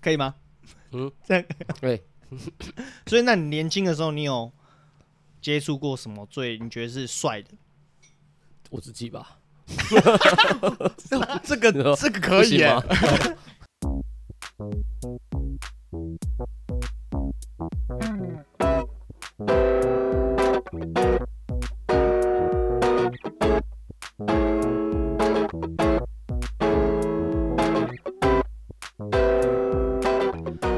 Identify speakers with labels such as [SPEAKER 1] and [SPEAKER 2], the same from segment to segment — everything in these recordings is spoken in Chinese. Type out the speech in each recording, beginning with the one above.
[SPEAKER 1] 可以吗？
[SPEAKER 2] 嗯，
[SPEAKER 1] 这样
[SPEAKER 2] 对。
[SPEAKER 1] 所以，那你年轻的时候，你有接触过什么最你觉得是帅的？
[SPEAKER 2] 我自己吧，
[SPEAKER 1] 这个
[SPEAKER 2] 你 说
[SPEAKER 1] 这个
[SPEAKER 2] 不
[SPEAKER 1] 可
[SPEAKER 2] 行吗？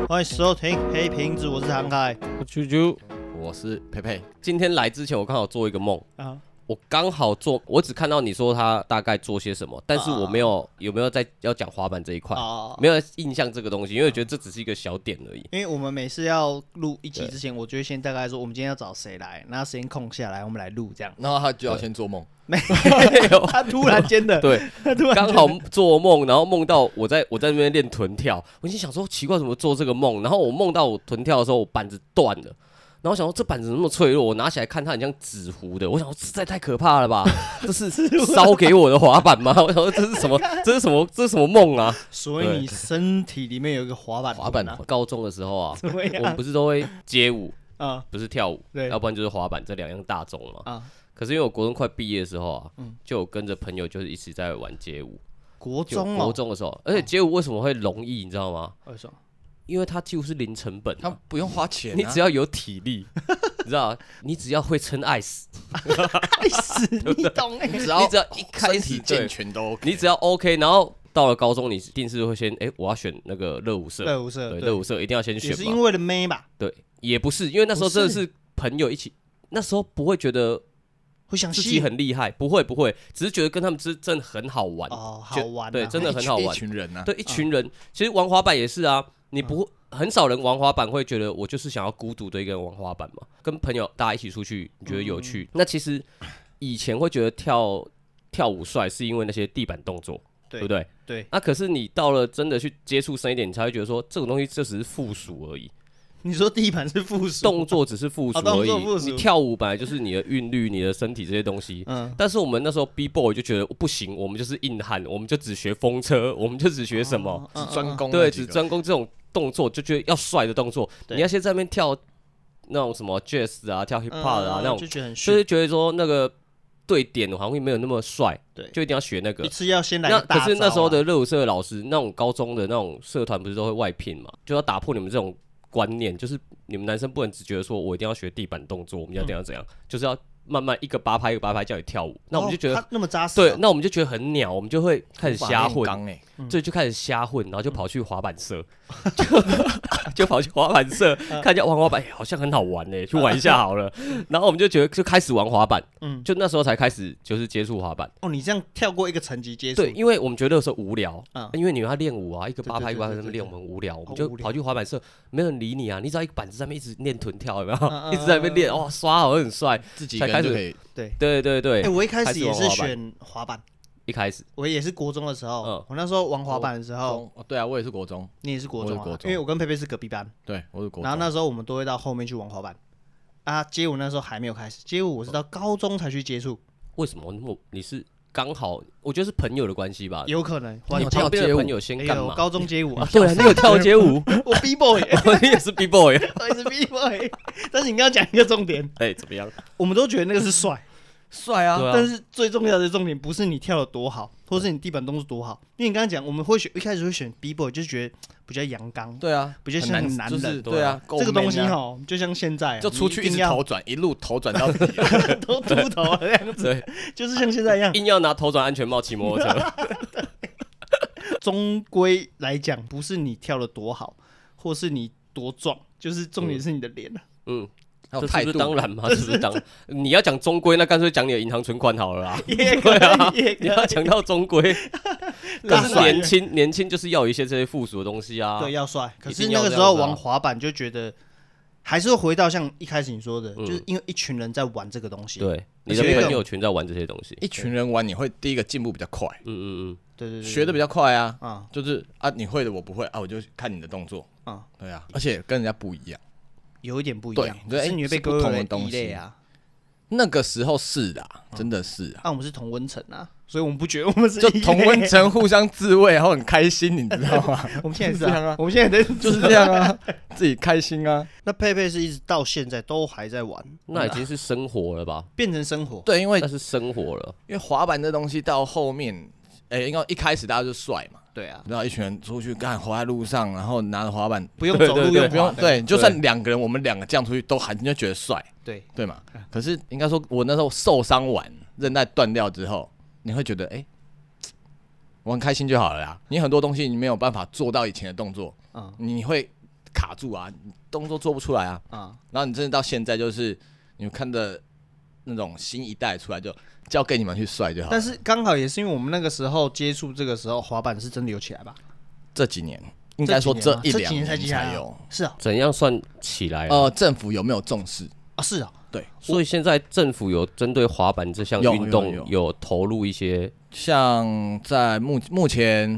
[SPEAKER 1] 欢迎收听黑瓶子，我是唐凯
[SPEAKER 2] 我啾啾，我是佩佩。今天来之前，我刚好做一个梦，
[SPEAKER 1] 啊。
[SPEAKER 2] 我刚好做，我只看到你说他大概做些什么，但是我没有有没有在要讲滑板这一块，
[SPEAKER 1] 哦，
[SPEAKER 2] 没有印象这个东西，因为我觉得这只是一个小点而已。
[SPEAKER 1] 因为我们每次要录一集之前，我就会先大概说我们今天要找谁来，然后时间空下来，我们来录这 样。
[SPEAKER 3] 然后他就要先做梦，
[SPEAKER 1] 他突然间的，
[SPEAKER 2] 对，
[SPEAKER 1] 他突然
[SPEAKER 2] 刚好做梦，然后梦到我在我在那边练臀跳，我心想说奇怪怎么做这个梦，然后我梦到我臀跳的时候，我板子断了。然后我想说这板子那么脆弱，我拿起来看它很像纸糊的，我想说实在太可怕了吧？这是烧给我的滑板吗？我想说这是什么？这是什么？这是什么梦啊？
[SPEAKER 1] 所以你身体里面有一个滑板
[SPEAKER 3] 滑 板
[SPEAKER 1] 啊，
[SPEAKER 2] 高中的时候啊，
[SPEAKER 1] 怎么
[SPEAKER 2] 我们
[SPEAKER 1] 样
[SPEAKER 2] 不是都会街舞，
[SPEAKER 1] 啊
[SPEAKER 2] 不是跳舞，
[SPEAKER 1] 对
[SPEAKER 2] 要不然就是滑板这两样大众嘛。
[SPEAKER 1] 啊？
[SPEAKER 2] 可是因为我国中快毕业的时候啊，
[SPEAKER 1] 嗯
[SPEAKER 2] 就有跟着朋友就是一起在玩街舞，
[SPEAKER 1] 国
[SPEAKER 2] 就
[SPEAKER 1] 中哦，
[SPEAKER 2] 国中的时候，而且街舞为什么会容易，你知道吗？
[SPEAKER 1] 为什么？
[SPEAKER 2] 因为它几乎是零成本啊、
[SPEAKER 3] 他不用花钱、啊，
[SPEAKER 2] 你只要有体力，你知道，你只要会撑 ice，
[SPEAKER 1] 爱死你懂哎！
[SPEAKER 3] 只
[SPEAKER 2] 你
[SPEAKER 3] 要
[SPEAKER 2] 只要一开
[SPEAKER 3] 身
[SPEAKER 2] 始
[SPEAKER 3] 体
[SPEAKER 2] 对
[SPEAKER 3] 健，全都 OK，
[SPEAKER 2] 你只要 OK，然后到了高中，你一定是会先，哎、我要选那个热舞社，
[SPEAKER 1] 热舞社，
[SPEAKER 2] 对，
[SPEAKER 1] 对
[SPEAKER 2] 热舞社一定要先选
[SPEAKER 1] 也
[SPEAKER 2] 嘛。
[SPEAKER 1] 是因为了妹吧，
[SPEAKER 2] 对，也不是，因为那时候
[SPEAKER 1] 不
[SPEAKER 2] 真的
[SPEAKER 1] 是
[SPEAKER 2] 是朋友一起，那时候不会觉得
[SPEAKER 1] 会想
[SPEAKER 2] 自
[SPEAKER 1] 吸
[SPEAKER 2] 己
[SPEAKER 1] 引
[SPEAKER 2] 很厉害，不会不会，只是觉得跟他们之真的很好玩，
[SPEAKER 1] 哦，好
[SPEAKER 2] 就
[SPEAKER 1] 玩啊，
[SPEAKER 2] 对真的很
[SPEAKER 3] 一群
[SPEAKER 2] 好玩
[SPEAKER 3] 一群人呐、啊，
[SPEAKER 2] 对一群人，其实玩滑板也是啊，你
[SPEAKER 1] 嗯
[SPEAKER 2] 不会。很少人玩滑板会觉得我就是想要孤独的一个人玩滑板嘛，跟朋友大家一起出去，你觉得有
[SPEAKER 1] 嗯
[SPEAKER 2] 趣。那其实以前会觉得跳跳舞帅，是因为那些地板动作，
[SPEAKER 1] 对
[SPEAKER 2] 不对？啊
[SPEAKER 1] 对，
[SPEAKER 2] 那、可是你到了真的去接触深一点，你才会觉得说这种东西就只是附属而已，
[SPEAKER 1] 你说地板是附属，
[SPEAKER 2] 动作只是附属
[SPEAKER 1] 哦动
[SPEAKER 2] 而
[SPEAKER 1] 作附属
[SPEAKER 2] 已。你跳舞本来就是你的韵律、你的身体这些东西，
[SPEAKER 1] 嗯，
[SPEAKER 2] 但是我们那时候 B boy 就觉得不行，我们就是硬汉，我们就只学风车，我们就只学什么，
[SPEAKER 1] 嗯
[SPEAKER 3] 只专攻
[SPEAKER 2] 对，
[SPEAKER 3] 那几
[SPEAKER 2] 只
[SPEAKER 3] 个
[SPEAKER 2] 专攻这种动作，就觉得要帅的动作。
[SPEAKER 1] 对
[SPEAKER 2] 你要先在那边跳那种什么 jazz 啊，跳 hip
[SPEAKER 1] 嗯
[SPEAKER 2] hop 啊，
[SPEAKER 1] 嗯
[SPEAKER 2] 那种
[SPEAKER 1] 就觉得很
[SPEAKER 2] 就是
[SPEAKER 1] 炫，
[SPEAKER 2] 觉得说那个对点好像没有那么帅，
[SPEAKER 1] 对，
[SPEAKER 2] 就一定要学那
[SPEAKER 1] 一
[SPEAKER 2] 个。
[SPEAKER 1] 次要先来
[SPEAKER 2] 那
[SPEAKER 1] 个大
[SPEAKER 2] 可是那时
[SPEAKER 1] 招啊
[SPEAKER 2] 候的热舞社的老师，那种高中的那种社团不是都会外聘嘛，就要打破你们这种观念，就是你们男生不能只觉得说我一定要学地板动作，我们要怎样怎
[SPEAKER 1] 嗯
[SPEAKER 2] 样，就是要慢慢一个八拍一个八拍叫你跳舞，那我们就觉得
[SPEAKER 1] 哦他那么扎实
[SPEAKER 2] 对
[SPEAKER 1] 啊，，
[SPEAKER 2] 那我们就觉得很鸟，我们就会开始瞎混，
[SPEAKER 3] 刚哎，
[SPEAKER 1] 嗯
[SPEAKER 2] 所以就开始瞎混，然后就跑去滑板社，就 就跑去滑板社
[SPEAKER 1] 嗯
[SPEAKER 2] 看一下玩滑板，哎好像很好玩呢，去玩一下好了。 然后我们就觉得就开始玩滑板，
[SPEAKER 1] 嗯
[SPEAKER 2] 就那时候才开始就是接触滑板。
[SPEAKER 1] 哦，你这样跳过一个层级接触，
[SPEAKER 2] 对，因为我们觉得有时候无聊
[SPEAKER 1] 嗯，
[SPEAKER 2] 因为你们要练舞啊，一个八
[SPEAKER 1] 对对对
[SPEAKER 2] 拍一个八拍
[SPEAKER 1] 对
[SPEAKER 2] 在那边练，我们无聊，我们
[SPEAKER 1] 好
[SPEAKER 2] 就
[SPEAKER 1] 无聊
[SPEAKER 2] 跑去滑板社，没有人理你啊，你只要一个板子上面一直练臀跳，有没
[SPEAKER 1] 嗯嗯
[SPEAKER 2] 有？一直在那边练，哇，刷好很帅。
[SPEAKER 3] 自己一个
[SPEAKER 2] 才开
[SPEAKER 3] 人
[SPEAKER 2] 始
[SPEAKER 3] 就可以，
[SPEAKER 1] 对，
[SPEAKER 2] 对对
[SPEAKER 1] 哎，
[SPEAKER 2] 对，
[SPEAKER 1] 我一开
[SPEAKER 2] 开
[SPEAKER 1] 始
[SPEAKER 2] 始
[SPEAKER 1] 也
[SPEAKER 2] 玩
[SPEAKER 1] 是
[SPEAKER 2] 滑板
[SPEAKER 1] 选滑板，
[SPEAKER 2] 一开始
[SPEAKER 1] 我也是国中的时候
[SPEAKER 2] 嗯，
[SPEAKER 1] 我那时候玩滑板的时候，
[SPEAKER 3] 哦，对啊，我也是国中，
[SPEAKER 1] 你也是国中
[SPEAKER 3] 我是
[SPEAKER 1] 啊
[SPEAKER 3] 国，中
[SPEAKER 1] 因为我跟佩佩是隔壁班，
[SPEAKER 3] 对，我是国
[SPEAKER 1] 然后
[SPEAKER 3] 中，
[SPEAKER 1] 那时候我们都会到后面去玩滑板。啊，街舞那时候还没有开始，街舞我是到高中才去接触，
[SPEAKER 2] 为什么那么你是刚好？我觉得是朋友的关系吧。
[SPEAKER 1] 有可能。
[SPEAKER 3] 你
[SPEAKER 2] 嗯你
[SPEAKER 3] 有跳
[SPEAKER 2] 旁边
[SPEAKER 3] 街
[SPEAKER 2] 的
[SPEAKER 3] 舞
[SPEAKER 2] 朋友先
[SPEAKER 1] 哎
[SPEAKER 2] 干
[SPEAKER 1] 呦，
[SPEAKER 2] 嘛？
[SPEAKER 1] 高中街舞 啊，
[SPEAKER 2] 对啊，你有跳街 舞，
[SPEAKER 1] 我 B boy，
[SPEAKER 2] 我也是 B boy。
[SPEAKER 1] 我也是 B boy。但是你刚刚讲一个重点，
[SPEAKER 2] 哎，怎么样？
[SPEAKER 1] 我们都觉得那个是帅，
[SPEAKER 2] 对
[SPEAKER 3] 帅
[SPEAKER 2] 啊
[SPEAKER 1] 但是最重要的重点不是你跳的多好，或是你地板动作多好，因为你刚刚讲我们会选一开始会选 B boy，就是觉得比较阳刚，
[SPEAKER 3] 对啊，
[SPEAKER 1] 比较
[SPEAKER 3] 很
[SPEAKER 1] 像
[SPEAKER 3] 难，
[SPEAKER 1] 男
[SPEAKER 3] 就
[SPEAKER 1] 人。
[SPEAKER 3] 是
[SPEAKER 2] 对
[SPEAKER 3] 对
[SPEAKER 2] 啊
[SPEAKER 3] 啊，够
[SPEAKER 1] 这个
[SPEAKER 3] man
[SPEAKER 1] 东西
[SPEAKER 3] 啊，
[SPEAKER 1] 哈，就像现在啊
[SPEAKER 3] 就出去
[SPEAKER 1] 你
[SPEAKER 3] 一
[SPEAKER 1] 定
[SPEAKER 3] 直
[SPEAKER 1] 要
[SPEAKER 3] 头转，一路头转到啊自己，
[SPEAKER 1] 都秃头啊，这样子，
[SPEAKER 2] 对，
[SPEAKER 1] 就是像现在一 样。
[SPEAKER 2] 硬要拿头转安全帽骑摩托车，
[SPEAKER 1] 终归来讲，不是你跳的多好，或是你多壮，就是重点是你的脸啊。
[SPEAKER 2] 嗯，
[SPEAKER 3] 还有
[SPEAKER 2] 这是
[SPEAKER 3] 态
[SPEAKER 2] 不是
[SPEAKER 3] 度，啊
[SPEAKER 2] 当然嘛，这是不是当然？你要讲中规，那干脆讲你的银行存款好了啦。 啊
[SPEAKER 1] 也可
[SPEAKER 3] 啊
[SPEAKER 1] 以，也
[SPEAKER 2] 你要
[SPEAKER 1] 可以，
[SPEAKER 2] 讲到中规，可
[SPEAKER 1] 拉
[SPEAKER 2] 是
[SPEAKER 1] 帅
[SPEAKER 2] 年轻年轻就是要有一些这些附属的东西啊。
[SPEAKER 1] 对，要帅。可
[SPEAKER 2] 一
[SPEAKER 1] 是
[SPEAKER 2] 定
[SPEAKER 1] 那
[SPEAKER 2] 要
[SPEAKER 1] 个
[SPEAKER 2] 这
[SPEAKER 1] 时候
[SPEAKER 2] 样子啊
[SPEAKER 1] 玩滑板就觉得，还是会回到像一开始你说的，
[SPEAKER 2] 嗯
[SPEAKER 1] 就是因为一群人在玩这个东西。
[SPEAKER 2] 对，你的
[SPEAKER 1] 而且
[SPEAKER 2] 朋友圈在玩这些东西。
[SPEAKER 3] 一群人玩，你会第一个进步比较快，
[SPEAKER 2] 嗯嗯
[SPEAKER 1] 对对对，
[SPEAKER 3] 学的比较快啊，
[SPEAKER 1] 啊
[SPEAKER 3] 就是啊，你会的我不会啊，我就看你的动作，
[SPEAKER 1] 啊，
[SPEAKER 3] 对啊，而且跟人家不一样，
[SPEAKER 1] 有一点不一
[SPEAKER 3] 对
[SPEAKER 1] 样，
[SPEAKER 3] 对
[SPEAKER 1] 可是
[SPEAKER 3] 哎
[SPEAKER 1] 你会被
[SPEAKER 3] 是不
[SPEAKER 1] 归
[SPEAKER 3] 同
[SPEAKER 1] 为
[SPEAKER 3] 的东
[SPEAKER 1] 异类
[SPEAKER 3] 西
[SPEAKER 1] 啊。
[SPEAKER 3] 那个时候是的啊，真的是啊，
[SPEAKER 1] 啊，我们是同温层啊，所以我们不觉得我们是
[SPEAKER 3] 就
[SPEAKER 1] 异类啊
[SPEAKER 3] 同温，层互相自慰，然后很开心，你知道 吗？
[SPEAKER 1] 我们现在是
[SPEAKER 3] 是这样啊
[SPEAKER 1] 我们现在在
[SPEAKER 3] 就是这样啊，自己开心啊。
[SPEAKER 1] 那佩佩是一直到现在都还在玩，
[SPEAKER 2] 那已经是生活了吧？
[SPEAKER 1] 变成生活。
[SPEAKER 3] 对，因为
[SPEAKER 2] 那是生活了，
[SPEAKER 3] 因为滑板这东西到后面，哎、应该一开始大家就帅嘛，
[SPEAKER 1] 对啊，
[SPEAKER 3] 然后一群人出去干，滑在路上，然后拿着滑板，
[SPEAKER 1] 不用
[SPEAKER 2] 对
[SPEAKER 1] 走
[SPEAKER 2] 对
[SPEAKER 1] 路，
[SPEAKER 2] 对
[SPEAKER 1] 用
[SPEAKER 3] 不
[SPEAKER 1] 滑
[SPEAKER 3] 用
[SPEAKER 1] 的
[SPEAKER 3] 对，就算两个人，我们两个这样出去都还你就觉得帅，
[SPEAKER 1] 对，
[SPEAKER 3] 对嘛？可是应该说，我那时候受伤完，韧带断掉之后，你会觉得，哎、我很开心就好了啦。你很多东西你没有办法做到以前的动作，
[SPEAKER 1] 嗯
[SPEAKER 3] 你会卡住啊，你动作做不出来啊。
[SPEAKER 1] 啊，
[SPEAKER 3] 然后你真的到现在就是，你看着那种新一代出来就交给你们去帅就好了。
[SPEAKER 1] 但是刚好也是因为我们那个时候接触这个时候，滑板是真的有起来吧？
[SPEAKER 3] 这几年，应该说
[SPEAKER 1] 这
[SPEAKER 3] 一
[SPEAKER 1] 几年吗这
[SPEAKER 3] 两
[SPEAKER 1] 几年才起来啊
[SPEAKER 3] 才有。
[SPEAKER 1] 是啊，
[SPEAKER 2] 怎样算起来啊？
[SPEAKER 3] 呃，政府有没有重视？
[SPEAKER 1] 啊是啊，
[SPEAKER 3] 对，
[SPEAKER 2] 所以现在政府有针对滑板这项
[SPEAKER 3] 有
[SPEAKER 2] 运
[SPEAKER 3] 有有
[SPEAKER 2] 动有投入一些，
[SPEAKER 3] 像在目目前，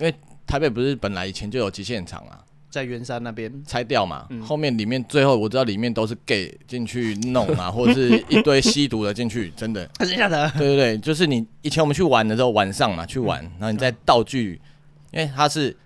[SPEAKER 3] 因为台北不是本来以前就有极限场啊，
[SPEAKER 1] 在圆山那边
[SPEAKER 3] 拆掉嘛，
[SPEAKER 1] 嗯
[SPEAKER 3] 后面里面最后我知道里面都是 gay 进去弄啊，或者是一堆吸毒的进去，真的，
[SPEAKER 1] 真假 的？
[SPEAKER 3] 对对对，就是你以前我们去玩的时候晚上嘛去
[SPEAKER 1] 嗯
[SPEAKER 3] 玩，然后你在道具，因为它是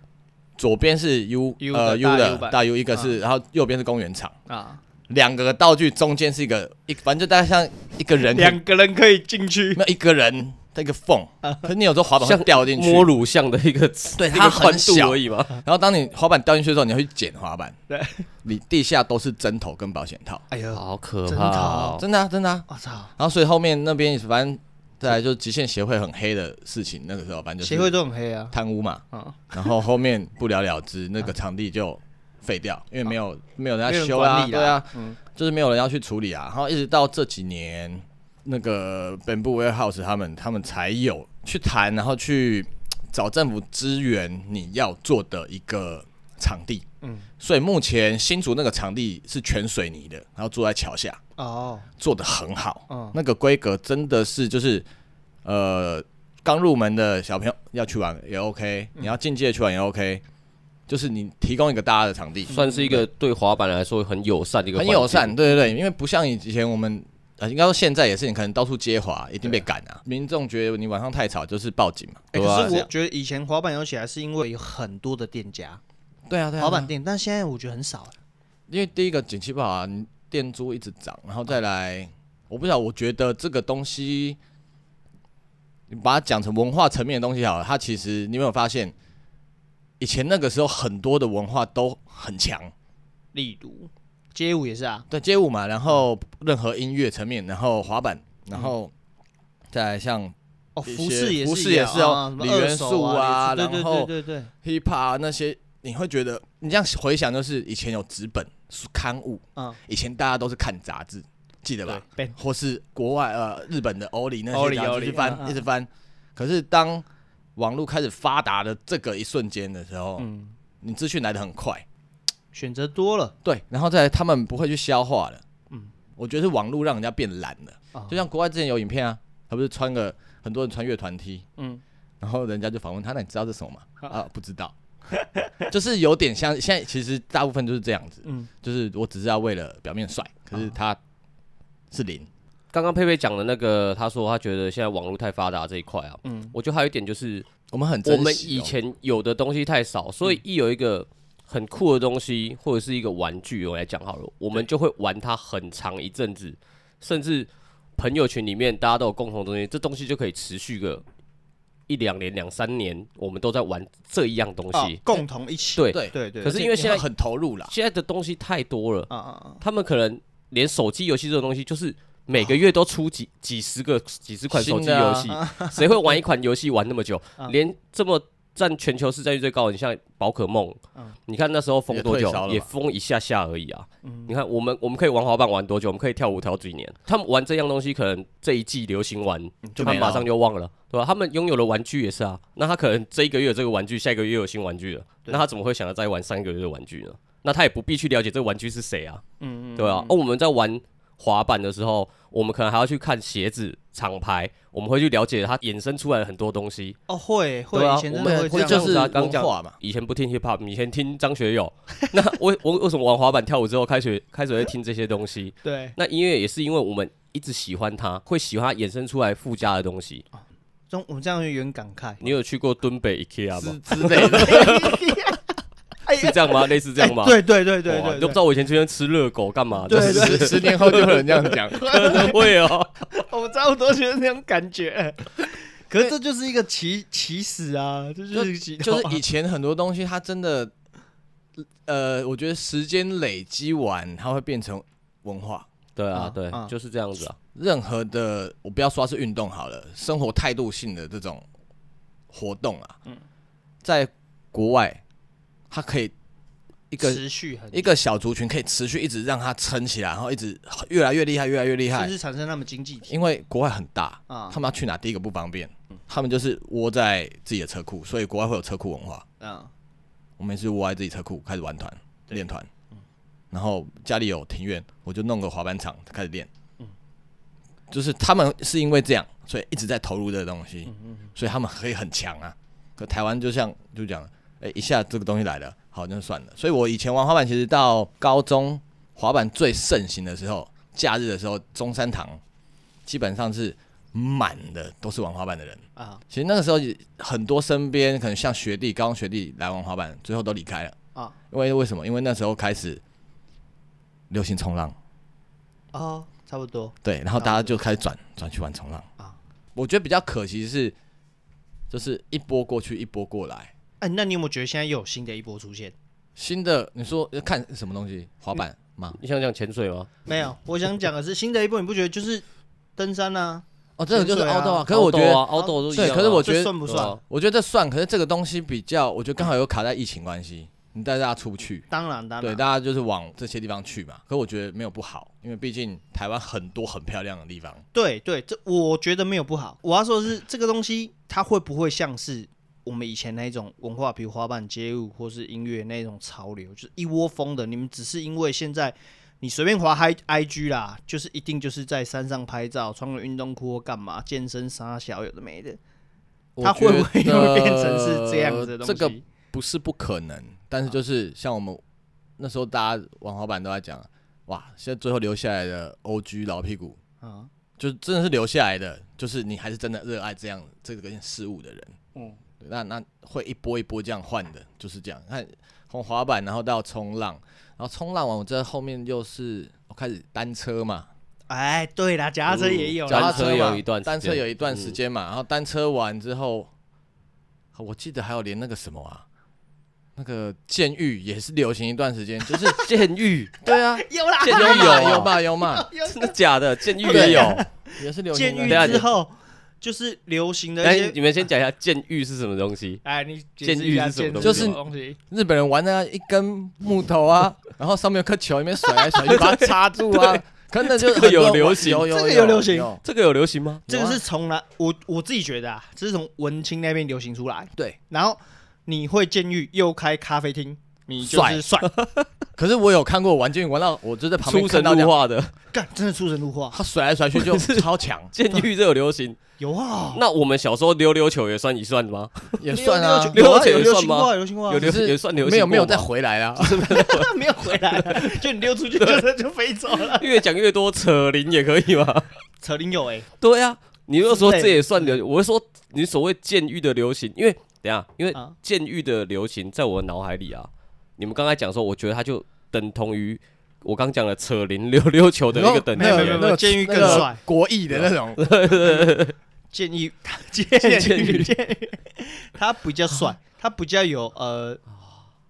[SPEAKER 3] 左边是 U
[SPEAKER 1] U
[SPEAKER 3] 呃
[SPEAKER 1] 的
[SPEAKER 3] U
[SPEAKER 1] 大 U
[SPEAKER 3] 的
[SPEAKER 1] 版嗯
[SPEAKER 3] 大 U 一个是，然后右边是公园场，
[SPEAKER 1] 啊，
[SPEAKER 3] 两个道具中间是一个一，反正就大概像一个人
[SPEAKER 1] 两个啊人可以进去，
[SPEAKER 3] 没有一个人那个缝，可是你有时候滑板会
[SPEAKER 2] 像
[SPEAKER 3] 掉进去，
[SPEAKER 2] 摸乳像的一个，
[SPEAKER 3] 对
[SPEAKER 2] 一
[SPEAKER 3] 它
[SPEAKER 2] 个
[SPEAKER 3] 很
[SPEAKER 2] 宽度
[SPEAKER 3] 小
[SPEAKER 2] 而已 嘛。
[SPEAKER 3] 然后当你滑板掉进去的时候，你会去捡滑板，
[SPEAKER 1] 对，
[SPEAKER 3] 你地下都是针头跟保险套，
[SPEAKER 1] 哎呦，
[SPEAKER 2] 好可
[SPEAKER 1] 真
[SPEAKER 2] 怕、
[SPEAKER 1] 的
[SPEAKER 2] 哦！
[SPEAKER 3] 真的啊，真的啊。
[SPEAKER 1] 我操，
[SPEAKER 3] 然后所以后面那边反正再来就是极限协会很黑的事情，那个时候反正就是
[SPEAKER 1] 协会都很黑啊，
[SPEAKER 3] 贪污嘛，
[SPEAKER 1] 啊，
[SPEAKER 3] 然后后面不了了之，那个场地就废掉，因为没有没有人
[SPEAKER 1] 啊没有
[SPEAKER 3] 要
[SPEAKER 1] 人
[SPEAKER 3] 修啦，
[SPEAKER 1] 管理啦
[SPEAKER 3] 对啊，
[SPEAKER 1] 嗯
[SPEAKER 3] 就是没有人要去处理啊。然后一直到这几年，那个本部 warehouse 他们他们才有去谈，然后去找政府支援你要做的一个场地。
[SPEAKER 1] 嗯，
[SPEAKER 3] 所以目前新竹那个场地是全水泥的，然后坐在桥下，
[SPEAKER 1] 哦，
[SPEAKER 3] 做的很好。
[SPEAKER 1] 嗯
[SPEAKER 3] 那个规格真的是就是，呃，刚入门的小朋友要去玩也 OK，、你要进阶去玩也 OK，就是你提供一个大家的场地，
[SPEAKER 2] 算是一个对滑板来说很友善的一个，
[SPEAKER 3] 嗯很友善，。对对对，因为不像以前我们。呃，应该说现在也是，你可能到处接滑，一定被赶啊。民众觉得你晚上太吵，就是报警嘛。
[SPEAKER 1] 哎，
[SPEAKER 3] 对啊
[SPEAKER 1] 可是
[SPEAKER 3] 这
[SPEAKER 1] 我
[SPEAKER 3] 样
[SPEAKER 1] 觉得以前滑板有起来是因为有很多的店家，
[SPEAKER 3] 对啊，对啊，
[SPEAKER 1] 滑板
[SPEAKER 3] 对啊
[SPEAKER 1] 店，但现在我觉得很少了。欸
[SPEAKER 3] 因为第一个景气不好啊，你店租一直涨，然后再来，我不晓得，我觉得这个东西，你把它讲成文化层面的东西好了，它其实你有没有发现，以前那个时候很多的文化都很强，
[SPEAKER 1] 例如街舞也是啊，
[SPEAKER 3] 对街舞嘛，然后任何音乐层面，然后滑板，然
[SPEAKER 1] 嗯
[SPEAKER 3] 后再来像
[SPEAKER 1] 哦，
[SPEAKER 3] 一
[SPEAKER 1] 服
[SPEAKER 3] 些
[SPEAKER 1] 饰也是一样啊，
[SPEAKER 3] 服饰也是哦
[SPEAKER 1] 什么
[SPEAKER 3] 李
[SPEAKER 1] 二
[SPEAKER 3] 元
[SPEAKER 1] 手
[SPEAKER 3] 素
[SPEAKER 1] 啊
[SPEAKER 3] 啊
[SPEAKER 1] 对对
[SPEAKER 3] 然后
[SPEAKER 1] 对对对，
[SPEAKER 3] hip hop 啊那些，你会觉得你这样回想，就是以前有纸本书刊物，
[SPEAKER 1] 嗯，
[SPEAKER 3] 以前大家都是看杂志，记得吧？
[SPEAKER 1] 对，
[SPEAKER 3] 或是国外呃日本的欧里那
[SPEAKER 1] 欧
[SPEAKER 3] 些
[SPEAKER 1] 里
[SPEAKER 3] 杂
[SPEAKER 1] 欧
[SPEAKER 3] 志
[SPEAKER 1] 里嗯
[SPEAKER 3] 去翻，
[SPEAKER 1] 嗯
[SPEAKER 3] 一直翻。可是当网络开始发达的这个一瞬间的时候，
[SPEAKER 1] 嗯，
[SPEAKER 3] 你资讯来的很快，
[SPEAKER 1] 选择多了，
[SPEAKER 3] 对，然后再来他们不会去消化了。
[SPEAKER 1] 嗯
[SPEAKER 3] 嗯，我觉得是网络让人家变懒了，
[SPEAKER 1] 啊
[SPEAKER 3] 就像国外之前有影片啊，他不是穿个很多人穿乐团 T，
[SPEAKER 1] 嗯，
[SPEAKER 3] 然后人家就访问他，那你知道这是什么吗？啊，不知道。 就是有点像现在，其实大部分就是这样子，
[SPEAKER 1] 嗯，啊
[SPEAKER 3] 就是我只是要为了表面帅，可是他是零，
[SPEAKER 2] 刚刚佩佩讲的那个，他说他觉得现在网络太发达这一块啊，
[SPEAKER 1] 嗯
[SPEAKER 2] 嗯，我觉得还有一点就是
[SPEAKER 3] 我们很珍
[SPEAKER 2] 我
[SPEAKER 3] 惜
[SPEAKER 2] 们
[SPEAKER 3] 哦
[SPEAKER 2] 以前有的东西太少，所以一有一个很酷的东西或者是一个玩具，我来讲好了，我们就会玩它很长一阵子，甚至朋友群里面大家都有共同的东西，这东西就可以持续个一两年、两三年，我们都在玩这一样东
[SPEAKER 1] 啊
[SPEAKER 2] 西。
[SPEAKER 1] 共同一起，
[SPEAKER 2] 哦对
[SPEAKER 3] 对
[SPEAKER 1] 对对，
[SPEAKER 2] 可是因为现在
[SPEAKER 3] 你会很投入啦，
[SPEAKER 2] 现在的东西太多了，
[SPEAKER 1] 啊啊啊，
[SPEAKER 2] 他们可能连手机游戏这种东西，就是每个月都出几几十个、几十款手机
[SPEAKER 3] 新的
[SPEAKER 2] 游
[SPEAKER 3] 啊
[SPEAKER 2] 戏，谁会玩一款游戏玩那么久
[SPEAKER 1] 啊？
[SPEAKER 2] 连这么占全球市占率最高，你像宝可梦
[SPEAKER 1] 嗯，
[SPEAKER 2] 你看那时候封多
[SPEAKER 3] 也
[SPEAKER 2] 久
[SPEAKER 3] 退烧了？吧
[SPEAKER 2] 也封一下下而已啊。你看我们我们可以玩滑板玩多久？我们可以跳舞跳几年？他们玩这样东西，可能这一季流行玩，
[SPEAKER 1] 嗯
[SPEAKER 3] 就
[SPEAKER 2] 他
[SPEAKER 3] 没
[SPEAKER 2] 们
[SPEAKER 3] 了
[SPEAKER 2] 马上就忘了，对吧？他们拥有的玩具也是啊，那他可能这一个月有这个玩具，下一个月又有新玩具了，
[SPEAKER 1] 对
[SPEAKER 2] 那他怎么会想要再玩三个月的玩具呢？那他也不必去了解这个玩具是谁啊。
[SPEAKER 1] 嗯嗯，
[SPEAKER 2] 对啊，哦，我们在玩滑板的时候，我们可能还要去看鞋子厂牌，我们会去了解它衍生出来的很多东西。
[SPEAKER 1] 哦，会会
[SPEAKER 2] 对，啊
[SPEAKER 1] 以前真
[SPEAKER 2] 我
[SPEAKER 1] 的会
[SPEAKER 2] 们
[SPEAKER 1] 这
[SPEAKER 2] 会
[SPEAKER 1] 样，
[SPEAKER 2] 就
[SPEAKER 3] 这
[SPEAKER 2] 是
[SPEAKER 3] 样子啊
[SPEAKER 2] 刚讲
[SPEAKER 3] 文化嘛
[SPEAKER 2] 以前不听 hip hop，以前听张学友。 那为我为什么玩滑板跳舞之后开始开始会听这些东西？
[SPEAKER 1] 对，
[SPEAKER 2] 那音乐也是因为我们一直喜欢它，会喜欢它衍生出来附加的东西。
[SPEAKER 1] 啊中我们这样有点感慨。
[SPEAKER 2] 你有去过敦北 IKEA 吗？
[SPEAKER 3] 之之类 的。
[SPEAKER 1] 哎
[SPEAKER 2] 是这 样吗？类似这样吗？
[SPEAKER 1] 哎对对对对
[SPEAKER 2] 哇
[SPEAKER 1] 对，
[SPEAKER 2] 你都不知道我以前去那吃热狗干嘛的？
[SPEAKER 1] 对对
[SPEAKER 3] 十十年后就有人这样讲，
[SPEAKER 2] 真 的会哦。
[SPEAKER 1] 道， 我差不多就是那种感觉。 可是这就是一个起起始啊，这就是起头
[SPEAKER 3] 就
[SPEAKER 1] 啊
[SPEAKER 3] 是以前很多东西，它真的，呃，我觉得时间累积完，它会变成文化。
[SPEAKER 2] 对啊
[SPEAKER 1] 啊，
[SPEAKER 2] 对
[SPEAKER 1] 啊，
[SPEAKER 2] 就是这样子啊。
[SPEAKER 3] 任何的，我不要说它是运动好了，生活态度性的这种活动啊，在国外，它可以一个
[SPEAKER 1] 持续很
[SPEAKER 3] 一个小族群可以持续一直让它撑起来，然后一直越来越厉害，越来越厉害
[SPEAKER 1] 甚。至产生他们经济体
[SPEAKER 3] 因为国外很大，
[SPEAKER 1] 啊
[SPEAKER 3] 他们要去哪，第一个不方便，他们就是窝在自己的车库，所以国外会有车库文化。
[SPEAKER 1] 啊，
[SPEAKER 3] 我们也是窝在自己车库开始玩团
[SPEAKER 1] 对
[SPEAKER 3] 练团，然后家里有庭院，我就弄个滑板场开始练。就是他们是因为这样，所以一直在投入这个东西，所以他们可以很强啊。可台湾就像就讲，哎、一下这个东西来了，好那就算了。所以我以前玩滑板，其实到高中滑板最盛行的时候，假日的时候，中山堂基本上是满的，都是玩滑板的人。
[SPEAKER 1] 啊
[SPEAKER 3] 其实那个时候也很多身边可能像学弟、高中学弟来玩滑板，最后都离开了。
[SPEAKER 1] 啊
[SPEAKER 3] 因为为什么？因为那时候开始流行冲浪，
[SPEAKER 1] 哦，差不多
[SPEAKER 3] 对，然后大家就开始转转去玩冲浪
[SPEAKER 1] 啊
[SPEAKER 3] 我觉得比较可惜是，就是一波过去，一波过来。
[SPEAKER 1] 哎，那你有没有觉得现在又有新的一波出现？
[SPEAKER 3] 新的，你说要看什么东西？滑板
[SPEAKER 1] 嗯
[SPEAKER 3] 吗？
[SPEAKER 2] 你想讲潜水吗？
[SPEAKER 1] 没有，我想讲的是新的一波，你不觉得就是登山啊？
[SPEAKER 3] 哦，这个就是
[SPEAKER 1] 潜水啊
[SPEAKER 3] 凹豆啊。可是我觉得，
[SPEAKER 2] 凹豆都一
[SPEAKER 3] 对
[SPEAKER 2] 样啊。
[SPEAKER 3] 可是我觉
[SPEAKER 1] 这
[SPEAKER 3] 得
[SPEAKER 1] 算不
[SPEAKER 2] 对
[SPEAKER 1] 算
[SPEAKER 2] 啊？
[SPEAKER 3] 我觉得这算，可是这个东西比较，我觉得刚好有卡在疫情关系，你带大家出不去。
[SPEAKER 1] 当然当
[SPEAKER 3] 对，
[SPEAKER 1] 然，
[SPEAKER 3] 大家就是往这些地方去嘛。可我觉得没有不好，因为毕竟台湾很多很漂亮的地方。
[SPEAKER 1] 对对，这我觉得没有不好。我要说的是，这个东西它会不会像是我们以前那一种文化，比如滑板、街舞或是音乐那种潮流，就是一窝蜂的？你们只是因为现在你随便滑 i i g 啦，就是一定就是在山上拍照，穿个运动裤或干嘛，健身啥小有的没的，它会不会
[SPEAKER 3] 我觉
[SPEAKER 1] 又
[SPEAKER 3] 得
[SPEAKER 1] 变成是这样子的东西？啊
[SPEAKER 3] 这个不是不可能，但是就是像我们那时候大家玩滑板都在讲，哇，现在最后留下来的 OG 老屁股，
[SPEAKER 1] 啊，
[SPEAKER 3] 就是真的是留下来的，就是你还是真的热爱这样这个事物的人。
[SPEAKER 1] 嗯，
[SPEAKER 3] 对那那会一波一波这样换的，就是这样。看从滑板，然后到冲浪，然后冲浪完，我这后面又是我开始单车嘛，
[SPEAKER 1] 哎，对啦，脚踏车也有
[SPEAKER 2] 嗯脚
[SPEAKER 1] 啦
[SPEAKER 2] 踏
[SPEAKER 3] 哦单
[SPEAKER 2] 车
[SPEAKER 3] 嘛
[SPEAKER 2] 有一段时间
[SPEAKER 3] 单车有一段时间嗯嘛，然后单车完之后，我记得还有连那个什么啊，那个监狱也是流行一段时间，就是
[SPEAKER 2] 监 狱，
[SPEAKER 3] 对啊，
[SPEAKER 1] 有啦，
[SPEAKER 2] 监
[SPEAKER 3] 有啊
[SPEAKER 2] 狱
[SPEAKER 3] 嘛
[SPEAKER 2] 有
[SPEAKER 3] 有
[SPEAKER 2] 吧？
[SPEAKER 3] 嘛有嘛，
[SPEAKER 2] 真的假的？监狱
[SPEAKER 3] 对
[SPEAKER 2] 也有。
[SPEAKER 3] 也是流行啊
[SPEAKER 1] 监
[SPEAKER 3] 一
[SPEAKER 1] 狱
[SPEAKER 3] 段时间。
[SPEAKER 1] 之后就是流行的一
[SPEAKER 2] 哎，
[SPEAKER 1] 些
[SPEAKER 2] 你。们先讲一下监狱是什么东西？
[SPEAKER 1] 哎，你解
[SPEAKER 2] 监
[SPEAKER 1] 释
[SPEAKER 2] 狱
[SPEAKER 1] 一下
[SPEAKER 2] 是什
[SPEAKER 1] 监
[SPEAKER 2] 么
[SPEAKER 1] 狱
[SPEAKER 3] 东西
[SPEAKER 1] 东西？
[SPEAKER 3] 日本人玩的、啊、一根木头啊，然后上面有颗球，里面甩来甩 去，把它插住啊。可能就是
[SPEAKER 2] 这个有
[SPEAKER 3] 很多
[SPEAKER 2] 流行
[SPEAKER 3] 有有
[SPEAKER 1] 这个有流行
[SPEAKER 3] 有
[SPEAKER 2] 这个有流行吗？
[SPEAKER 1] 这个是从来我我自己觉得啊，这是从文青那边流行出来。
[SPEAKER 3] 对，
[SPEAKER 1] 然后你会监狱又开咖啡厅，你就是帅，
[SPEAKER 3] 可是我有看过玩监狱玩到，我就在旁边
[SPEAKER 2] 出神
[SPEAKER 3] 看到这
[SPEAKER 2] 入
[SPEAKER 3] 样，
[SPEAKER 2] 化的
[SPEAKER 1] 干真的出神入化。
[SPEAKER 3] 他甩来甩去就超 强，
[SPEAKER 2] 监狱这有流行。
[SPEAKER 1] 有啊，
[SPEAKER 2] 那我们小时候溜溜球也算一算吗？
[SPEAKER 3] 也算啊，
[SPEAKER 2] 六
[SPEAKER 1] 有啊有
[SPEAKER 2] 六九
[SPEAKER 1] 流
[SPEAKER 2] 算
[SPEAKER 1] 行
[SPEAKER 2] 吗
[SPEAKER 1] 过啊，流行过啊，
[SPEAKER 2] 有
[SPEAKER 1] 有
[SPEAKER 2] 流
[SPEAKER 3] 只是
[SPEAKER 2] 也算流行过吧，
[SPEAKER 3] 没有没有再回来啊 啦。
[SPEAKER 1] 没有回来了，就你溜出去，就是就飞走 了。
[SPEAKER 2] 越讲越多，扯铃也可以吗？
[SPEAKER 1] 扯铃有哎，
[SPEAKER 2] 对啊，你又说
[SPEAKER 1] 之类
[SPEAKER 2] 这
[SPEAKER 1] 的
[SPEAKER 2] 也算流，我是说你所谓监狱的流行，因为等一下，因为
[SPEAKER 1] 啊
[SPEAKER 2] 监狱的流行在我脑海里啊，你们刚才讲说，我觉得它就等同于我刚讲的扯铃溜溜球的一个等级
[SPEAKER 1] 没有没有没有
[SPEAKER 2] 了。
[SPEAKER 1] 监狱更
[SPEAKER 3] 那个
[SPEAKER 1] 帅
[SPEAKER 3] 国艺的那种，
[SPEAKER 1] 监狱监
[SPEAKER 2] 监狱
[SPEAKER 1] 狱监狱，他比较帅，他比较有呃。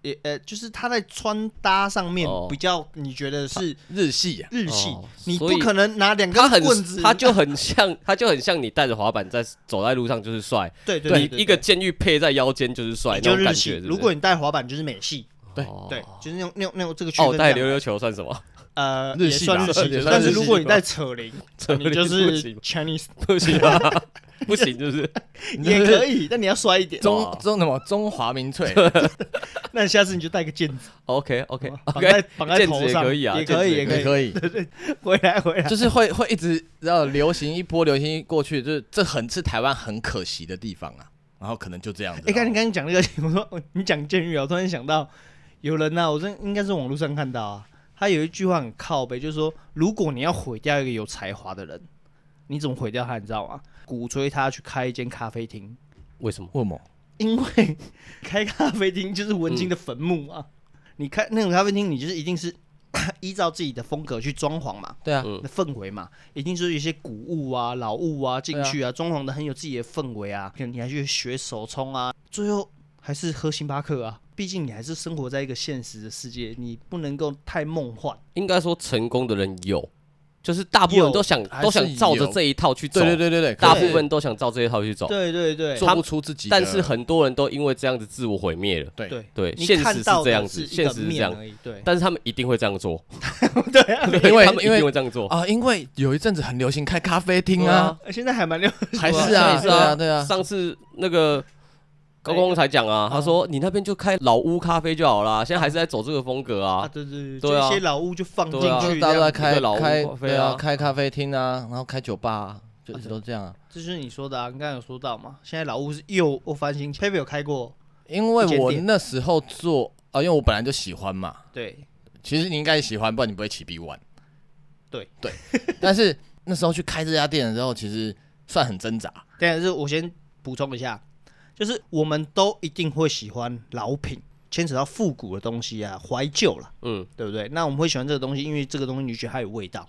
[SPEAKER 1] 也呃，就是他在穿搭上面
[SPEAKER 2] 哦
[SPEAKER 1] 比较，你觉得是
[SPEAKER 3] 日系啊呀，
[SPEAKER 1] 日系
[SPEAKER 2] 哦，
[SPEAKER 1] 你
[SPEAKER 2] 所
[SPEAKER 1] 不
[SPEAKER 2] 以
[SPEAKER 1] 可能拿两
[SPEAKER 2] 它
[SPEAKER 1] 根
[SPEAKER 2] 很
[SPEAKER 1] 棍子，，
[SPEAKER 2] 它就很像，它就很像你带着滑板在走在路上就是帅，
[SPEAKER 1] 对对对
[SPEAKER 2] 你
[SPEAKER 1] 对
[SPEAKER 2] 一个监狱配在腰间就是
[SPEAKER 1] 你
[SPEAKER 2] 帅那
[SPEAKER 1] 就
[SPEAKER 2] 种
[SPEAKER 1] 日
[SPEAKER 2] 感
[SPEAKER 1] 系，
[SPEAKER 2] 觉。
[SPEAKER 1] 如果你带滑板就是美系，
[SPEAKER 2] 对
[SPEAKER 1] 对，就是那种那种那种这个区
[SPEAKER 2] 哦，
[SPEAKER 1] 分这
[SPEAKER 2] 带
[SPEAKER 1] 样。
[SPEAKER 2] 溜溜球算什么？
[SPEAKER 1] 呃，
[SPEAKER 3] 日
[SPEAKER 1] 也
[SPEAKER 3] 系
[SPEAKER 1] 算
[SPEAKER 3] 吧
[SPEAKER 1] 日系
[SPEAKER 3] 也
[SPEAKER 1] 的，
[SPEAKER 3] 算
[SPEAKER 1] 但是
[SPEAKER 3] 日系
[SPEAKER 1] 如果你
[SPEAKER 3] 吧
[SPEAKER 1] 在扯铃，
[SPEAKER 2] 扯
[SPEAKER 1] 你就
[SPEAKER 2] 铃不
[SPEAKER 1] 是
[SPEAKER 2] 行
[SPEAKER 1] Chinese
[SPEAKER 2] 不行啊，不行，就是
[SPEAKER 1] 也可以，但你要摔一点。
[SPEAKER 3] 中中什么中华民粹，
[SPEAKER 1] 那下次你就带个毽子，
[SPEAKER 2] OK OK
[SPEAKER 1] 绑在
[SPEAKER 2] OK，
[SPEAKER 1] 绑在头
[SPEAKER 2] 毽子也
[SPEAKER 1] 上，
[SPEAKER 2] 可以啊
[SPEAKER 1] 也
[SPEAKER 2] 毽
[SPEAKER 1] 可
[SPEAKER 2] 子
[SPEAKER 1] 以，
[SPEAKER 2] 也
[SPEAKER 1] 也
[SPEAKER 2] 对
[SPEAKER 1] 可
[SPEAKER 3] 也
[SPEAKER 1] 以。
[SPEAKER 3] 可以，
[SPEAKER 1] 回来，回来，
[SPEAKER 3] 就是会会一直然后流行一波流行一过去，就是这很是台湾很可惜的地方啊。然后可能就这样子。
[SPEAKER 1] 哎，刚你刚刚讲这个，我说你讲监狱啊，我突然想到有人呐、啊，我真应该是网络上看到啊，他有一句话很靠背，就是说如果你要毁掉一个有才华的人，你怎么毁掉他？你知道吗？鼓吹他去开一间咖啡厅，
[SPEAKER 2] 为什么？
[SPEAKER 3] 为什么？
[SPEAKER 1] 因为开咖啡厅就是文青的坟墓啊。你开那种咖啡厅，你就是一定是 依照自己的风格去装潢嘛，
[SPEAKER 3] 对啊，
[SPEAKER 2] 嗯
[SPEAKER 1] 那氛围嘛，一定就是一些古物啊、老物啊进去啊，装潢的很有自己的氛围啊。可能你还去学手冲啊，最后还是喝星巴克啊。毕竟你还是生活在一个现实的世界，你不能够太梦幻。
[SPEAKER 2] 应该说成功的人有，就是大部分人都想
[SPEAKER 3] 还是
[SPEAKER 2] 都想照着
[SPEAKER 3] 有
[SPEAKER 2] 这一套去走，
[SPEAKER 3] 对对对对对，
[SPEAKER 2] 大
[SPEAKER 3] 可
[SPEAKER 2] 部
[SPEAKER 3] 是
[SPEAKER 2] 分都想照这一套去走，
[SPEAKER 1] 对对对，
[SPEAKER 3] 做不出自己的，
[SPEAKER 2] 但是很多人都因为这样子自我毁灭了。
[SPEAKER 3] 对
[SPEAKER 1] 对
[SPEAKER 2] 对，
[SPEAKER 1] 你
[SPEAKER 2] 现实
[SPEAKER 1] 看
[SPEAKER 2] 是
[SPEAKER 1] 到
[SPEAKER 2] 这
[SPEAKER 1] 的
[SPEAKER 2] 样子，
[SPEAKER 1] 是一
[SPEAKER 2] 现
[SPEAKER 1] 个
[SPEAKER 2] 实是这
[SPEAKER 1] 面
[SPEAKER 2] 样，
[SPEAKER 1] 而已。对
[SPEAKER 2] 但是他们一定会这样 做，
[SPEAKER 1] 对啊，
[SPEAKER 2] 对
[SPEAKER 3] 因为
[SPEAKER 2] 他们一
[SPEAKER 3] 因为
[SPEAKER 2] 定会这样做。
[SPEAKER 3] 啊，因为有一阵子很流行开咖啡厅
[SPEAKER 2] 对
[SPEAKER 3] 啊
[SPEAKER 2] 啊，
[SPEAKER 1] 现在还蛮流
[SPEAKER 3] 还
[SPEAKER 1] 对啊
[SPEAKER 3] 是啊，
[SPEAKER 2] 所以是
[SPEAKER 3] 对
[SPEAKER 2] 啊
[SPEAKER 3] 啊，对啊，哎
[SPEAKER 2] 上次那个高光才讲啊，他说
[SPEAKER 3] 嗯
[SPEAKER 2] 你那边就开老屋咖啡就好啦，现在还是在走这个风格
[SPEAKER 1] 啊，
[SPEAKER 2] 啊。
[SPEAKER 1] 对对
[SPEAKER 2] 对啊
[SPEAKER 1] 这些老物就放进
[SPEAKER 2] 对啊
[SPEAKER 3] 就是
[SPEAKER 1] 去，
[SPEAKER 3] 大
[SPEAKER 1] 这
[SPEAKER 3] 家都在
[SPEAKER 1] 样
[SPEAKER 2] 一
[SPEAKER 3] 开
[SPEAKER 2] 个老屋
[SPEAKER 3] 开
[SPEAKER 2] 咖啡
[SPEAKER 3] 对啊，
[SPEAKER 2] 啊
[SPEAKER 3] 开咖啡厅啊，然后开酒吧啊，就一直都这样啊。
[SPEAKER 1] 这就是你说的啊，你刚才有说到嘛，现在老物是又又翻新，佩佩有开过，
[SPEAKER 3] 因为
[SPEAKER 1] 一间
[SPEAKER 3] 我
[SPEAKER 1] 店
[SPEAKER 3] 那时候做啊，因为我本来就喜欢嘛，
[SPEAKER 1] 对，
[SPEAKER 3] 其实你应该喜欢，不然你不会起 B one。
[SPEAKER 1] 对
[SPEAKER 3] 对，但是那时候去开这家店的时候，其实算很挣扎。
[SPEAKER 1] 但是我先补充一下，就是我们都一定会喜欢老品，牵扯到复古的东西啊，怀旧了，
[SPEAKER 2] 嗯，
[SPEAKER 1] 对不对？那我们会喜欢这个东西，因为这个东西你觉得它有味道，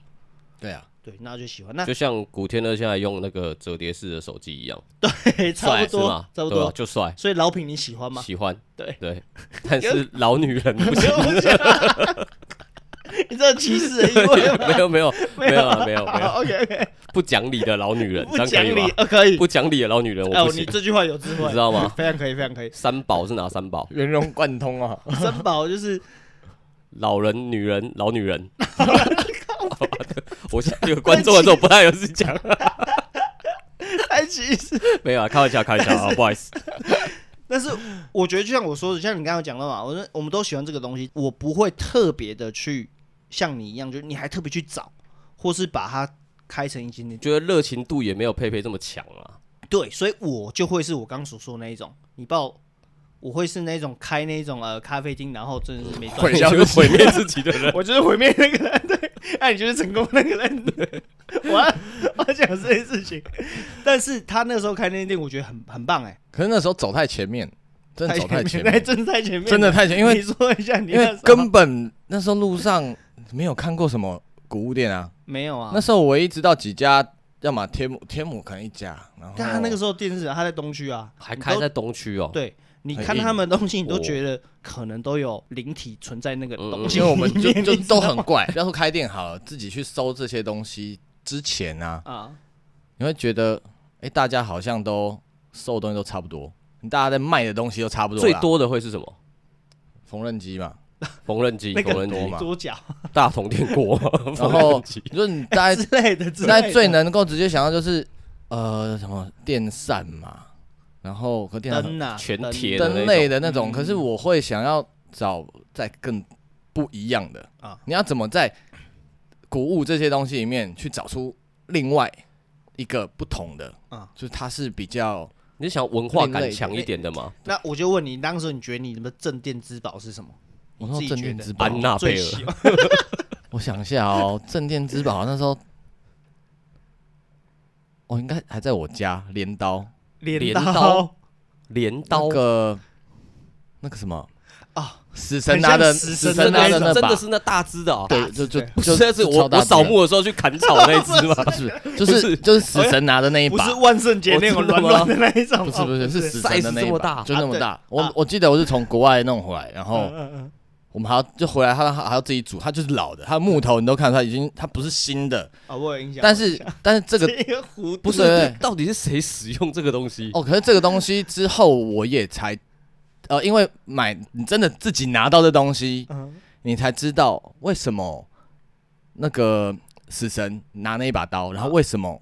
[SPEAKER 3] 对啊，
[SPEAKER 1] 对，那就喜欢，那
[SPEAKER 2] 就像古天乐现在用那个折叠式的手机一样，
[SPEAKER 1] 对，差
[SPEAKER 2] 帅
[SPEAKER 1] 不
[SPEAKER 2] 是
[SPEAKER 1] 多
[SPEAKER 2] 吗，？
[SPEAKER 1] 差不
[SPEAKER 2] 对啊
[SPEAKER 1] 多。
[SPEAKER 2] 就帅，
[SPEAKER 1] 所以老品你喜欢 吗？
[SPEAKER 2] 喜欢，
[SPEAKER 1] 对
[SPEAKER 2] 对。但是老女人不行，
[SPEAKER 1] 你这歧视的意味吗？
[SPEAKER 2] 没有没有没有啊没有没有
[SPEAKER 1] 好，OK OK，
[SPEAKER 2] 不讲理的老女 人，
[SPEAKER 1] 不
[SPEAKER 2] 这样
[SPEAKER 1] 讲
[SPEAKER 2] 可以
[SPEAKER 1] 理
[SPEAKER 2] 吗？，
[SPEAKER 1] 呃，可以。
[SPEAKER 2] 啊不讲理的老女人
[SPEAKER 1] 哎呦，
[SPEAKER 2] 我不
[SPEAKER 1] 你
[SPEAKER 2] 行，
[SPEAKER 1] 这句话有智
[SPEAKER 2] 你
[SPEAKER 1] 慧
[SPEAKER 2] 知，道吗？
[SPEAKER 1] 非常可以，非常可以。
[SPEAKER 2] 三宝是哪三宝？
[SPEAKER 3] 圆融贯通啊，
[SPEAKER 1] 三宝就是
[SPEAKER 2] 老人、女人、老女人。 我现在有观众的时候不太有事讲，
[SPEAKER 1] 太歧视。
[SPEAKER 2] 没有啊，开玩笑，开玩笑啊，不好意思。
[SPEAKER 1] 但是我觉得，就像我说的，像你刚刚讲的嘛，我说我们都喜欢这个东西，我不会特别的去像你一样，就是你还特别去找，或是把它开成一间店。
[SPEAKER 2] 觉得热情度也没有佩佩这么强啊。
[SPEAKER 1] 对，所以我就会是我刚所说的那一种，你报我会是那种开那种呃咖啡厅，然后真的是没 赚
[SPEAKER 3] 毁
[SPEAKER 1] 钱，
[SPEAKER 3] 掉
[SPEAKER 2] 就是毁灭自己的 人。
[SPEAKER 1] 我就是毁灭那个人，对，那、你就是成功那个人。 我要我要讲这件事情，但是他那时候开那间店，我觉得很很棒哎、
[SPEAKER 3] 可是那时候走太前面，真的走太前
[SPEAKER 1] 哎
[SPEAKER 3] 面，
[SPEAKER 1] 真的太前面，
[SPEAKER 3] 真的太前，因
[SPEAKER 1] 你
[SPEAKER 3] 为
[SPEAKER 1] 说一下你
[SPEAKER 3] 因
[SPEAKER 1] 那
[SPEAKER 3] 为
[SPEAKER 1] 时候
[SPEAKER 3] 根本那时候路上没有看过什么古物店啊。
[SPEAKER 1] 没有啊，
[SPEAKER 3] 那时候唯一知道几家，要么天母天母可能一家，然后
[SPEAKER 1] 但他那个时候电视啊，他在东区啊，
[SPEAKER 2] 还
[SPEAKER 1] 你
[SPEAKER 2] 开
[SPEAKER 1] 都
[SPEAKER 2] 在东区哦，
[SPEAKER 1] 对，你
[SPEAKER 3] 很
[SPEAKER 1] 看
[SPEAKER 3] 硬
[SPEAKER 1] 他们的东西，你都
[SPEAKER 2] 哦
[SPEAKER 1] 觉得可能都有灵体存在那个
[SPEAKER 2] 嗯
[SPEAKER 1] 东
[SPEAKER 2] 嗯
[SPEAKER 1] 西
[SPEAKER 3] 因
[SPEAKER 1] 里
[SPEAKER 3] 为
[SPEAKER 1] 面，
[SPEAKER 3] 我们就就
[SPEAKER 1] 你知
[SPEAKER 3] 都
[SPEAKER 1] 道
[SPEAKER 3] 很怪。不要说开店好了，自己去搜这些东西之前啊，
[SPEAKER 1] 啊，
[SPEAKER 3] 你会觉得，哎、大家好像都售的东西都差不多，大家在卖的东西都差不多啦。
[SPEAKER 2] 最多的会是什么？
[SPEAKER 3] 缝纫机嘛，
[SPEAKER 2] 缝纫机、
[SPEAKER 1] 那
[SPEAKER 2] 缝
[SPEAKER 1] 个
[SPEAKER 2] 纫
[SPEAKER 3] 多
[SPEAKER 2] 机、
[SPEAKER 3] 嘛
[SPEAKER 1] 桌角
[SPEAKER 2] 大同电锅、
[SPEAKER 3] 然
[SPEAKER 2] 缝
[SPEAKER 3] 后
[SPEAKER 2] 纫机，
[SPEAKER 3] 就是你大家
[SPEAKER 1] 之类的之
[SPEAKER 3] 大家
[SPEAKER 1] 类
[SPEAKER 3] 最
[SPEAKER 1] 的
[SPEAKER 3] 能够直接想到就是，呃，什么电扇嘛，然后和电扇
[SPEAKER 1] 灯啊，
[SPEAKER 2] 全
[SPEAKER 1] 灯
[SPEAKER 2] 铁的
[SPEAKER 3] 灯类的那
[SPEAKER 1] 嗯
[SPEAKER 3] 种。可是我会想要找再更不一样的
[SPEAKER 1] 啊
[SPEAKER 3] 你要怎么在古物这些东西里面去找出另外一个不同的
[SPEAKER 1] 啊
[SPEAKER 3] 就是它是比较
[SPEAKER 2] 你是想文化感强一点的吗？
[SPEAKER 1] 那我就问你，当时你觉得你的镇店之宝是什么？
[SPEAKER 3] 我
[SPEAKER 1] 自
[SPEAKER 3] 说
[SPEAKER 1] 己
[SPEAKER 3] 镇
[SPEAKER 1] 觉
[SPEAKER 3] 店
[SPEAKER 1] 得
[SPEAKER 3] 之宝
[SPEAKER 2] 安娜
[SPEAKER 1] 最
[SPEAKER 2] 贝
[SPEAKER 1] 喜
[SPEAKER 2] 尔，
[SPEAKER 1] 欢
[SPEAKER 3] 我想一下哦，镇店之宝那时候，我、应该还在我家，镰刀
[SPEAKER 1] 镰
[SPEAKER 2] 镰
[SPEAKER 1] 刀
[SPEAKER 2] 刀镰刀
[SPEAKER 3] 那，个那个什么
[SPEAKER 1] 啊，
[SPEAKER 3] 死神拿的
[SPEAKER 1] 很像死
[SPEAKER 3] 死
[SPEAKER 1] 神
[SPEAKER 3] 神拿
[SPEAKER 1] 的
[SPEAKER 3] 的
[SPEAKER 1] 那
[SPEAKER 3] 那
[SPEAKER 2] 真
[SPEAKER 3] 把
[SPEAKER 2] 的，是那大只的哦，
[SPEAKER 3] 对，就就
[SPEAKER 2] 不
[SPEAKER 3] 就是
[SPEAKER 2] 那是 我
[SPEAKER 3] 超大
[SPEAKER 2] 我
[SPEAKER 3] 只的
[SPEAKER 2] 扫墓的时候去砍草那一只 吗？
[SPEAKER 3] 不是，就是就是死神拿的那一
[SPEAKER 1] 不
[SPEAKER 3] 把
[SPEAKER 1] 是，万圣节
[SPEAKER 2] 哦
[SPEAKER 1] 那种
[SPEAKER 2] 真的
[SPEAKER 1] 软
[SPEAKER 2] 吗
[SPEAKER 1] 软的那一种，
[SPEAKER 3] 不是
[SPEAKER 1] 哦
[SPEAKER 3] 不是是死神的
[SPEAKER 2] size
[SPEAKER 3] 那
[SPEAKER 2] 这
[SPEAKER 3] 一
[SPEAKER 2] 么
[SPEAKER 3] 把，
[SPEAKER 2] 大
[SPEAKER 3] 就那么大。
[SPEAKER 1] 啊
[SPEAKER 3] 我我记得我是从国外弄回来，然后
[SPEAKER 1] 嗯嗯
[SPEAKER 3] 我们还要就回来，他还还要自己煮，他就是老的，他木头你都看出来已经，他不是新的，
[SPEAKER 1] 啊，我有印象，
[SPEAKER 3] 但是但是 这个
[SPEAKER 1] 这个弧度
[SPEAKER 3] 不是对对
[SPEAKER 2] 到底是谁使用这个东西？
[SPEAKER 3] 哦，可是这个东西之后我也才，呃，因为买你真的自己拿到这东西，
[SPEAKER 1] 嗯
[SPEAKER 3] 你才知道为什么那个死神拿那一把刀，然后为什么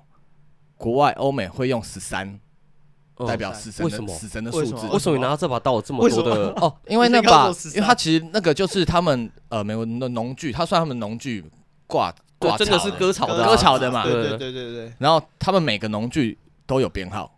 [SPEAKER 3] 国外欧美会用十三
[SPEAKER 2] 嗯
[SPEAKER 3] 代表死神
[SPEAKER 2] 为
[SPEAKER 3] 的
[SPEAKER 2] 什么？
[SPEAKER 3] 死神的数
[SPEAKER 1] 为什
[SPEAKER 3] 字？
[SPEAKER 1] 么
[SPEAKER 2] 为什么你拿到这把刀有这么
[SPEAKER 1] 为什
[SPEAKER 2] 多
[SPEAKER 1] 么
[SPEAKER 2] 的？
[SPEAKER 3] 哦，因哦为那
[SPEAKER 1] 你告诉
[SPEAKER 3] 把
[SPEAKER 1] 我，13
[SPEAKER 3] 因为它其实那个就是他们呃美国的农具，它算他们农具挂
[SPEAKER 2] 对
[SPEAKER 3] 挂
[SPEAKER 2] 真的
[SPEAKER 3] 草
[SPEAKER 2] 是割草的啊
[SPEAKER 3] 割草的嘛。
[SPEAKER 1] 对对
[SPEAKER 2] 对
[SPEAKER 1] 对对对，
[SPEAKER 3] 然后他们每个农具都有编号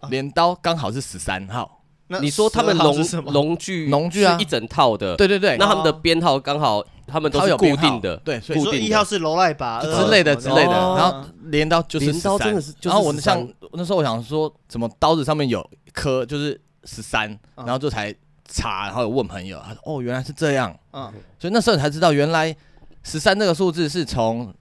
[SPEAKER 1] 啊，
[SPEAKER 3] 镰刀刚好是十三号。
[SPEAKER 1] 那
[SPEAKER 2] 你说他们
[SPEAKER 1] 12号
[SPEAKER 2] 农
[SPEAKER 1] 是什么？
[SPEAKER 2] 农具
[SPEAKER 3] 农具啊
[SPEAKER 2] 是一整套的，
[SPEAKER 3] 对对对，
[SPEAKER 2] 那他们的编号刚好，他们都
[SPEAKER 3] 它
[SPEAKER 2] 是
[SPEAKER 3] 有
[SPEAKER 2] 固
[SPEAKER 3] 编号
[SPEAKER 2] 定 的。
[SPEAKER 3] 对，所
[SPEAKER 1] 你
[SPEAKER 3] 以
[SPEAKER 2] 固
[SPEAKER 1] 说
[SPEAKER 2] 定的
[SPEAKER 1] 一号是呃楼赖吧
[SPEAKER 3] 之类的之类的。
[SPEAKER 2] 哦
[SPEAKER 3] 然后镰刀就是
[SPEAKER 2] 镰刀
[SPEAKER 3] 13
[SPEAKER 2] 真的是就是
[SPEAKER 3] 然后我
[SPEAKER 2] 13
[SPEAKER 3] 像那时候我想说，怎么刀子上面有一颗就是十三，
[SPEAKER 1] 嗯
[SPEAKER 3] 然后就才查，然后有问朋友，他说哦原来是这样，
[SPEAKER 1] 嗯
[SPEAKER 3] 所以那时候才知道原来十三这个数字是从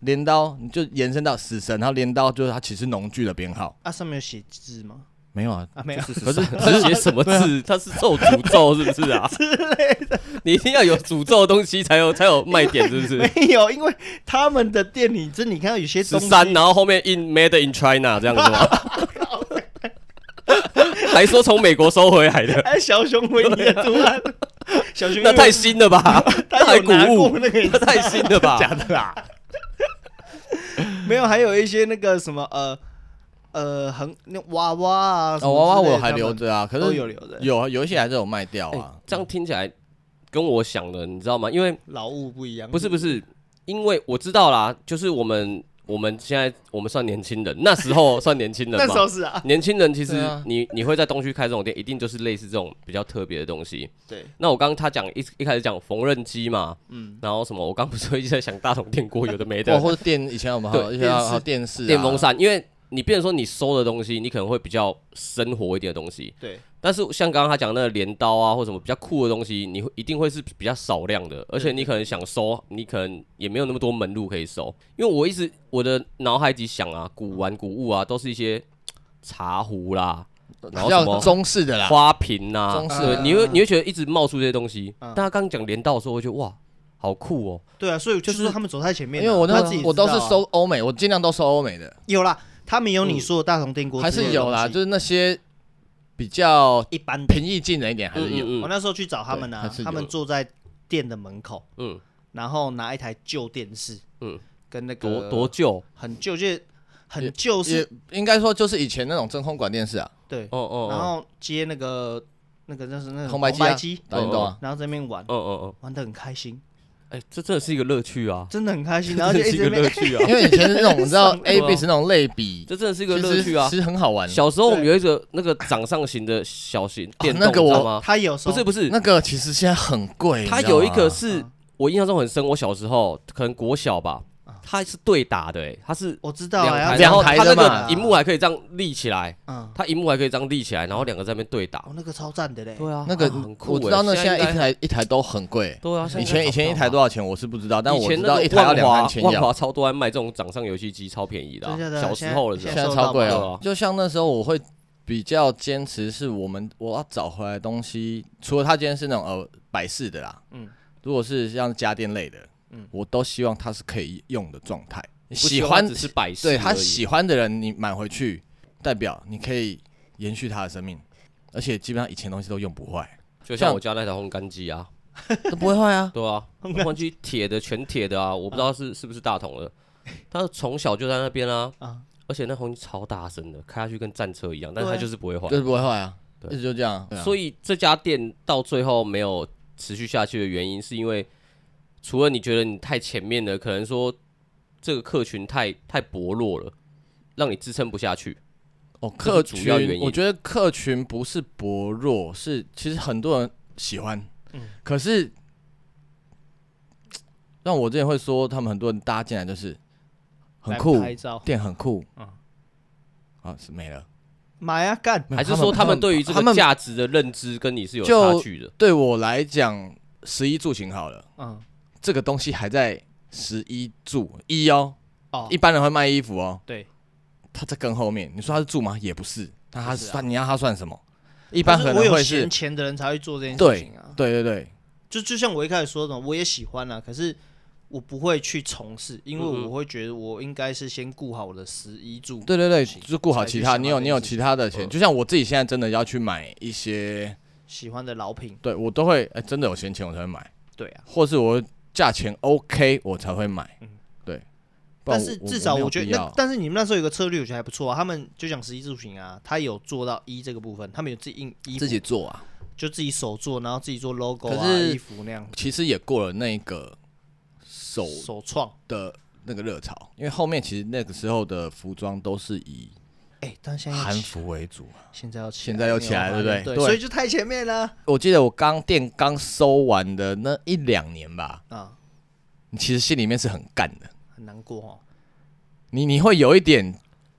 [SPEAKER 3] 镰刀你就延伸到死神，然后镰刀就是它其实农具的编号，
[SPEAKER 1] 啊，上面有写字吗？
[SPEAKER 3] 没有啊，
[SPEAKER 1] 啊，没有，
[SPEAKER 2] 可是是写什么
[SPEAKER 3] 啊
[SPEAKER 2] 字？它是受诅咒是不是 啊？之类的，你一定要有诅咒的东西才有才有卖点，是不是？
[SPEAKER 1] 没有，因为他们的店里真，你看到有些
[SPEAKER 2] 十
[SPEAKER 1] 东西，
[SPEAKER 2] 三，啊然后后面 in made in China 这样子吗？还说从美国收回来的，
[SPEAKER 1] 哎，小熊维尼的图案，小熊
[SPEAKER 2] 那太新了吧？
[SPEAKER 1] 他
[SPEAKER 2] 太
[SPEAKER 1] 有
[SPEAKER 2] 古
[SPEAKER 1] 拿
[SPEAKER 2] 物
[SPEAKER 1] 过，那个
[SPEAKER 2] 那 太新了 吧？
[SPEAKER 3] 的啦，
[SPEAKER 1] 没有，还有一些那个什么呃呃横那娃娃啊，什
[SPEAKER 3] 哦
[SPEAKER 1] 么
[SPEAKER 3] 娃娃
[SPEAKER 1] 之类的
[SPEAKER 3] 我还留，着啊，可
[SPEAKER 1] 他们都
[SPEAKER 3] 是
[SPEAKER 1] 有留着，
[SPEAKER 3] 有啊有一些还是有卖掉
[SPEAKER 2] 哎
[SPEAKER 3] 啊，
[SPEAKER 2] 这样听起来跟我想的，你知道吗？因为
[SPEAKER 1] 劳务不一样，
[SPEAKER 2] 不是不是，因为我知道啦，就是我们我们现在我们算年轻人，那时候算年轻 人
[SPEAKER 1] 那时
[SPEAKER 2] 嘛。
[SPEAKER 1] 候是啊，
[SPEAKER 2] 年轻人其实
[SPEAKER 3] 对啊
[SPEAKER 2] 你你会在东区开这种店，一定就是类似这种比较特别的东西。
[SPEAKER 1] 对，
[SPEAKER 2] 那我刚刚他讲一一开始讲缝纫机嘛，
[SPEAKER 1] 嗯，
[SPEAKER 2] 然后什么，我刚不是一直在想大同电锅有的没
[SPEAKER 3] 哦或
[SPEAKER 2] 的，
[SPEAKER 3] 或者电以前我们还有一些
[SPEAKER 2] 对
[SPEAKER 3] 还有电视啊
[SPEAKER 2] 电风，扇，因为你变成说你收的东西，你可能会比较生活一点的东西，
[SPEAKER 1] 对，
[SPEAKER 2] 但是像刚刚他讲那个镰刀啊，或什么比较酷的东西，你会一定会是比较少量的，而且你可能想收，你可能也没有那么多门路可以收。因为我一直我的脑海里想啊，古玩古物啊，都是一些嘖茶壶啦、然后
[SPEAKER 3] 比较
[SPEAKER 2] 什么
[SPEAKER 3] 中式的啦，
[SPEAKER 2] 花瓶啦、
[SPEAKER 3] 中式
[SPEAKER 2] 对
[SPEAKER 1] 的
[SPEAKER 2] 你会你会觉得一直冒出这些东西。
[SPEAKER 1] 嗯
[SPEAKER 2] 但他刚讲镰刀的时候，我会觉得哇，好酷哦、
[SPEAKER 1] 对啊，所以就
[SPEAKER 2] 就是
[SPEAKER 1] 是他们走在前面
[SPEAKER 3] 因
[SPEAKER 1] 啊，
[SPEAKER 3] 为我
[SPEAKER 1] 他
[SPEAKER 3] 那
[SPEAKER 1] 自己
[SPEAKER 3] 我都
[SPEAKER 1] 知
[SPEAKER 3] 是
[SPEAKER 1] 道啊
[SPEAKER 3] 收欧美，我尽量都收欧美的。
[SPEAKER 1] 有啦，他们有你说的大同电锅
[SPEAKER 3] 嗯还
[SPEAKER 1] 之类
[SPEAKER 3] 是
[SPEAKER 1] 的东西，
[SPEAKER 3] 有啦，就是那些比较
[SPEAKER 1] 一般的。
[SPEAKER 3] 平易近人一点，还是有。
[SPEAKER 2] 嗯
[SPEAKER 1] 我
[SPEAKER 2] 嗯
[SPEAKER 1] 那时候去找他们
[SPEAKER 3] 对
[SPEAKER 1] 啊
[SPEAKER 3] 还是，有
[SPEAKER 1] 他们坐在店的门口，
[SPEAKER 3] 哦
[SPEAKER 2] 嗯，
[SPEAKER 1] 然后拿一台旧电视，
[SPEAKER 2] 嗯
[SPEAKER 1] 嗯，跟那个
[SPEAKER 2] 多多旧
[SPEAKER 1] 很旧，就是很旧
[SPEAKER 3] 也
[SPEAKER 1] 是，
[SPEAKER 3] 应该说就是以前那种真空管电视啊，
[SPEAKER 1] 对，
[SPEAKER 2] 哦哦，
[SPEAKER 1] 然后接那个那个那是那个
[SPEAKER 3] 红白机啊
[SPEAKER 1] 机，
[SPEAKER 3] 打电动啊，
[SPEAKER 1] 然后在那边玩，
[SPEAKER 2] 嗯嗯嗯，
[SPEAKER 1] 玩的很开心，
[SPEAKER 2] 哎、这真的是一个乐趣啊，
[SPEAKER 1] 真的很开心， 然后
[SPEAKER 2] 这
[SPEAKER 1] 就
[SPEAKER 2] 真的
[SPEAKER 1] 一
[SPEAKER 2] 是一
[SPEAKER 1] 直
[SPEAKER 2] 个
[SPEAKER 1] 在那
[SPEAKER 2] 乐
[SPEAKER 1] 边
[SPEAKER 2] 趣啊，
[SPEAKER 3] 因为以前那种你知 道
[SPEAKER 1] 上
[SPEAKER 3] A
[SPEAKER 2] 对啊
[SPEAKER 3] B 是那种类比，
[SPEAKER 2] 这真的是一
[SPEAKER 3] 这
[SPEAKER 2] 个乐趣啊。
[SPEAKER 3] 其实很好玩。
[SPEAKER 2] 小时候我们
[SPEAKER 1] 对
[SPEAKER 2] 有一个那个掌上型的小型电动，
[SPEAKER 3] 哦那个
[SPEAKER 2] 你知道
[SPEAKER 3] 我
[SPEAKER 2] 吗？
[SPEAKER 1] 他有时
[SPEAKER 2] 不
[SPEAKER 1] 候
[SPEAKER 2] 是不是，
[SPEAKER 3] 那个其实现在很贵，
[SPEAKER 2] 它
[SPEAKER 3] 你知道
[SPEAKER 2] 有一个
[SPEAKER 3] 吗
[SPEAKER 2] 是
[SPEAKER 1] 嗯
[SPEAKER 2] 我印象中很深，我小时候可能国小吧，
[SPEAKER 3] 啊
[SPEAKER 2] 它是对打的、欸，它是
[SPEAKER 1] 我知道
[SPEAKER 2] 两
[SPEAKER 1] 啊，
[SPEAKER 2] 台，
[SPEAKER 1] 要
[SPEAKER 2] 然后
[SPEAKER 3] 两
[SPEAKER 2] 它
[SPEAKER 3] 台
[SPEAKER 2] 那
[SPEAKER 3] 的嘛
[SPEAKER 2] 个荧幕还可以这样立起来，
[SPEAKER 1] 嗯，
[SPEAKER 2] 它荧幕还可以这样立起来，然后两个在那边对打
[SPEAKER 1] 哦，，那个超赞的嘞，
[SPEAKER 2] 对啊，
[SPEAKER 3] 那个
[SPEAKER 2] 啊很，酷、欸，
[SPEAKER 3] 我知道那现在
[SPEAKER 2] 应
[SPEAKER 3] 一
[SPEAKER 2] 该
[SPEAKER 3] 台一台都很贵。
[SPEAKER 2] 对啊，
[SPEAKER 3] 以前以前一台多
[SPEAKER 2] 少？
[SPEAKER 3] 少钱我是不知道，但
[SPEAKER 2] 以
[SPEAKER 3] 我
[SPEAKER 2] 前
[SPEAKER 3] 知
[SPEAKER 2] 那
[SPEAKER 3] 道
[SPEAKER 2] 个
[SPEAKER 3] 一台要
[SPEAKER 2] 万
[SPEAKER 3] 两
[SPEAKER 2] 华
[SPEAKER 3] 三千
[SPEAKER 2] 万
[SPEAKER 3] 要
[SPEAKER 2] 华，超多爱卖这种掌上游戏机，超便宜的啊、
[SPEAKER 1] 真的假的
[SPEAKER 2] 小时候的时候
[SPEAKER 1] 现
[SPEAKER 3] 现
[SPEAKER 1] 在
[SPEAKER 3] 在
[SPEAKER 1] 收到
[SPEAKER 3] 超贵
[SPEAKER 2] 吧啊
[SPEAKER 3] 哦。就像那时候我会比较坚持，是我们我要找回来的东西，除了它今天是那种呃摆饰的啦，
[SPEAKER 1] 嗯，
[SPEAKER 3] 如果是像家电类的，
[SPEAKER 1] 嗯
[SPEAKER 3] 我都希望它是可以用的状态。
[SPEAKER 2] 不
[SPEAKER 3] 喜
[SPEAKER 2] 希望
[SPEAKER 3] 欢
[SPEAKER 2] 它只是摆设，
[SPEAKER 3] 对他喜欢的人，你买回去，代表你可以延续他的生命，而且基本上以前东西都用不坏，
[SPEAKER 2] 就像
[SPEAKER 3] 像
[SPEAKER 2] 我家那台烘干机啊，
[SPEAKER 3] 都不会坏啊。
[SPEAKER 2] 对啊，那换机铁的全铁的啊，我不知道是是不是大 同的，他从小就在那边啊，
[SPEAKER 1] 啊
[SPEAKER 2] 而且那红机超大声的，开下去跟战车一样，但是
[SPEAKER 1] 对啊
[SPEAKER 2] 他就是不会坏
[SPEAKER 3] 就，是不会坏啊，
[SPEAKER 2] 对
[SPEAKER 3] 一直就这样。对啊
[SPEAKER 2] 所以这家店到最后没有持续下去的原因，是因为除了你觉得你太前面了，可能说这个客群太太薄弱了，让你支撑不下去。
[SPEAKER 3] 哦，
[SPEAKER 2] 这是
[SPEAKER 3] 客
[SPEAKER 2] 主要原
[SPEAKER 3] 群，
[SPEAKER 2] 因
[SPEAKER 3] 我觉得客群不是薄弱，是其实很多人喜欢，
[SPEAKER 1] 嗯
[SPEAKER 3] 可是让我之前会说，他们很多人搭进来就是很
[SPEAKER 1] 来
[SPEAKER 3] 酷，
[SPEAKER 1] 拍照
[SPEAKER 3] 店很酷，
[SPEAKER 1] 嗯
[SPEAKER 3] 啊，是没了。
[SPEAKER 1] 买啊干，
[SPEAKER 3] 没有
[SPEAKER 2] 还是说他们对于这
[SPEAKER 3] 他
[SPEAKER 2] 个
[SPEAKER 3] 们
[SPEAKER 2] 价值的认知跟你是有
[SPEAKER 3] 就
[SPEAKER 2] 差距的？
[SPEAKER 3] 对我来讲，十一住行好了，
[SPEAKER 1] 嗯
[SPEAKER 3] 这个东西还在十一住一哦，
[SPEAKER 1] 哦
[SPEAKER 3] 一，般人会卖衣服哦，
[SPEAKER 1] 对，
[SPEAKER 3] 它在更后面。你说它是住吗？也不是，那它
[SPEAKER 1] 不是啊
[SPEAKER 3] 算、你要它算什么？一般可
[SPEAKER 1] 我
[SPEAKER 3] 能
[SPEAKER 1] 有
[SPEAKER 3] 会
[SPEAKER 1] 闲
[SPEAKER 3] 是，
[SPEAKER 1] 钱的人才会做这件事
[SPEAKER 3] 对
[SPEAKER 1] 情啊，
[SPEAKER 3] 对对对，
[SPEAKER 1] 就就像我一开始说的，我也喜欢啊，可是我不会去从事，因为
[SPEAKER 2] 嗯嗯
[SPEAKER 1] 我会觉得我应该是先顾好我的食衣住。
[SPEAKER 3] 对对对，就顾好其
[SPEAKER 1] 才去
[SPEAKER 3] 他。
[SPEAKER 1] 想
[SPEAKER 3] 你
[SPEAKER 1] 到
[SPEAKER 3] 有
[SPEAKER 1] 这
[SPEAKER 3] 你
[SPEAKER 1] 件
[SPEAKER 3] 有
[SPEAKER 1] 事
[SPEAKER 3] 其他的钱，
[SPEAKER 2] 嗯
[SPEAKER 3] 就像我自己现在真的要去买一些，
[SPEAKER 1] 喜欢的老品，
[SPEAKER 3] 对我都会，哎、真的有闲钱我才会买，
[SPEAKER 1] 对啊，
[SPEAKER 3] 或是我价钱 OK 我才会买。
[SPEAKER 1] 嗯
[SPEAKER 3] 不然
[SPEAKER 1] 但是
[SPEAKER 3] 我
[SPEAKER 1] 至少
[SPEAKER 3] 我没有
[SPEAKER 1] 我觉得
[SPEAKER 3] 必
[SPEAKER 1] 那
[SPEAKER 3] 要，
[SPEAKER 1] 但是你们那时候有个策略，我觉得还不错啊。他们就讲十一住行啊，他有做到一这个部分，他们有自己印衣服，
[SPEAKER 2] 自己做啊，
[SPEAKER 1] 就自己手做，然后自己做 logo
[SPEAKER 3] 可
[SPEAKER 1] 啊、
[SPEAKER 3] 是
[SPEAKER 1] 衣服那样，
[SPEAKER 3] 其实也过了那个手
[SPEAKER 1] 手创。
[SPEAKER 3] 的那个热潮，因为后面其实那个时候的服装都是以
[SPEAKER 1] 哎、但现在要
[SPEAKER 3] 韩
[SPEAKER 1] 起
[SPEAKER 3] 服为主啊。
[SPEAKER 1] 现在要起来，
[SPEAKER 3] 现在要起来
[SPEAKER 1] 没有
[SPEAKER 3] 对不
[SPEAKER 1] 办法
[SPEAKER 3] 对
[SPEAKER 1] 对，
[SPEAKER 3] 对
[SPEAKER 1] 所以就太前面了
[SPEAKER 3] 我记得我刚店刚收完的那一两年吧，
[SPEAKER 1] 啊，
[SPEAKER 3] 你其实心里面是很干的，
[SPEAKER 1] 很难过哦。
[SPEAKER 3] 你你会有一点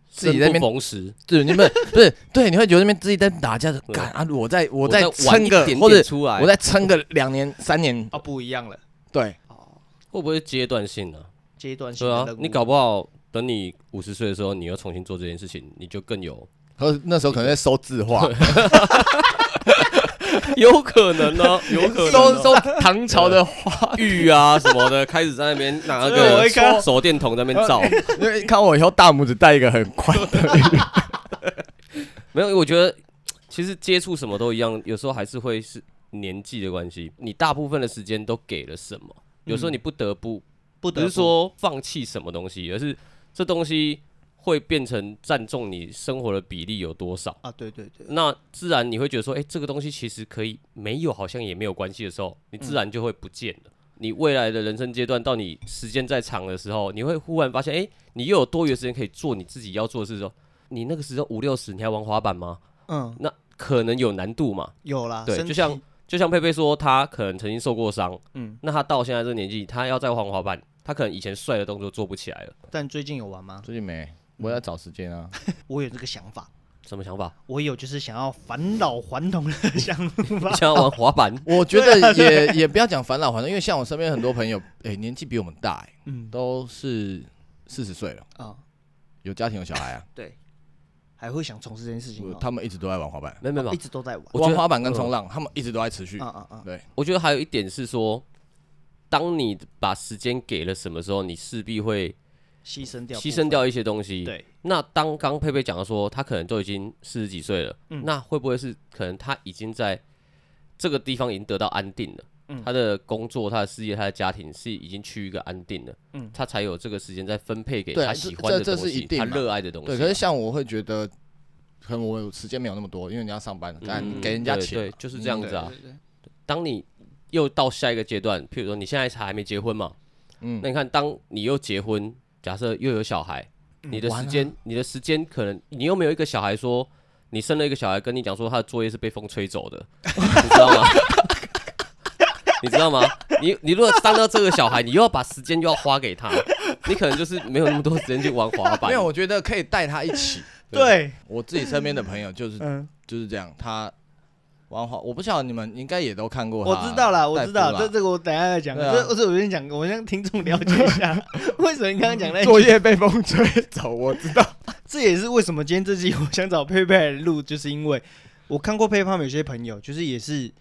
[SPEAKER 3] 自己在
[SPEAKER 2] 生
[SPEAKER 3] 那边
[SPEAKER 2] 不逢时，
[SPEAKER 3] 对，你们不是对，你会觉得那边自己在打架的，
[SPEAKER 2] 对
[SPEAKER 3] 干啊！我再我
[SPEAKER 2] 我
[SPEAKER 3] 再
[SPEAKER 2] 再晚
[SPEAKER 3] 撑
[SPEAKER 2] 一
[SPEAKER 3] 个，
[SPEAKER 2] 点
[SPEAKER 3] 或
[SPEAKER 2] 点
[SPEAKER 3] 者
[SPEAKER 2] 出来，
[SPEAKER 3] 我再撑个两年三年，
[SPEAKER 1] 啊，不一样了，
[SPEAKER 3] 对，
[SPEAKER 2] 会不会阶段性呢？
[SPEAKER 1] 阶段性
[SPEAKER 2] 对
[SPEAKER 1] 的
[SPEAKER 2] 啊
[SPEAKER 1] 任，务
[SPEAKER 2] 你搞不好等你五十岁的时候，你又重新做这件事情，你就更 有，
[SPEAKER 3] 和那时候可能在收字画，
[SPEAKER 2] 有可能 呢，有可能
[SPEAKER 3] 收
[SPEAKER 2] 哦
[SPEAKER 3] 收唐朝的画，
[SPEAKER 2] 玉啊什么的，开始在那边拿那
[SPEAKER 1] 所 以我一
[SPEAKER 2] 个
[SPEAKER 1] 看
[SPEAKER 2] 手电筒在那边 照。
[SPEAKER 3] 因为看我以后大拇指带一个很宽的，
[SPEAKER 2] 没有，我觉得其实接触什么都一样，有时候还是会是年纪的关系，你大部分的时间都给了什么？有
[SPEAKER 3] 嗯
[SPEAKER 2] 时候你不得不
[SPEAKER 1] 不
[SPEAKER 2] 不
[SPEAKER 1] 得
[SPEAKER 2] 是
[SPEAKER 1] 不
[SPEAKER 2] 说放弃什么东西，而是这东西会变成占重你生活的比例有多少。
[SPEAKER 1] 啊，对对对，
[SPEAKER 2] 那自然你会觉得说，哎、这个东西其实可以没有，好像也没有关系的时候，你自然就会不见
[SPEAKER 1] 嗯
[SPEAKER 2] 了。你未来的人生阶段，到你时间再长的时候，你会忽然发现，哎、你又有多余的时间可以做你自己要做的事的时候，你那个时候五六十，你还玩滑板吗？
[SPEAKER 1] 嗯，
[SPEAKER 2] 那可能有难度嘛。
[SPEAKER 1] 有啦，
[SPEAKER 2] 对
[SPEAKER 1] 身体
[SPEAKER 2] 就像就像佩佩说，他可能曾经受过伤，
[SPEAKER 1] 嗯，
[SPEAKER 2] 那他到现在这个年纪，他要再玩滑板，他可能以前帅的动作做不起来了。
[SPEAKER 1] 但最近有玩吗？
[SPEAKER 3] 最近没，我要找时间啊，
[SPEAKER 1] 我有这个想法，
[SPEAKER 2] 什么想法？
[SPEAKER 1] 我有就是想要返老还童的 想
[SPEAKER 2] 你
[SPEAKER 1] 法。
[SPEAKER 2] 想要玩滑板？
[SPEAKER 3] 我觉 得也也不要讲返老还童，因为像我身边很多朋友，哎，年纪比我们大，哎，
[SPEAKER 1] 嗯
[SPEAKER 3] 都是四十岁了，
[SPEAKER 1] 啊，
[SPEAKER 3] 有家庭有小孩啊，
[SPEAKER 1] 对，还会想从事这件事情哦，
[SPEAKER 3] 他们一直都在玩滑板，
[SPEAKER 2] 没有没有没
[SPEAKER 1] 一
[SPEAKER 2] 有，
[SPEAKER 1] 直都在玩。
[SPEAKER 2] 我觉
[SPEAKER 3] 玩
[SPEAKER 2] 得嗯
[SPEAKER 3] 滑板跟冲浪，他们一直都在持续
[SPEAKER 1] 啊，啊啊！
[SPEAKER 3] 对，
[SPEAKER 2] 我觉得还有一点是说，当你把时间给了什么时候，你势必会
[SPEAKER 1] 牺牲掉，
[SPEAKER 2] 牺牲。掉一些东西。，
[SPEAKER 1] 对，
[SPEAKER 2] 那当刚佩佩讲的说，他可能都已经四十几岁了，
[SPEAKER 1] 嗯
[SPEAKER 2] 那会不会是可能他已经在这个地方已经得到安定了？
[SPEAKER 1] 嗯
[SPEAKER 2] 他的工作、他的事业、他的家庭是已经趋于一个安定了，
[SPEAKER 1] 嗯
[SPEAKER 2] 他才有这个时间再分配给
[SPEAKER 3] 对啊
[SPEAKER 2] 他喜欢的东
[SPEAKER 3] 这这是
[SPEAKER 2] 西，
[SPEAKER 3] 一定
[SPEAKER 2] 他
[SPEAKER 3] 嘛
[SPEAKER 2] 热爱的东西啊。
[SPEAKER 3] 对，可是像我会觉得，可能我有时间没有那么多，因为你要上班，但
[SPEAKER 2] 嗯
[SPEAKER 3] 给人家
[SPEAKER 2] 对
[SPEAKER 3] 钱
[SPEAKER 2] 对
[SPEAKER 3] 嘛，嗯
[SPEAKER 2] 就是这样子啊
[SPEAKER 1] 对对
[SPEAKER 2] 当你又到下一个阶段，譬如说你现在才还没结婚嘛，
[SPEAKER 3] 嗯
[SPEAKER 2] 那你看，当你又结婚，假设又有小孩，你的
[SPEAKER 3] 嗯完
[SPEAKER 2] 时
[SPEAKER 3] 了
[SPEAKER 2] 间，你的时间可能你又没有一个小孩说，你生了一个小孩，跟你讲说他的作业是被风吹走的，你知道吗？ 你知道吗？你你如果当到这个小孩，你又要把时间又要花给他，你可能就是没有那么多时间去玩滑板。
[SPEAKER 3] 没有，我觉得可以带他 一起。
[SPEAKER 1] 对，
[SPEAKER 3] 我自己身边的朋友就是
[SPEAKER 1] 嗯，
[SPEAKER 3] 就是这样，他玩滑，我不晓得你们应该也都看过他。
[SPEAKER 1] 我知道了，我
[SPEAKER 3] 戴
[SPEAKER 1] 知
[SPEAKER 3] 夫
[SPEAKER 1] 道，
[SPEAKER 3] 啦
[SPEAKER 1] 这这个我等一下再讲。
[SPEAKER 3] 对啊
[SPEAKER 1] 这我这我先讲，我先让听众了解一 下，为什么你刚刚讲 那
[SPEAKER 3] 作业被风吹走，我知道。
[SPEAKER 1] 这也是为什么今天这集 我想找佩佩来录，就是因为我看过佩佩他们有些朋友，就是也是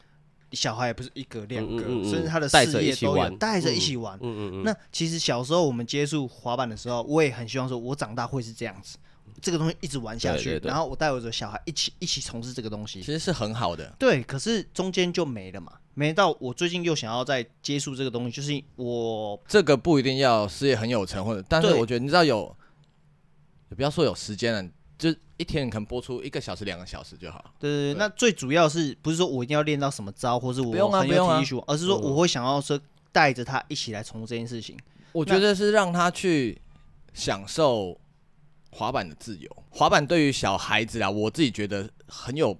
[SPEAKER 1] 小孩，不是一个两个，
[SPEAKER 2] 嗯嗯嗯嗯
[SPEAKER 1] 甚至他的
[SPEAKER 2] 带
[SPEAKER 1] 事
[SPEAKER 2] 着一
[SPEAKER 1] 业
[SPEAKER 2] 起
[SPEAKER 1] 都有
[SPEAKER 2] 玩
[SPEAKER 1] 带着一起玩。
[SPEAKER 2] 嗯嗯嗯，
[SPEAKER 1] 那其实小时候我们接触滑板的时候，我也很希望说，我长大会是这样子，这个东西一直玩下去，
[SPEAKER 2] 对对对
[SPEAKER 1] 然后我带我的小孩一起一起从事这个东西
[SPEAKER 3] 其。实是很好的，
[SPEAKER 1] 对，可是中间就没了嘛，没到我最近又想要再接触这个东西，就是我
[SPEAKER 3] 这个不一定要事业很有成，或者，但是
[SPEAKER 1] 对
[SPEAKER 3] 我觉得你知道有，也不要说有时间了，就一天你可能播出一个小时、两个小时就好。
[SPEAKER 1] 对对对，
[SPEAKER 3] 对
[SPEAKER 1] 那最主要是不是说我一定要练到什么招，或是我
[SPEAKER 3] 不用啊
[SPEAKER 1] 很
[SPEAKER 3] 不
[SPEAKER 1] 有
[SPEAKER 3] 用啊
[SPEAKER 1] 体育学问，而是说我会想要说带着他一起来从事这件事情。
[SPEAKER 3] 我觉得是让他去享受滑板的自由。滑板对于小孩子啊，我自己觉得很有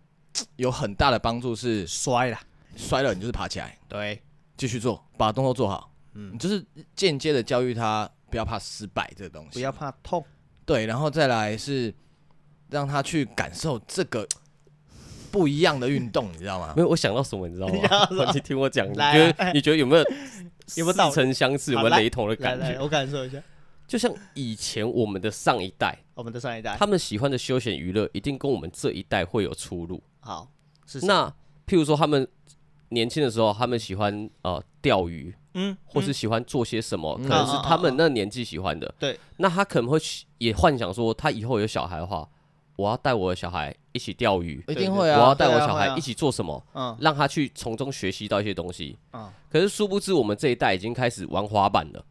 [SPEAKER 3] 有很大的帮助，是
[SPEAKER 1] 摔啦，
[SPEAKER 3] 摔了你就是爬起来，
[SPEAKER 1] 对，
[SPEAKER 3] 继续做，把动作做好。嗯，就是间接的教育他不要怕失败这个东西，
[SPEAKER 1] 不要怕痛，
[SPEAKER 3] 对，然后再来是让他去感受这个不一样的运动，你知 道吗？
[SPEAKER 2] 没有，我想到什么你知道
[SPEAKER 1] 你想到什
[SPEAKER 2] 吗？
[SPEAKER 1] 么
[SPEAKER 2] 你听我讲，你
[SPEAKER 1] 来
[SPEAKER 2] 觉
[SPEAKER 1] 来
[SPEAKER 2] 得你觉得有没有
[SPEAKER 1] 有没有
[SPEAKER 2] 似
[SPEAKER 1] 道理
[SPEAKER 2] 曾相识，有没有
[SPEAKER 1] 好来
[SPEAKER 2] 雷同的
[SPEAKER 1] 来
[SPEAKER 2] 感
[SPEAKER 1] 来，
[SPEAKER 2] 觉？
[SPEAKER 1] 我感受一下
[SPEAKER 2] 就像以前我们的上一代，
[SPEAKER 1] 我们的上一代。
[SPEAKER 2] 他们喜欢的休闲娱乐一定跟我们这一代会有出入。
[SPEAKER 1] 好，是谁
[SPEAKER 2] 那譬如说，他们年轻的时候，他们喜欢呃钓鱼，
[SPEAKER 1] 嗯，啊
[SPEAKER 2] 或是喜欢做些什么，
[SPEAKER 3] 嗯
[SPEAKER 2] 可能是他们那年纪喜欢的。
[SPEAKER 1] 对，
[SPEAKER 2] 那他可能会去也幻想说，他以后有小孩的话，我要带我的小孩一起钓鱼，
[SPEAKER 3] 一
[SPEAKER 1] 对
[SPEAKER 3] 定
[SPEAKER 1] 对
[SPEAKER 3] 会
[SPEAKER 2] 我要
[SPEAKER 3] 啊。
[SPEAKER 2] 带我
[SPEAKER 1] 会啊
[SPEAKER 2] 小
[SPEAKER 1] 会
[SPEAKER 2] 孩
[SPEAKER 1] 啊
[SPEAKER 2] 一起做什么，
[SPEAKER 1] 嗯
[SPEAKER 2] 让他去从中学习到一些东西。
[SPEAKER 1] 嗯，
[SPEAKER 2] 可是殊不知，我们这一代已经开始玩滑板 了。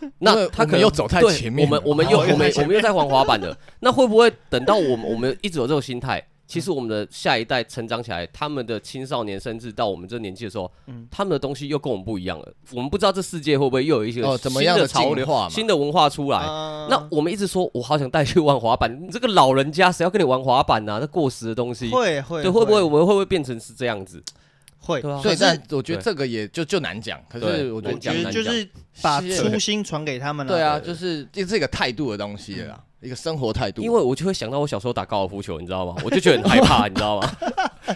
[SPEAKER 3] 因为
[SPEAKER 2] 那他可
[SPEAKER 3] 我们
[SPEAKER 2] 能
[SPEAKER 3] 又走太
[SPEAKER 2] 对
[SPEAKER 3] 前面
[SPEAKER 2] 我们
[SPEAKER 3] 了
[SPEAKER 2] 我们又
[SPEAKER 1] 哦又
[SPEAKER 2] 我们
[SPEAKER 1] 太
[SPEAKER 2] 我
[SPEAKER 1] 前
[SPEAKER 2] 们又在玩滑板 了。那会不会等到我们我们一直有这种心态？其实我们的下一代成长起来，他们的青少年甚至到我们这年纪的时候，
[SPEAKER 1] 嗯
[SPEAKER 2] 他们的东西又跟我们不一样了。我们不知道这世界会不会又有一些
[SPEAKER 3] 哦怎么样
[SPEAKER 2] 新的
[SPEAKER 3] 的
[SPEAKER 2] 潮
[SPEAKER 3] 进
[SPEAKER 2] 流
[SPEAKER 3] 化嘛
[SPEAKER 2] 新的文化出来？嗯
[SPEAKER 1] 啊
[SPEAKER 2] 那我们一直说，我好想带去玩滑板。你这个老人家，谁要跟你玩滑板呐、啊？那过时的东西，
[SPEAKER 1] 会会
[SPEAKER 2] 对，会不会我们会不会变成是这样子？
[SPEAKER 1] 会
[SPEAKER 2] 对？啊，
[SPEAKER 3] 所以，
[SPEAKER 1] 可是
[SPEAKER 3] 但我觉得这个也就就难讲。可
[SPEAKER 2] 对
[SPEAKER 3] 是我觉得
[SPEAKER 1] 我觉
[SPEAKER 2] 难
[SPEAKER 1] 得
[SPEAKER 2] 讲
[SPEAKER 1] 就是把
[SPEAKER 3] 是
[SPEAKER 1] 初心传给他们了。
[SPEAKER 3] 对啊，就是这是一个态度的东西了啦，
[SPEAKER 1] 嗯
[SPEAKER 3] 一个生活态度。
[SPEAKER 2] 因为我就会想到我小时候打高尔夫球，你知道吗？我就觉得很害 怕，你知道吗？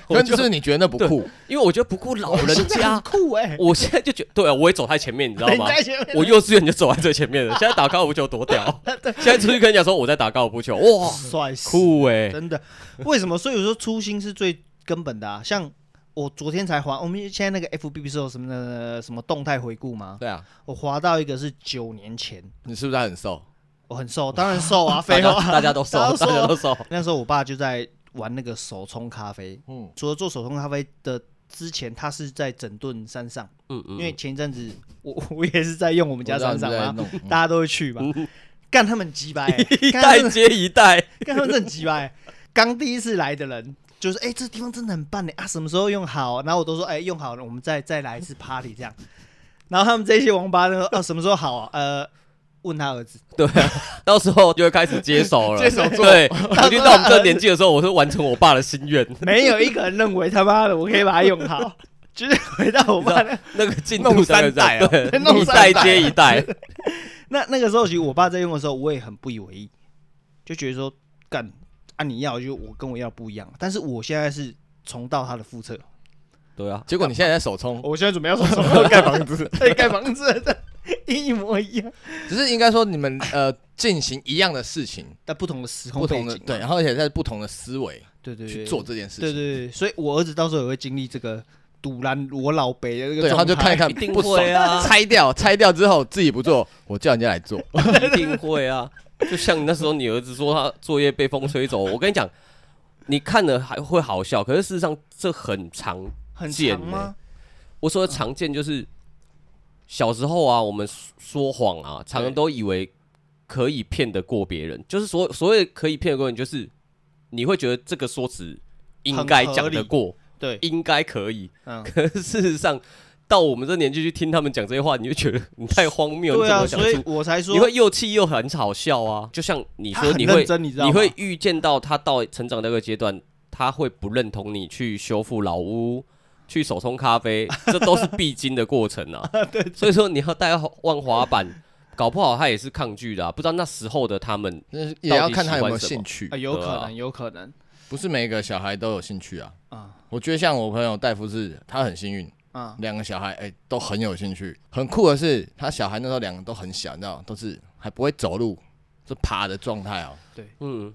[SPEAKER 3] 可是就是你觉得那不酷，
[SPEAKER 2] 因为我觉得不顾老
[SPEAKER 1] 我
[SPEAKER 2] 人
[SPEAKER 1] 现在
[SPEAKER 2] 家
[SPEAKER 1] 哦很，酷哎，
[SPEAKER 2] 我现在就觉得，对啊，我也走太前面，你知道
[SPEAKER 1] 人
[SPEAKER 2] 吗？
[SPEAKER 1] 家前面
[SPEAKER 2] 我幼稚园就走在最前面了，现在打高尔夫球多 屌！现在出去跟人家说我在打高尔夫球，哇，
[SPEAKER 1] 帅死
[SPEAKER 2] 酷哎、
[SPEAKER 1] 真的。为什么？所以我说初心是最根本的啊。像我昨天才滑，我们现在那个 FB 不是有什么的什么动态回顾吗？
[SPEAKER 3] 对啊，
[SPEAKER 1] 我滑到一个是九年前，
[SPEAKER 3] 你是不是还很瘦？
[SPEAKER 1] 我很瘦，当然瘦 啊，
[SPEAKER 2] 大
[SPEAKER 1] 废
[SPEAKER 2] 家
[SPEAKER 1] 话。
[SPEAKER 2] 大家都瘦，
[SPEAKER 1] 大家都瘦
[SPEAKER 2] 大
[SPEAKER 1] 啊
[SPEAKER 2] 家都瘦，
[SPEAKER 1] 那时候我爸就在玩那个手冲咖啡，
[SPEAKER 3] 嗯，
[SPEAKER 1] 除了做手冲咖啡的之前，他是在整顿山上，
[SPEAKER 2] 嗯嗯，
[SPEAKER 1] 因为前一阵子我我也是在用我们家山上嘛，
[SPEAKER 3] 弄嗯
[SPEAKER 1] 大家都会去吧。干他们鸡巴、欸，
[SPEAKER 2] 一
[SPEAKER 1] 干他
[SPEAKER 2] 代
[SPEAKER 1] 们
[SPEAKER 2] 接一代，
[SPEAKER 1] 干他们真的很鸡巴、欸。刚第一次来的人就是，哎、这地方真的很棒呢、啊，什么时候用好？然后我都说，哎、用好了，我们再再来一次 party 这样。然后他们这些王八呢， 哦、什么时候好啊？呃，问他儿子，
[SPEAKER 2] 对啊，到时候就会开始接 手了，
[SPEAKER 3] 接手做
[SPEAKER 2] 对，我就到我们这年纪的时候，我是完成我爸的心愿，
[SPEAKER 1] 没有一个人认为他妈的我可以把它用好， 就是回到我爸那。
[SPEAKER 2] 那个进度才会这样
[SPEAKER 3] 弄三代啊
[SPEAKER 2] 对，
[SPEAKER 1] 弄
[SPEAKER 2] 一
[SPEAKER 1] 三代
[SPEAKER 2] 代接一 代，
[SPEAKER 1] 那那个时候，其实我爸在用的时候，我也很不以为意，就觉得说干啊，你要就我跟我要不一样。但是我现在是重蹈他的覆辙，
[SPEAKER 2] 对啊，
[SPEAKER 3] 结果你现在在手冲，
[SPEAKER 1] 我现在准备要说什么盖房子， 对，盖房子的一模一样，
[SPEAKER 3] 只是应该说你们呃进行一样的事情，
[SPEAKER 1] 但不同的时空
[SPEAKER 3] 不
[SPEAKER 1] 背
[SPEAKER 3] 同
[SPEAKER 1] 景
[SPEAKER 3] 的
[SPEAKER 1] 嘛，
[SPEAKER 3] 对，
[SPEAKER 2] 啊
[SPEAKER 3] 然后而且在不同的思维
[SPEAKER 1] 对对对
[SPEAKER 3] 去做这件事
[SPEAKER 1] 对对
[SPEAKER 3] 情，
[SPEAKER 1] 对，对所以我儿子到时候也会经历这个堵拦我老北的这个
[SPEAKER 3] 对，他就
[SPEAKER 1] 状态
[SPEAKER 3] 看一看
[SPEAKER 2] 一定
[SPEAKER 3] 不爽
[SPEAKER 2] 会，啊
[SPEAKER 3] 拆掉，拆掉之后自己不做，我叫人家来 做，
[SPEAKER 2] 一定会 啊！就像那时候你儿子说他作业被风吹走，我跟你讲，你看了还会好笑，可是事实上这很常。
[SPEAKER 1] 很
[SPEAKER 2] 贱
[SPEAKER 1] 长吗？
[SPEAKER 2] 欸我说的常见就是小时候啊，我们说说谎啊，常常都以为可以骗得过别人，就是所所谓的可以骗得过人，就是你会觉得这个说辞应该讲得过，
[SPEAKER 1] 对，
[SPEAKER 2] 应该可以，
[SPEAKER 1] 嗯，
[SPEAKER 2] 可是事实上。到我们这年纪去听他们讲这些话，你就觉得你太荒谬，你
[SPEAKER 1] 对
[SPEAKER 2] 怎
[SPEAKER 1] 啊，
[SPEAKER 2] 么讲
[SPEAKER 1] 所以
[SPEAKER 2] 出？
[SPEAKER 1] 我才说
[SPEAKER 2] 你会又气又很好笑啊！就像你
[SPEAKER 1] 他
[SPEAKER 2] 说，
[SPEAKER 1] 很
[SPEAKER 2] 你
[SPEAKER 1] 认
[SPEAKER 2] 会
[SPEAKER 1] 真，你知道
[SPEAKER 2] 你
[SPEAKER 1] 吗
[SPEAKER 2] 会预见到他到成长那个阶段，他会不认同你去修复老屋、去手冲咖啡，这都是必经的过程 啊。所以说你要带万滑板，搞不好他也是抗拒的、啊，不知道那时候的他们
[SPEAKER 3] 那也要看他有没有兴趣
[SPEAKER 1] 啊，，有可
[SPEAKER 2] 对啊
[SPEAKER 1] 能，有可能
[SPEAKER 3] 不是每个小孩都有兴趣啊。
[SPEAKER 1] 啊
[SPEAKER 3] 我觉得像我朋友戴夫是，他很幸运，
[SPEAKER 1] 啊，
[SPEAKER 3] 两个小孩哎、都很有兴趣。很酷的是，他小孩那时候两个都很小，你知道，都是还不会走路，是爬的状态哦。
[SPEAKER 2] 嗯，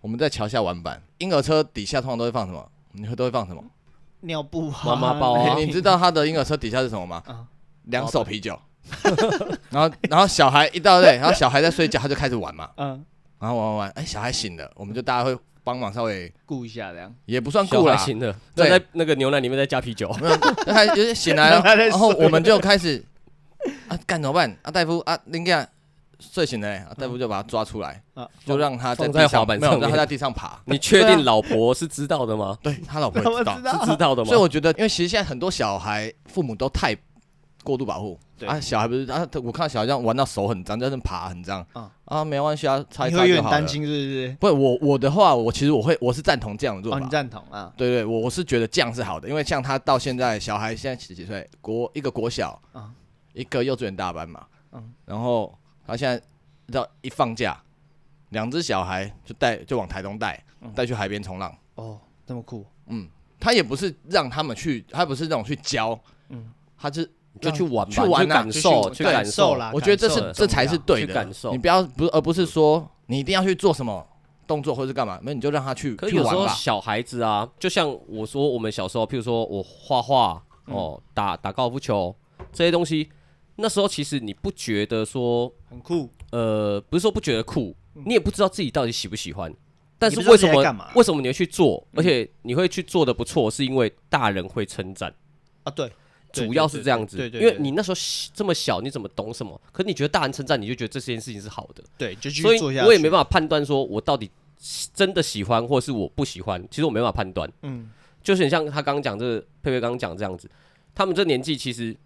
[SPEAKER 3] 我们在桥下玩板，婴儿车底下通常都会放什么？你会都会放什么？
[SPEAKER 1] 尿布啊，
[SPEAKER 2] 妈妈抱啊
[SPEAKER 3] 你你知道他的婴儿车底下是什么
[SPEAKER 1] 嗯
[SPEAKER 3] 吗？两手啤酒。 然后然后小孩一到对，然后小孩在睡觉，他就开始玩嘛，
[SPEAKER 1] 嗯，
[SPEAKER 3] 然后玩玩玩，哎、小孩醒了，我们就大家会帮忙稍微
[SPEAKER 1] 顾一下这样。
[SPEAKER 3] 也不算
[SPEAKER 2] 小
[SPEAKER 3] 顾
[SPEAKER 2] 孩
[SPEAKER 3] 啦，
[SPEAKER 2] 醒了，
[SPEAKER 3] 对
[SPEAKER 2] 在那个牛奶里面再加啤酒，
[SPEAKER 3] 没有，那他有点醒来
[SPEAKER 1] 让他
[SPEAKER 3] 了，
[SPEAKER 1] 在睡
[SPEAKER 3] 然后我们就开始啊，干怎么办？啊，大夫啊，林哥睡醒了欸，啊，大夫就把他抓出来
[SPEAKER 1] 嗯啊，
[SPEAKER 3] 就让他在
[SPEAKER 2] 放
[SPEAKER 3] 地
[SPEAKER 2] 在滑
[SPEAKER 3] 上，
[SPEAKER 2] 板
[SPEAKER 3] 没有
[SPEAKER 2] 上
[SPEAKER 3] 让
[SPEAKER 2] 面
[SPEAKER 3] 他在地上爬。
[SPEAKER 2] 你确
[SPEAKER 1] 对啊
[SPEAKER 2] 定老婆是知道的吗？
[SPEAKER 3] 对他老 婆也知道，
[SPEAKER 2] 是知道的吗
[SPEAKER 3] 所以？我觉得，因为其实现在很多小孩父母都太过度保护。
[SPEAKER 1] 对
[SPEAKER 3] 啊，小孩不是啊，我看到小孩这样玩到手很脏，在那爬很脏
[SPEAKER 1] 啊
[SPEAKER 3] 啊，没关系啊，擦一
[SPEAKER 1] 你
[SPEAKER 3] 擦
[SPEAKER 1] 会有
[SPEAKER 3] 就
[SPEAKER 1] 点
[SPEAKER 3] 好了
[SPEAKER 1] 担。心是不是？
[SPEAKER 3] 不，我我的话，我其实我会，我是赞同这样的做
[SPEAKER 1] 哦，
[SPEAKER 3] 法
[SPEAKER 1] 你。赞同啊？
[SPEAKER 3] 对对，我我是觉得这样是好的，因为像他到现在，小孩现在几几岁？国一个国小，
[SPEAKER 1] 嗯
[SPEAKER 3] 一个幼稚园大班嘛，
[SPEAKER 1] 嗯
[SPEAKER 3] 然后他现在到一放假，两只小孩就带就往台东带，
[SPEAKER 1] 嗯
[SPEAKER 3] 带去海边冲浪。
[SPEAKER 1] 哦，这么酷，
[SPEAKER 3] 嗯，他也不是让他们去，他不是那种去教，
[SPEAKER 1] 嗯
[SPEAKER 3] 嗯，他是
[SPEAKER 2] 就去玩吧，
[SPEAKER 3] 去玩啊
[SPEAKER 2] 去感受，
[SPEAKER 1] 就去
[SPEAKER 2] 去
[SPEAKER 1] 感
[SPEAKER 2] 啊感
[SPEAKER 1] 受
[SPEAKER 2] 受
[SPEAKER 1] 啦
[SPEAKER 3] 我觉得这
[SPEAKER 1] 感受
[SPEAKER 3] 是
[SPEAKER 1] 很
[SPEAKER 3] 这才
[SPEAKER 1] 重
[SPEAKER 3] 是
[SPEAKER 1] 要
[SPEAKER 3] 对
[SPEAKER 2] 去
[SPEAKER 3] 的
[SPEAKER 2] 感受
[SPEAKER 3] 你不要不是，而不是说你一定要去做什么动作或是干嘛，没有你就让他去
[SPEAKER 2] 可是
[SPEAKER 3] 去
[SPEAKER 2] 有时
[SPEAKER 3] 玩
[SPEAKER 2] 候
[SPEAKER 3] 吧。
[SPEAKER 2] 小孩子啊，就像我说，我们小时候，譬如说我画画
[SPEAKER 1] 嗯
[SPEAKER 2] 哦，打打高尔夫球这些东西，那时候其实你不觉得说，
[SPEAKER 1] 很酷。
[SPEAKER 2] 呃，不是说不觉得酷，你也不知道自己到底喜不喜欢。但
[SPEAKER 1] 嗯你
[SPEAKER 2] 是
[SPEAKER 1] 不知道
[SPEAKER 2] 为什
[SPEAKER 1] 自己在
[SPEAKER 2] 么
[SPEAKER 1] 干嘛嗯
[SPEAKER 2] 为什么你会去做？而且你会去做的不错，是因为大人会称赞，
[SPEAKER 1] 啊，对，对
[SPEAKER 2] 主要是这样子。
[SPEAKER 1] 对对
[SPEAKER 2] 因
[SPEAKER 1] 对
[SPEAKER 2] 为你那时候小这么小，你怎么懂什么？可是你觉得大人称赞，你就觉得这件事情是好的，
[SPEAKER 1] 对，就继
[SPEAKER 2] 所
[SPEAKER 1] 续
[SPEAKER 2] 以
[SPEAKER 1] 做下去。
[SPEAKER 2] 我也没办法判断说我到底喜真的喜欢，或是我不喜欢。其实我没办法判断，
[SPEAKER 1] 嗯，
[SPEAKER 2] 就是很像他刚刚讲这个佩佩刚刚讲这样子，他们这年纪其实。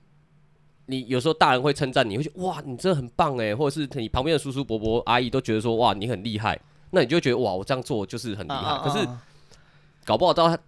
[SPEAKER 2] 你有时候大人会称赞你，会觉得哇，你真的很棒哎，或者是你旁边的叔叔伯伯阿姨都觉得说哇，你很厉害，那你就会觉得哇，我这样做就是很厉害。
[SPEAKER 1] 啊啊
[SPEAKER 2] 可是
[SPEAKER 1] 啊啊
[SPEAKER 2] 搞不好到他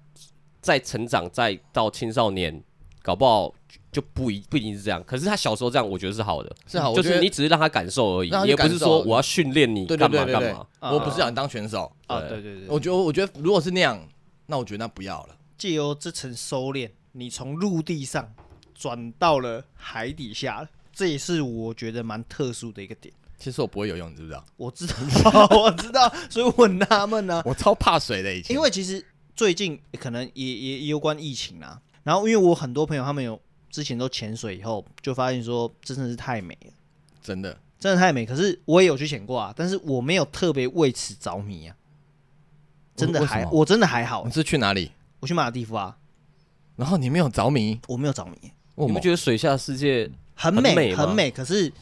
[SPEAKER 2] 再成长，再到青少年，搞不好就不一不一定是这样。可是他小时候这样，我觉得是好的，
[SPEAKER 3] 是好，我
[SPEAKER 2] 就
[SPEAKER 3] 觉
[SPEAKER 2] 是
[SPEAKER 3] 得
[SPEAKER 2] 你只是让他感受而已
[SPEAKER 3] 让，他去
[SPEAKER 2] 也不是说
[SPEAKER 3] 感受
[SPEAKER 2] 我要训练你
[SPEAKER 3] 对
[SPEAKER 2] 干
[SPEAKER 3] 对
[SPEAKER 2] 嘛
[SPEAKER 3] 对对
[SPEAKER 2] 干
[SPEAKER 3] 对
[SPEAKER 2] 嘛。，
[SPEAKER 3] 我不是想当选手，
[SPEAKER 1] 啊，对对对，
[SPEAKER 3] 我觉得我觉得如果是那样，那我觉得那不要了。
[SPEAKER 1] 借由这层收敛，你从陆地上转到了海底下了，这也是我觉得蛮特殊的一个点。
[SPEAKER 3] 其实我不会游泳，你知不知道？
[SPEAKER 1] 我知 道，我知道，所以我很纳闷呢，
[SPEAKER 3] 我超怕水的，以前
[SPEAKER 1] 啊因为其实最近呃可能也也也有关疫情啦、然后因为我很多朋友他们有之前都潜水以后，就发现说真的是太美了，
[SPEAKER 3] 真的
[SPEAKER 1] 真的太美。可是我也有去潜过啊，但是我没有特别为此着迷啊，真的
[SPEAKER 3] 为为
[SPEAKER 1] 还
[SPEAKER 3] 什么
[SPEAKER 1] 我真的还好
[SPEAKER 3] 你，是去哪里？
[SPEAKER 1] 我去马尔蒂夫啊，
[SPEAKER 3] 然后你没有着迷，
[SPEAKER 1] 我没有着迷，
[SPEAKER 3] 我
[SPEAKER 2] 你不觉得水下世界
[SPEAKER 1] 很
[SPEAKER 2] 很
[SPEAKER 1] 美
[SPEAKER 2] 美吗
[SPEAKER 1] 很美，可是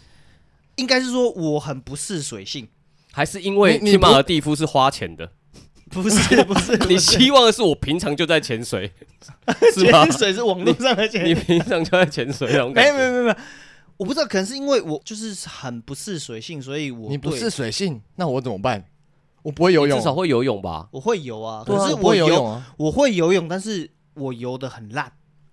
[SPEAKER 1] 应该是说我很不是水性，
[SPEAKER 2] 还是因为
[SPEAKER 3] 你你
[SPEAKER 2] 去
[SPEAKER 3] 不
[SPEAKER 2] 马尔蒂夫是花钱 的？
[SPEAKER 1] 不是不是，
[SPEAKER 2] 你
[SPEAKER 1] 不是
[SPEAKER 2] 希望的是我平常就在潜水， 是吗
[SPEAKER 1] 潜？水是网络上的潜
[SPEAKER 2] 你平常就在潜水那种
[SPEAKER 1] 没
[SPEAKER 2] 感
[SPEAKER 1] 有
[SPEAKER 2] 觉
[SPEAKER 1] 没有没有没有，我不知道，可能是因为我就是很不是水性，所以我
[SPEAKER 3] 你不
[SPEAKER 1] 对
[SPEAKER 3] 是水性，那我怎么办？我不会游
[SPEAKER 2] 你
[SPEAKER 3] 泳，
[SPEAKER 2] 至少会游泳 吧？
[SPEAKER 1] 我会游啊，
[SPEAKER 3] 对啊
[SPEAKER 1] 可是
[SPEAKER 3] 我不会
[SPEAKER 1] 游
[SPEAKER 3] 游泳啊。
[SPEAKER 1] 我会游泳，但是我游的很烂，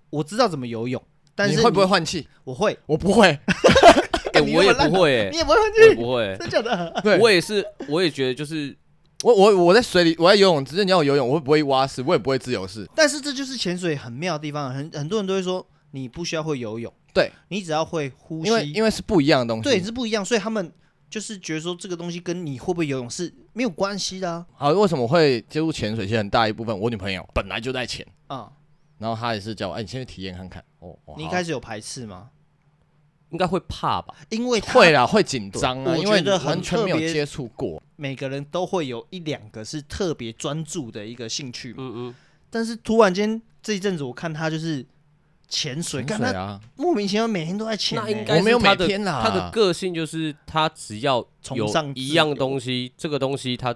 [SPEAKER 1] 我知道怎么游泳，但是
[SPEAKER 3] 你会不会？换气？
[SPEAKER 1] 我会，
[SPEAKER 3] 我不会。
[SPEAKER 2] 哎，
[SPEAKER 1] 你
[SPEAKER 2] 我也
[SPEAKER 1] 那么烂
[SPEAKER 2] 不会哎
[SPEAKER 1] 你，也不会换
[SPEAKER 2] 我
[SPEAKER 1] 气，
[SPEAKER 2] 也不会，欸
[SPEAKER 1] 真假的？
[SPEAKER 3] 对，
[SPEAKER 2] 我也是，我也觉得就是
[SPEAKER 3] 我我我在水里，我在游泳，只是你要我游泳，我会不会蛙式，我也不会自由式。
[SPEAKER 1] 但是这就是潜水很妙的地方，很很多人都会说你不需要会游泳，
[SPEAKER 3] 对，
[SPEAKER 1] 你只要会呼吸，
[SPEAKER 3] 因为因为是不一样的东西。
[SPEAKER 1] 对是不一样，所以他们就是觉得说这个东西跟你会不会游泳是没有关系的啊。
[SPEAKER 3] 好，为什么会接触潜水？其实很大一部分，我女朋友本来就在潜，
[SPEAKER 1] 啊
[SPEAKER 3] 然后她也是叫我，哎，你先去体验看看。哦，哦
[SPEAKER 1] 你一
[SPEAKER 3] 好
[SPEAKER 1] 开始有排斥吗？
[SPEAKER 2] 应该会怕吧？
[SPEAKER 1] 因为他
[SPEAKER 3] 会啦，会紧张啊，
[SPEAKER 1] 对
[SPEAKER 3] 因
[SPEAKER 1] 我觉
[SPEAKER 3] 为你
[SPEAKER 1] 得很
[SPEAKER 3] 完全没有
[SPEAKER 1] 特别
[SPEAKER 3] 接触过。
[SPEAKER 1] 每个人都会有一两个是特别专注的一个兴趣嘛。
[SPEAKER 2] 嗯嗯。
[SPEAKER 1] 但是突然间这一阵子，我看他就是潜水，
[SPEAKER 3] 潜
[SPEAKER 1] 看
[SPEAKER 3] 水
[SPEAKER 1] 他
[SPEAKER 3] 啊，
[SPEAKER 1] 莫名其妙每天都在潜、
[SPEAKER 2] 那应
[SPEAKER 1] 欸。
[SPEAKER 2] 该
[SPEAKER 3] 我没有
[SPEAKER 2] 是他
[SPEAKER 3] 每
[SPEAKER 2] 的
[SPEAKER 3] 天啦。
[SPEAKER 2] 他的个性就是他只要
[SPEAKER 1] 崇
[SPEAKER 2] 有
[SPEAKER 1] 尚自
[SPEAKER 2] 一样
[SPEAKER 1] 由
[SPEAKER 2] 东西，这个东西他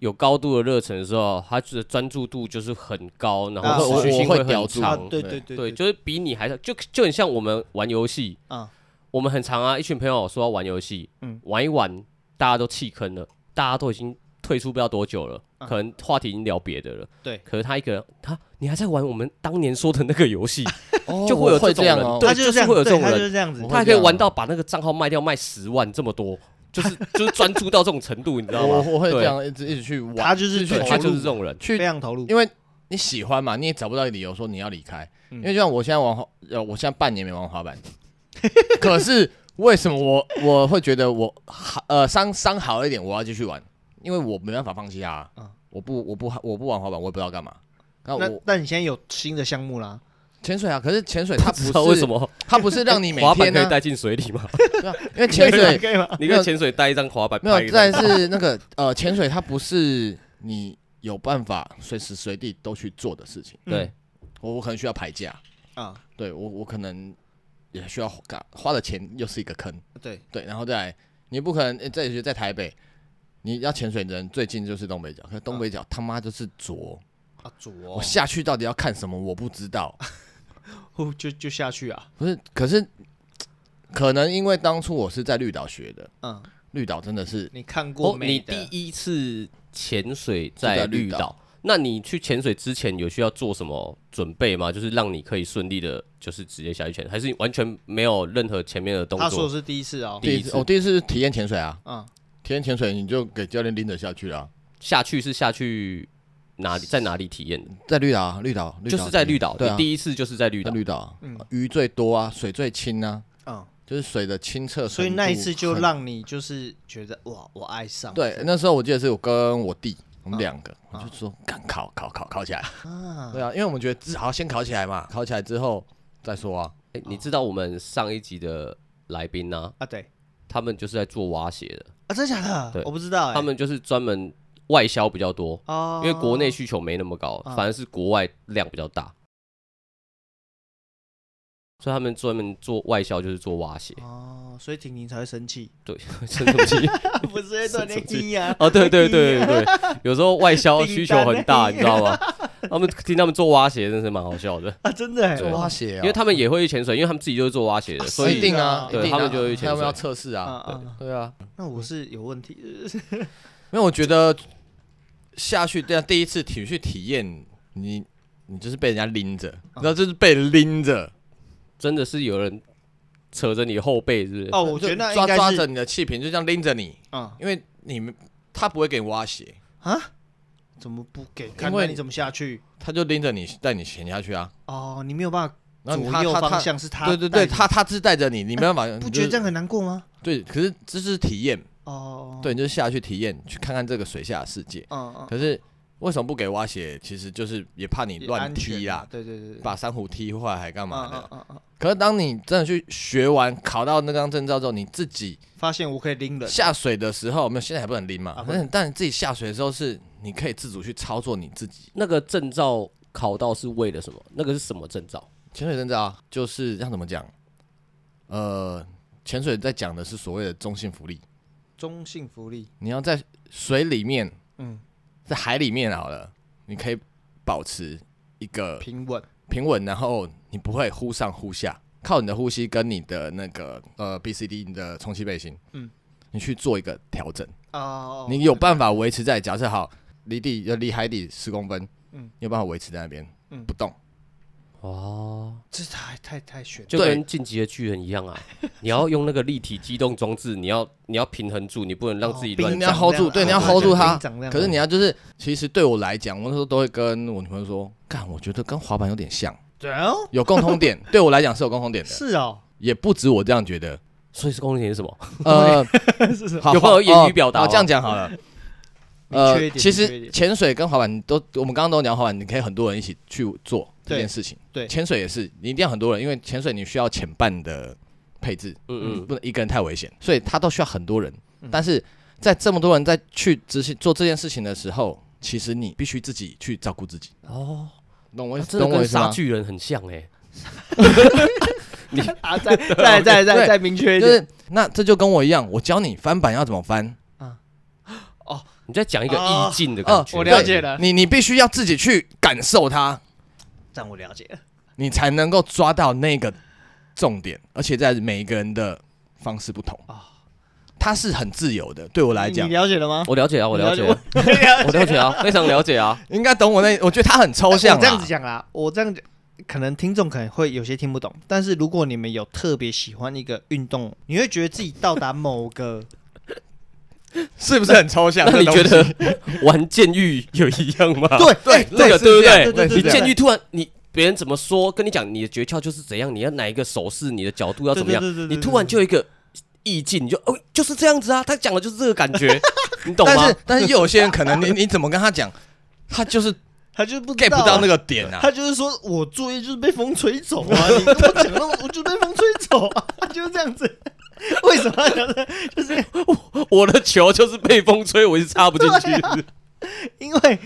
[SPEAKER 2] 有高度的热忱的时候，他的专注度就是很高，然
[SPEAKER 1] 啊
[SPEAKER 2] 后
[SPEAKER 1] 我
[SPEAKER 2] 持续性
[SPEAKER 3] 我会
[SPEAKER 2] 很
[SPEAKER 3] 叼住
[SPEAKER 1] 啊
[SPEAKER 2] 长，，
[SPEAKER 1] 对对对
[SPEAKER 2] 对，就是比你还就就很像我们玩游戏，
[SPEAKER 1] 啊
[SPEAKER 2] 我们很常啊，一群朋友说要玩游戏，
[SPEAKER 1] 嗯
[SPEAKER 2] 玩一玩，大家都弃坑了，大家都已经退出不知道多久了，
[SPEAKER 1] 啊
[SPEAKER 2] 可能话题已经聊别的了，
[SPEAKER 1] 对
[SPEAKER 2] 可是他一个人，他你还在玩我们当年说的那个游戏，
[SPEAKER 3] 哦
[SPEAKER 2] 就会有
[SPEAKER 3] 我会
[SPEAKER 2] 这种
[SPEAKER 3] 这样
[SPEAKER 2] 人
[SPEAKER 3] 哦。
[SPEAKER 2] 对
[SPEAKER 1] 他就是这样，
[SPEAKER 2] 就是会有这
[SPEAKER 1] 对
[SPEAKER 2] 种
[SPEAKER 1] 他
[SPEAKER 2] 人
[SPEAKER 1] 就是这样子
[SPEAKER 3] 我。
[SPEAKER 2] 他
[SPEAKER 3] 会
[SPEAKER 2] 还可以
[SPEAKER 3] 这样
[SPEAKER 2] 玩
[SPEAKER 3] 啊
[SPEAKER 2] 到把那个账号卖掉卖十万这么 多，就是就是专注到这种程度，你知道
[SPEAKER 3] 我
[SPEAKER 2] 吗？
[SPEAKER 3] 我会
[SPEAKER 2] 对
[SPEAKER 3] 这，样一直一直哦去玩，
[SPEAKER 1] 他就是
[SPEAKER 2] 对
[SPEAKER 1] 投入
[SPEAKER 2] 他就是这种人。
[SPEAKER 3] 去
[SPEAKER 1] 非常投入。
[SPEAKER 3] 因为你喜欢嘛，你也找不到理由说你要离开。
[SPEAKER 1] 嗯
[SPEAKER 3] 因为就像我现在玩滑，呃，我现在半年没玩滑板，可是为什么我我会觉得我好呃伤伤好一点，我要继续玩，因为我没办法放弃它、啊。
[SPEAKER 1] 嗯
[SPEAKER 3] 我不我不我不玩滑板，我也不知道干嘛。那
[SPEAKER 1] 那
[SPEAKER 3] 我
[SPEAKER 1] 那你现在有新的项目啦？
[SPEAKER 3] 潜水啊，可是潜水它不
[SPEAKER 2] 知
[SPEAKER 3] 是
[SPEAKER 2] 道为什，么
[SPEAKER 3] 它不是让你每
[SPEAKER 2] 滑板
[SPEAKER 3] 天
[SPEAKER 2] 可以
[SPEAKER 3] 呢、
[SPEAKER 2] 带进水里 吗？
[SPEAKER 3] 对啊因为潜
[SPEAKER 1] 可以
[SPEAKER 3] 水
[SPEAKER 1] 吗可以吗？
[SPEAKER 2] 你跟潜水带一张滑板，
[SPEAKER 3] 没有
[SPEAKER 2] 拍，一张
[SPEAKER 3] 再来是那个呃潜水它不是你有办法随时随地都去做的事情，
[SPEAKER 2] 对
[SPEAKER 3] 我我可能需要排假。
[SPEAKER 1] 啊，
[SPEAKER 3] 对我我可能也需要花花的钱又是一个坑，
[SPEAKER 1] 对，
[SPEAKER 3] 对，然后再来你不可能呃在在台北，你要潜水的人最近就是东北角，可是东北角、他妈就是浊，
[SPEAKER 1] 啊左
[SPEAKER 3] 我下去到底要看什么我不知道，
[SPEAKER 1] 哦，就就下去啊，
[SPEAKER 3] 不是，可是可能因为当初我是在绿岛学的，
[SPEAKER 1] 嗯，
[SPEAKER 3] 绿岛真的是
[SPEAKER 1] 你看过
[SPEAKER 2] 哦，
[SPEAKER 1] 美
[SPEAKER 2] 你
[SPEAKER 1] 的
[SPEAKER 2] 第一次潜水
[SPEAKER 3] 就
[SPEAKER 2] 在
[SPEAKER 3] 在绿
[SPEAKER 2] 绿
[SPEAKER 3] 岛
[SPEAKER 2] 岛，那你去潜水之前有需要做什么准备吗？就是让你可以顺利的，就是直接下去潜，还是完全没有任何前面的动
[SPEAKER 1] 他说
[SPEAKER 2] 作？
[SPEAKER 1] 的是第一次哦，
[SPEAKER 2] 第一
[SPEAKER 3] 第一次，
[SPEAKER 2] 次
[SPEAKER 3] 我第一次是体验潜水啊，
[SPEAKER 1] 嗯，
[SPEAKER 3] 体验潜水你就给教练拎着下去了啊、
[SPEAKER 2] 下去是下去哪里，在哪里体验的？
[SPEAKER 3] 在绿岛啊，绿岛，绿岛
[SPEAKER 2] 就是在绿岛，
[SPEAKER 3] 对啊，
[SPEAKER 2] 你第一次就是在绿
[SPEAKER 3] 在
[SPEAKER 2] 岛。
[SPEAKER 3] 绿岛啊、
[SPEAKER 1] 嗯
[SPEAKER 3] 鱼最多啊，水最清啊，
[SPEAKER 1] 嗯，
[SPEAKER 3] 就是水的清澈程度
[SPEAKER 1] 所
[SPEAKER 3] 很，
[SPEAKER 1] 以那一次就让你就是觉得哇，我爱上
[SPEAKER 3] 对，那时候我记得是我跟我弟，我们两个，我
[SPEAKER 1] 啊
[SPEAKER 3] 就说干考考考考起来。
[SPEAKER 1] 啊，
[SPEAKER 3] 对啊，因为我们觉得至好先考起来嘛，考起来之后再说啊。
[SPEAKER 2] 诶你知道我们上一集的来宾呢、
[SPEAKER 1] 啊对
[SPEAKER 2] 他们就是在做蛙鞋的，
[SPEAKER 1] 啊，真假的
[SPEAKER 2] 对？
[SPEAKER 1] 我不知道欸，
[SPEAKER 2] 他们就是专门外销比较多，
[SPEAKER 1] 啊，
[SPEAKER 2] 因为国内需求没那么高，
[SPEAKER 1] 啊
[SPEAKER 2] 反而是国外量比较大，所以他们专门做外销就是做蛙鞋，
[SPEAKER 1] 哦，所以婷婷才会生 气，啊
[SPEAKER 2] 对，生东西。
[SPEAKER 1] 不是会断
[SPEAKER 2] 生
[SPEAKER 1] 炼
[SPEAKER 2] 气
[SPEAKER 1] 机呀？
[SPEAKER 2] 哦，对对对对对，有时候外销需求很大，你
[SPEAKER 1] 订单
[SPEAKER 2] 知道吗？ 他们听他们做蛙鞋真是蛮好笑的，
[SPEAKER 1] 啊，真的欸，
[SPEAKER 2] 对
[SPEAKER 3] 挖
[SPEAKER 1] 哇，
[SPEAKER 3] 鞋啊，
[SPEAKER 2] 因为他们也会去潜水，因为他们自己就是做蛙鞋的，所
[SPEAKER 1] 是
[SPEAKER 3] 一
[SPEAKER 2] 以
[SPEAKER 3] 定啊，
[SPEAKER 1] 对
[SPEAKER 3] 一定啊
[SPEAKER 2] 他们就会潜水
[SPEAKER 3] 他们要测试
[SPEAKER 1] 啊
[SPEAKER 3] 啊，
[SPEAKER 1] 啊，
[SPEAKER 3] 对啊，
[SPEAKER 1] 那我是有问题的，
[SPEAKER 3] 因为我觉得下去对啊，第一次体去体验，你你就是被人家拎着，
[SPEAKER 1] 啊
[SPEAKER 3] 你知道就是被拎着，
[SPEAKER 2] 真的是有人扯着你后背，是不是？
[SPEAKER 1] 哦，我觉得那
[SPEAKER 3] 就
[SPEAKER 1] 应
[SPEAKER 3] 抓
[SPEAKER 1] 该
[SPEAKER 3] 抓
[SPEAKER 1] 是
[SPEAKER 3] 着，你的气瓶，就这样拎着你，
[SPEAKER 1] 啊
[SPEAKER 3] 因为你们他不会给你挖鞋，
[SPEAKER 1] 啊，怎么不给？看
[SPEAKER 3] 因为
[SPEAKER 1] 看你怎么下去
[SPEAKER 3] 他就拎着你带你潜下去啊，
[SPEAKER 1] 哦，你没有办法
[SPEAKER 3] 然后
[SPEAKER 1] 左
[SPEAKER 3] 他
[SPEAKER 1] 右
[SPEAKER 3] 他
[SPEAKER 1] 方
[SPEAKER 3] 他，
[SPEAKER 1] 向是他，
[SPEAKER 3] 对对对，他他是带着你，你没办法，
[SPEAKER 1] 不
[SPEAKER 3] 你就
[SPEAKER 1] 觉得这样很难过吗？
[SPEAKER 3] 对，可是这是体验，
[SPEAKER 1] 哦，，
[SPEAKER 3] 对，你就下去体验，去看看这个水下的世界。
[SPEAKER 1] 嗯嗯，
[SPEAKER 3] 可是为什么不给挖鞋？其实就是也怕你
[SPEAKER 1] 也
[SPEAKER 3] 乱
[SPEAKER 1] 安全
[SPEAKER 3] 踢
[SPEAKER 1] 啊
[SPEAKER 3] 啦，
[SPEAKER 1] 对对对对，
[SPEAKER 3] 把珊瑚踢坏还干嘛的？
[SPEAKER 1] 嗯嗯嗯嗯，
[SPEAKER 3] 可是当你真的去学完、考到那张证照之后，你自己
[SPEAKER 1] 发现我可以拎人，
[SPEAKER 3] 下水的时候，没有现在还不能拎嘛
[SPEAKER 1] 啊？不
[SPEAKER 3] 但是但你自己下水的时候是你可以自主去操作你自己
[SPEAKER 2] 那个证照考到是为了什么？那个是什么证照？
[SPEAKER 3] 潜水证照啊，就是让怎么讲？呃，潜水在讲的是所谓的中性浮力，
[SPEAKER 1] 中性福利，
[SPEAKER 3] 你要在水里面，
[SPEAKER 1] 嗯，
[SPEAKER 3] 在海里面好了，你可以保持一个
[SPEAKER 1] 平稳，
[SPEAKER 3] 平稳，然后你不会忽上忽下，靠你的呼吸跟你的那个呃 B C D 你的充气背心，
[SPEAKER 1] 嗯
[SPEAKER 3] 嗯，你去做一个调整，
[SPEAKER 1] 哦，
[SPEAKER 3] 你有办法维持在假设好离地要离海底十公分，
[SPEAKER 1] 嗯
[SPEAKER 3] 嗯，你有办法维持在那边，
[SPEAKER 1] 嗯
[SPEAKER 3] 不动，
[SPEAKER 2] 哦，
[SPEAKER 1] 这太太太悬了，
[SPEAKER 2] 就
[SPEAKER 3] 对
[SPEAKER 2] 跟晋级的巨人一样啊！ 你要用那个立体机动装置，你要你要平衡住，你不能让自己
[SPEAKER 1] 哦冰
[SPEAKER 2] 乱
[SPEAKER 3] 你
[SPEAKER 2] 长。
[SPEAKER 3] 要 hold 住，
[SPEAKER 1] 对
[SPEAKER 3] 对，你要
[SPEAKER 1] 对
[SPEAKER 3] hold 住
[SPEAKER 1] 对啊
[SPEAKER 3] 它
[SPEAKER 1] 冰长那。样
[SPEAKER 3] 可是你要就是，其实对我来讲，我那时候都会跟我女朋友说，干，我觉得跟滑板有点像，
[SPEAKER 1] 对哦，
[SPEAKER 3] 有共 通点，对我来讲是有共通点的，
[SPEAKER 1] 是哦，
[SPEAKER 3] 也不止我这样觉得，
[SPEAKER 2] 所以是功能点是什么？
[SPEAKER 3] 呃，
[SPEAKER 1] 是什么？
[SPEAKER 3] 好
[SPEAKER 2] 有办法
[SPEAKER 3] 好
[SPEAKER 2] 用言语表达
[SPEAKER 3] 哦好
[SPEAKER 2] 吗
[SPEAKER 3] 这样 讲好了。
[SPEAKER 1] 明哦确一
[SPEAKER 3] 呃，
[SPEAKER 1] 点明确
[SPEAKER 3] 其
[SPEAKER 1] 一
[SPEAKER 3] 实
[SPEAKER 1] 点
[SPEAKER 3] 潜水跟滑板都，我们刚刚都聊滑板，你可以很多人一起去做这
[SPEAKER 1] 对
[SPEAKER 3] 件事情。
[SPEAKER 1] 对
[SPEAKER 3] 潜水也是，你一定要很多人，因为潜水你需要潜伴的配置，
[SPEAKER 2] 嗯嗯
[SPEAKER 3] 不能一个人太危险，所以他都需要很多人。
[SPEAKER 1] 嗯
[SPEAKER 3] 但是在这么多人在去执行做这件事情的时候，其实你必须自己去照顾自己，
[SPEAKER 2] 哦，
[SPEAKER 3] 懂我
[SPEAKER 2] 那
[SPEAKER 3] 意思？
[SPEAKER 2] 真的
[SPEAKER 3] 懂我
[SPEAKER 2] 跟
[SPEAKER 3] 意思
[SPEAKER 2] 杀
[SPEAKER 3] 吗？
[SPEAKER 2] 巨人很像哎。
[SPEAKER 1] 啊，再再再再
[SPEAKER 3] 对
[SPEAKER 1] 再明确一
[SPEAKER 3] 就
[SPEAKER 1] 点，
[SPEAKER 3] 是那这就跟我一样，我教你翻板要怎么翻，
[SPEAKER 2] 你在讲一个
[SPEAKER 1] 哦
[SPEAKER 2] 意境的感 觉，
[SPEAKER 1] 我了解了，
[SPEAKER 3] 你你必须要自己去感受它，
[SPEAKER 1] 让我了解了，
[SPEAKER 3] 你才能够抓到那个重点，而且在每一个人的方式不同
[SPEAKER 2] 哦
[SPEAKER 1] 啊
[SPEAKER 3] 它是很自由的。对我来
[SPEAKER 2] 嗯
[SPEAKER 3] 讲
[SPEAKER 1] 你，了解了吗？
[SPEAKER 2] 我了解啊，我了解啊，
[SPEAKER 1] 我了
[SPEAKER 2] 我了解啊，非常了解 啊。
[SPEAKER 3] 应该懂我那，我觉得它很抽
[SPEAKER 2] 哎
[SPEAKER 1] 我
[SPEAKER 3] 象啊
[SPEAKER 1] 这样子
[SPEAKER 3] 啦。
[SPEAKER 1] 讲啦，我这样讲，可能听众可能会有些听不懂，但是如果你们有特别喜欢一个运动，你会觉得自己到达某个，
[SPEAKER 3] 是不是很抽象？
[SPEAKER 2] 那你
[SPEAKER 3] 这
[SPEAKER 2] 觉
[SPEAKER 3] 东西哎
[SPEAKER 2] 得 玩监狱有一样吗？
[SPEAKER 1] 对对
[SPEAKER 2] 那个对不
[SPEAKER 1] 对
[SPEAKER 2] 对？
[SPEAKER 3] 对
[SPEAKER 2] 你
[SPEAKER 3] 对
[SPEAKER 2] 监狱突然你别人怎么说，跟你讲你的诀窍就是怎样，你要哪一个手势，你的角度要怎么样
[SPEAKER 1] 对对对，对
[SPEAKER 2] 你突然就有一个意境，你就哦就是这样子啊，他讲的就是这个感觉，你懂
[SPEAKER 3] 但
[SPEAKER 2] 吗
[SPEAKER 3] 是？但是又有些人可能 你你怎么跟他讲，他就是
[SPEAKER 1] 他就是不
[SPEAKER 3] get 不到那
[SPEAKER 1] 个。
[SPEAKER 3] 个点啊。
[SPEAKER 1] 他就是说我作业就是被风吹走啊！ 你跟我讲那么，我就被风吹走啊， 就是这样子。为什么要讲这？就是
[SPEAKER 2] 我的球就是被风吹，我是插不进 去。
[SPEAKER 3] 啊
[SPEAKER 1] 啊因为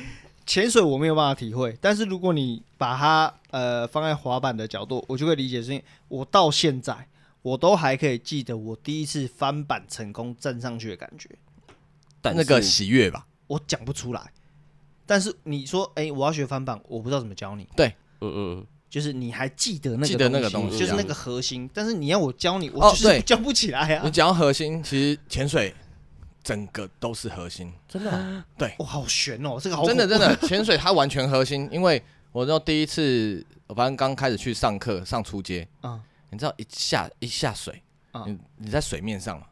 [SPEAKER 1] 潜水我没有办法体会，但是如果你把它呃放在滑板的角度，我就会理解是因为我到现在我都还可以记得我第一次翻板成功站上去的感觉，
[SPEAKER 2] 但
[SPEAKER 3] 那个
[SPEAKER 2] 是
[SPEAKER 3] 喜悦吧，
[SPEAKER 1] 我讲不出来。但是你说，哎、我要学翻板，我不知道怎么教你，
[SPEAKER 2] 嗯嗯，就是
[SPEAKER 1] 就是你还记得那个
[SPEAKER 3] 记得那个
[SPEAKER 1] 东
[SPEAKER 3] 东
[SPEAKER 2] 西
[SPEAKER 1] 就是
[SPEAKER 2] 啊
[SPEAKER 1] 那个核心。但是你要我教你，我
[SPEAKER 3] 哦
[SPEAKER 1] 就是
[SPEAKER 3] 对
[SPEAKER 1] 教不起来
[SPEAKER 3] 你
[SPEAKER 1] 啊！
[SPEAKER 3] 讲到核心，其实潜水整个都是核心，
[SPEAKER 2] 真的啊
[SPEAKER 1] 哇，好悬哦，这个好
[SPEAKER 3] 真的
[SPEAKER 1] 恐怖
[SPEAKER 3] 真的， 潜水它完全核心，因为我那时候第一次，我反正刚开始去上课上初阶，
[SPEAKER 1] 嗯
[SPEAKER 3] 你知道一下一下水，
[SPEAKER 1] 嗯
[SPEAKER 3] 你你在水面上嘛，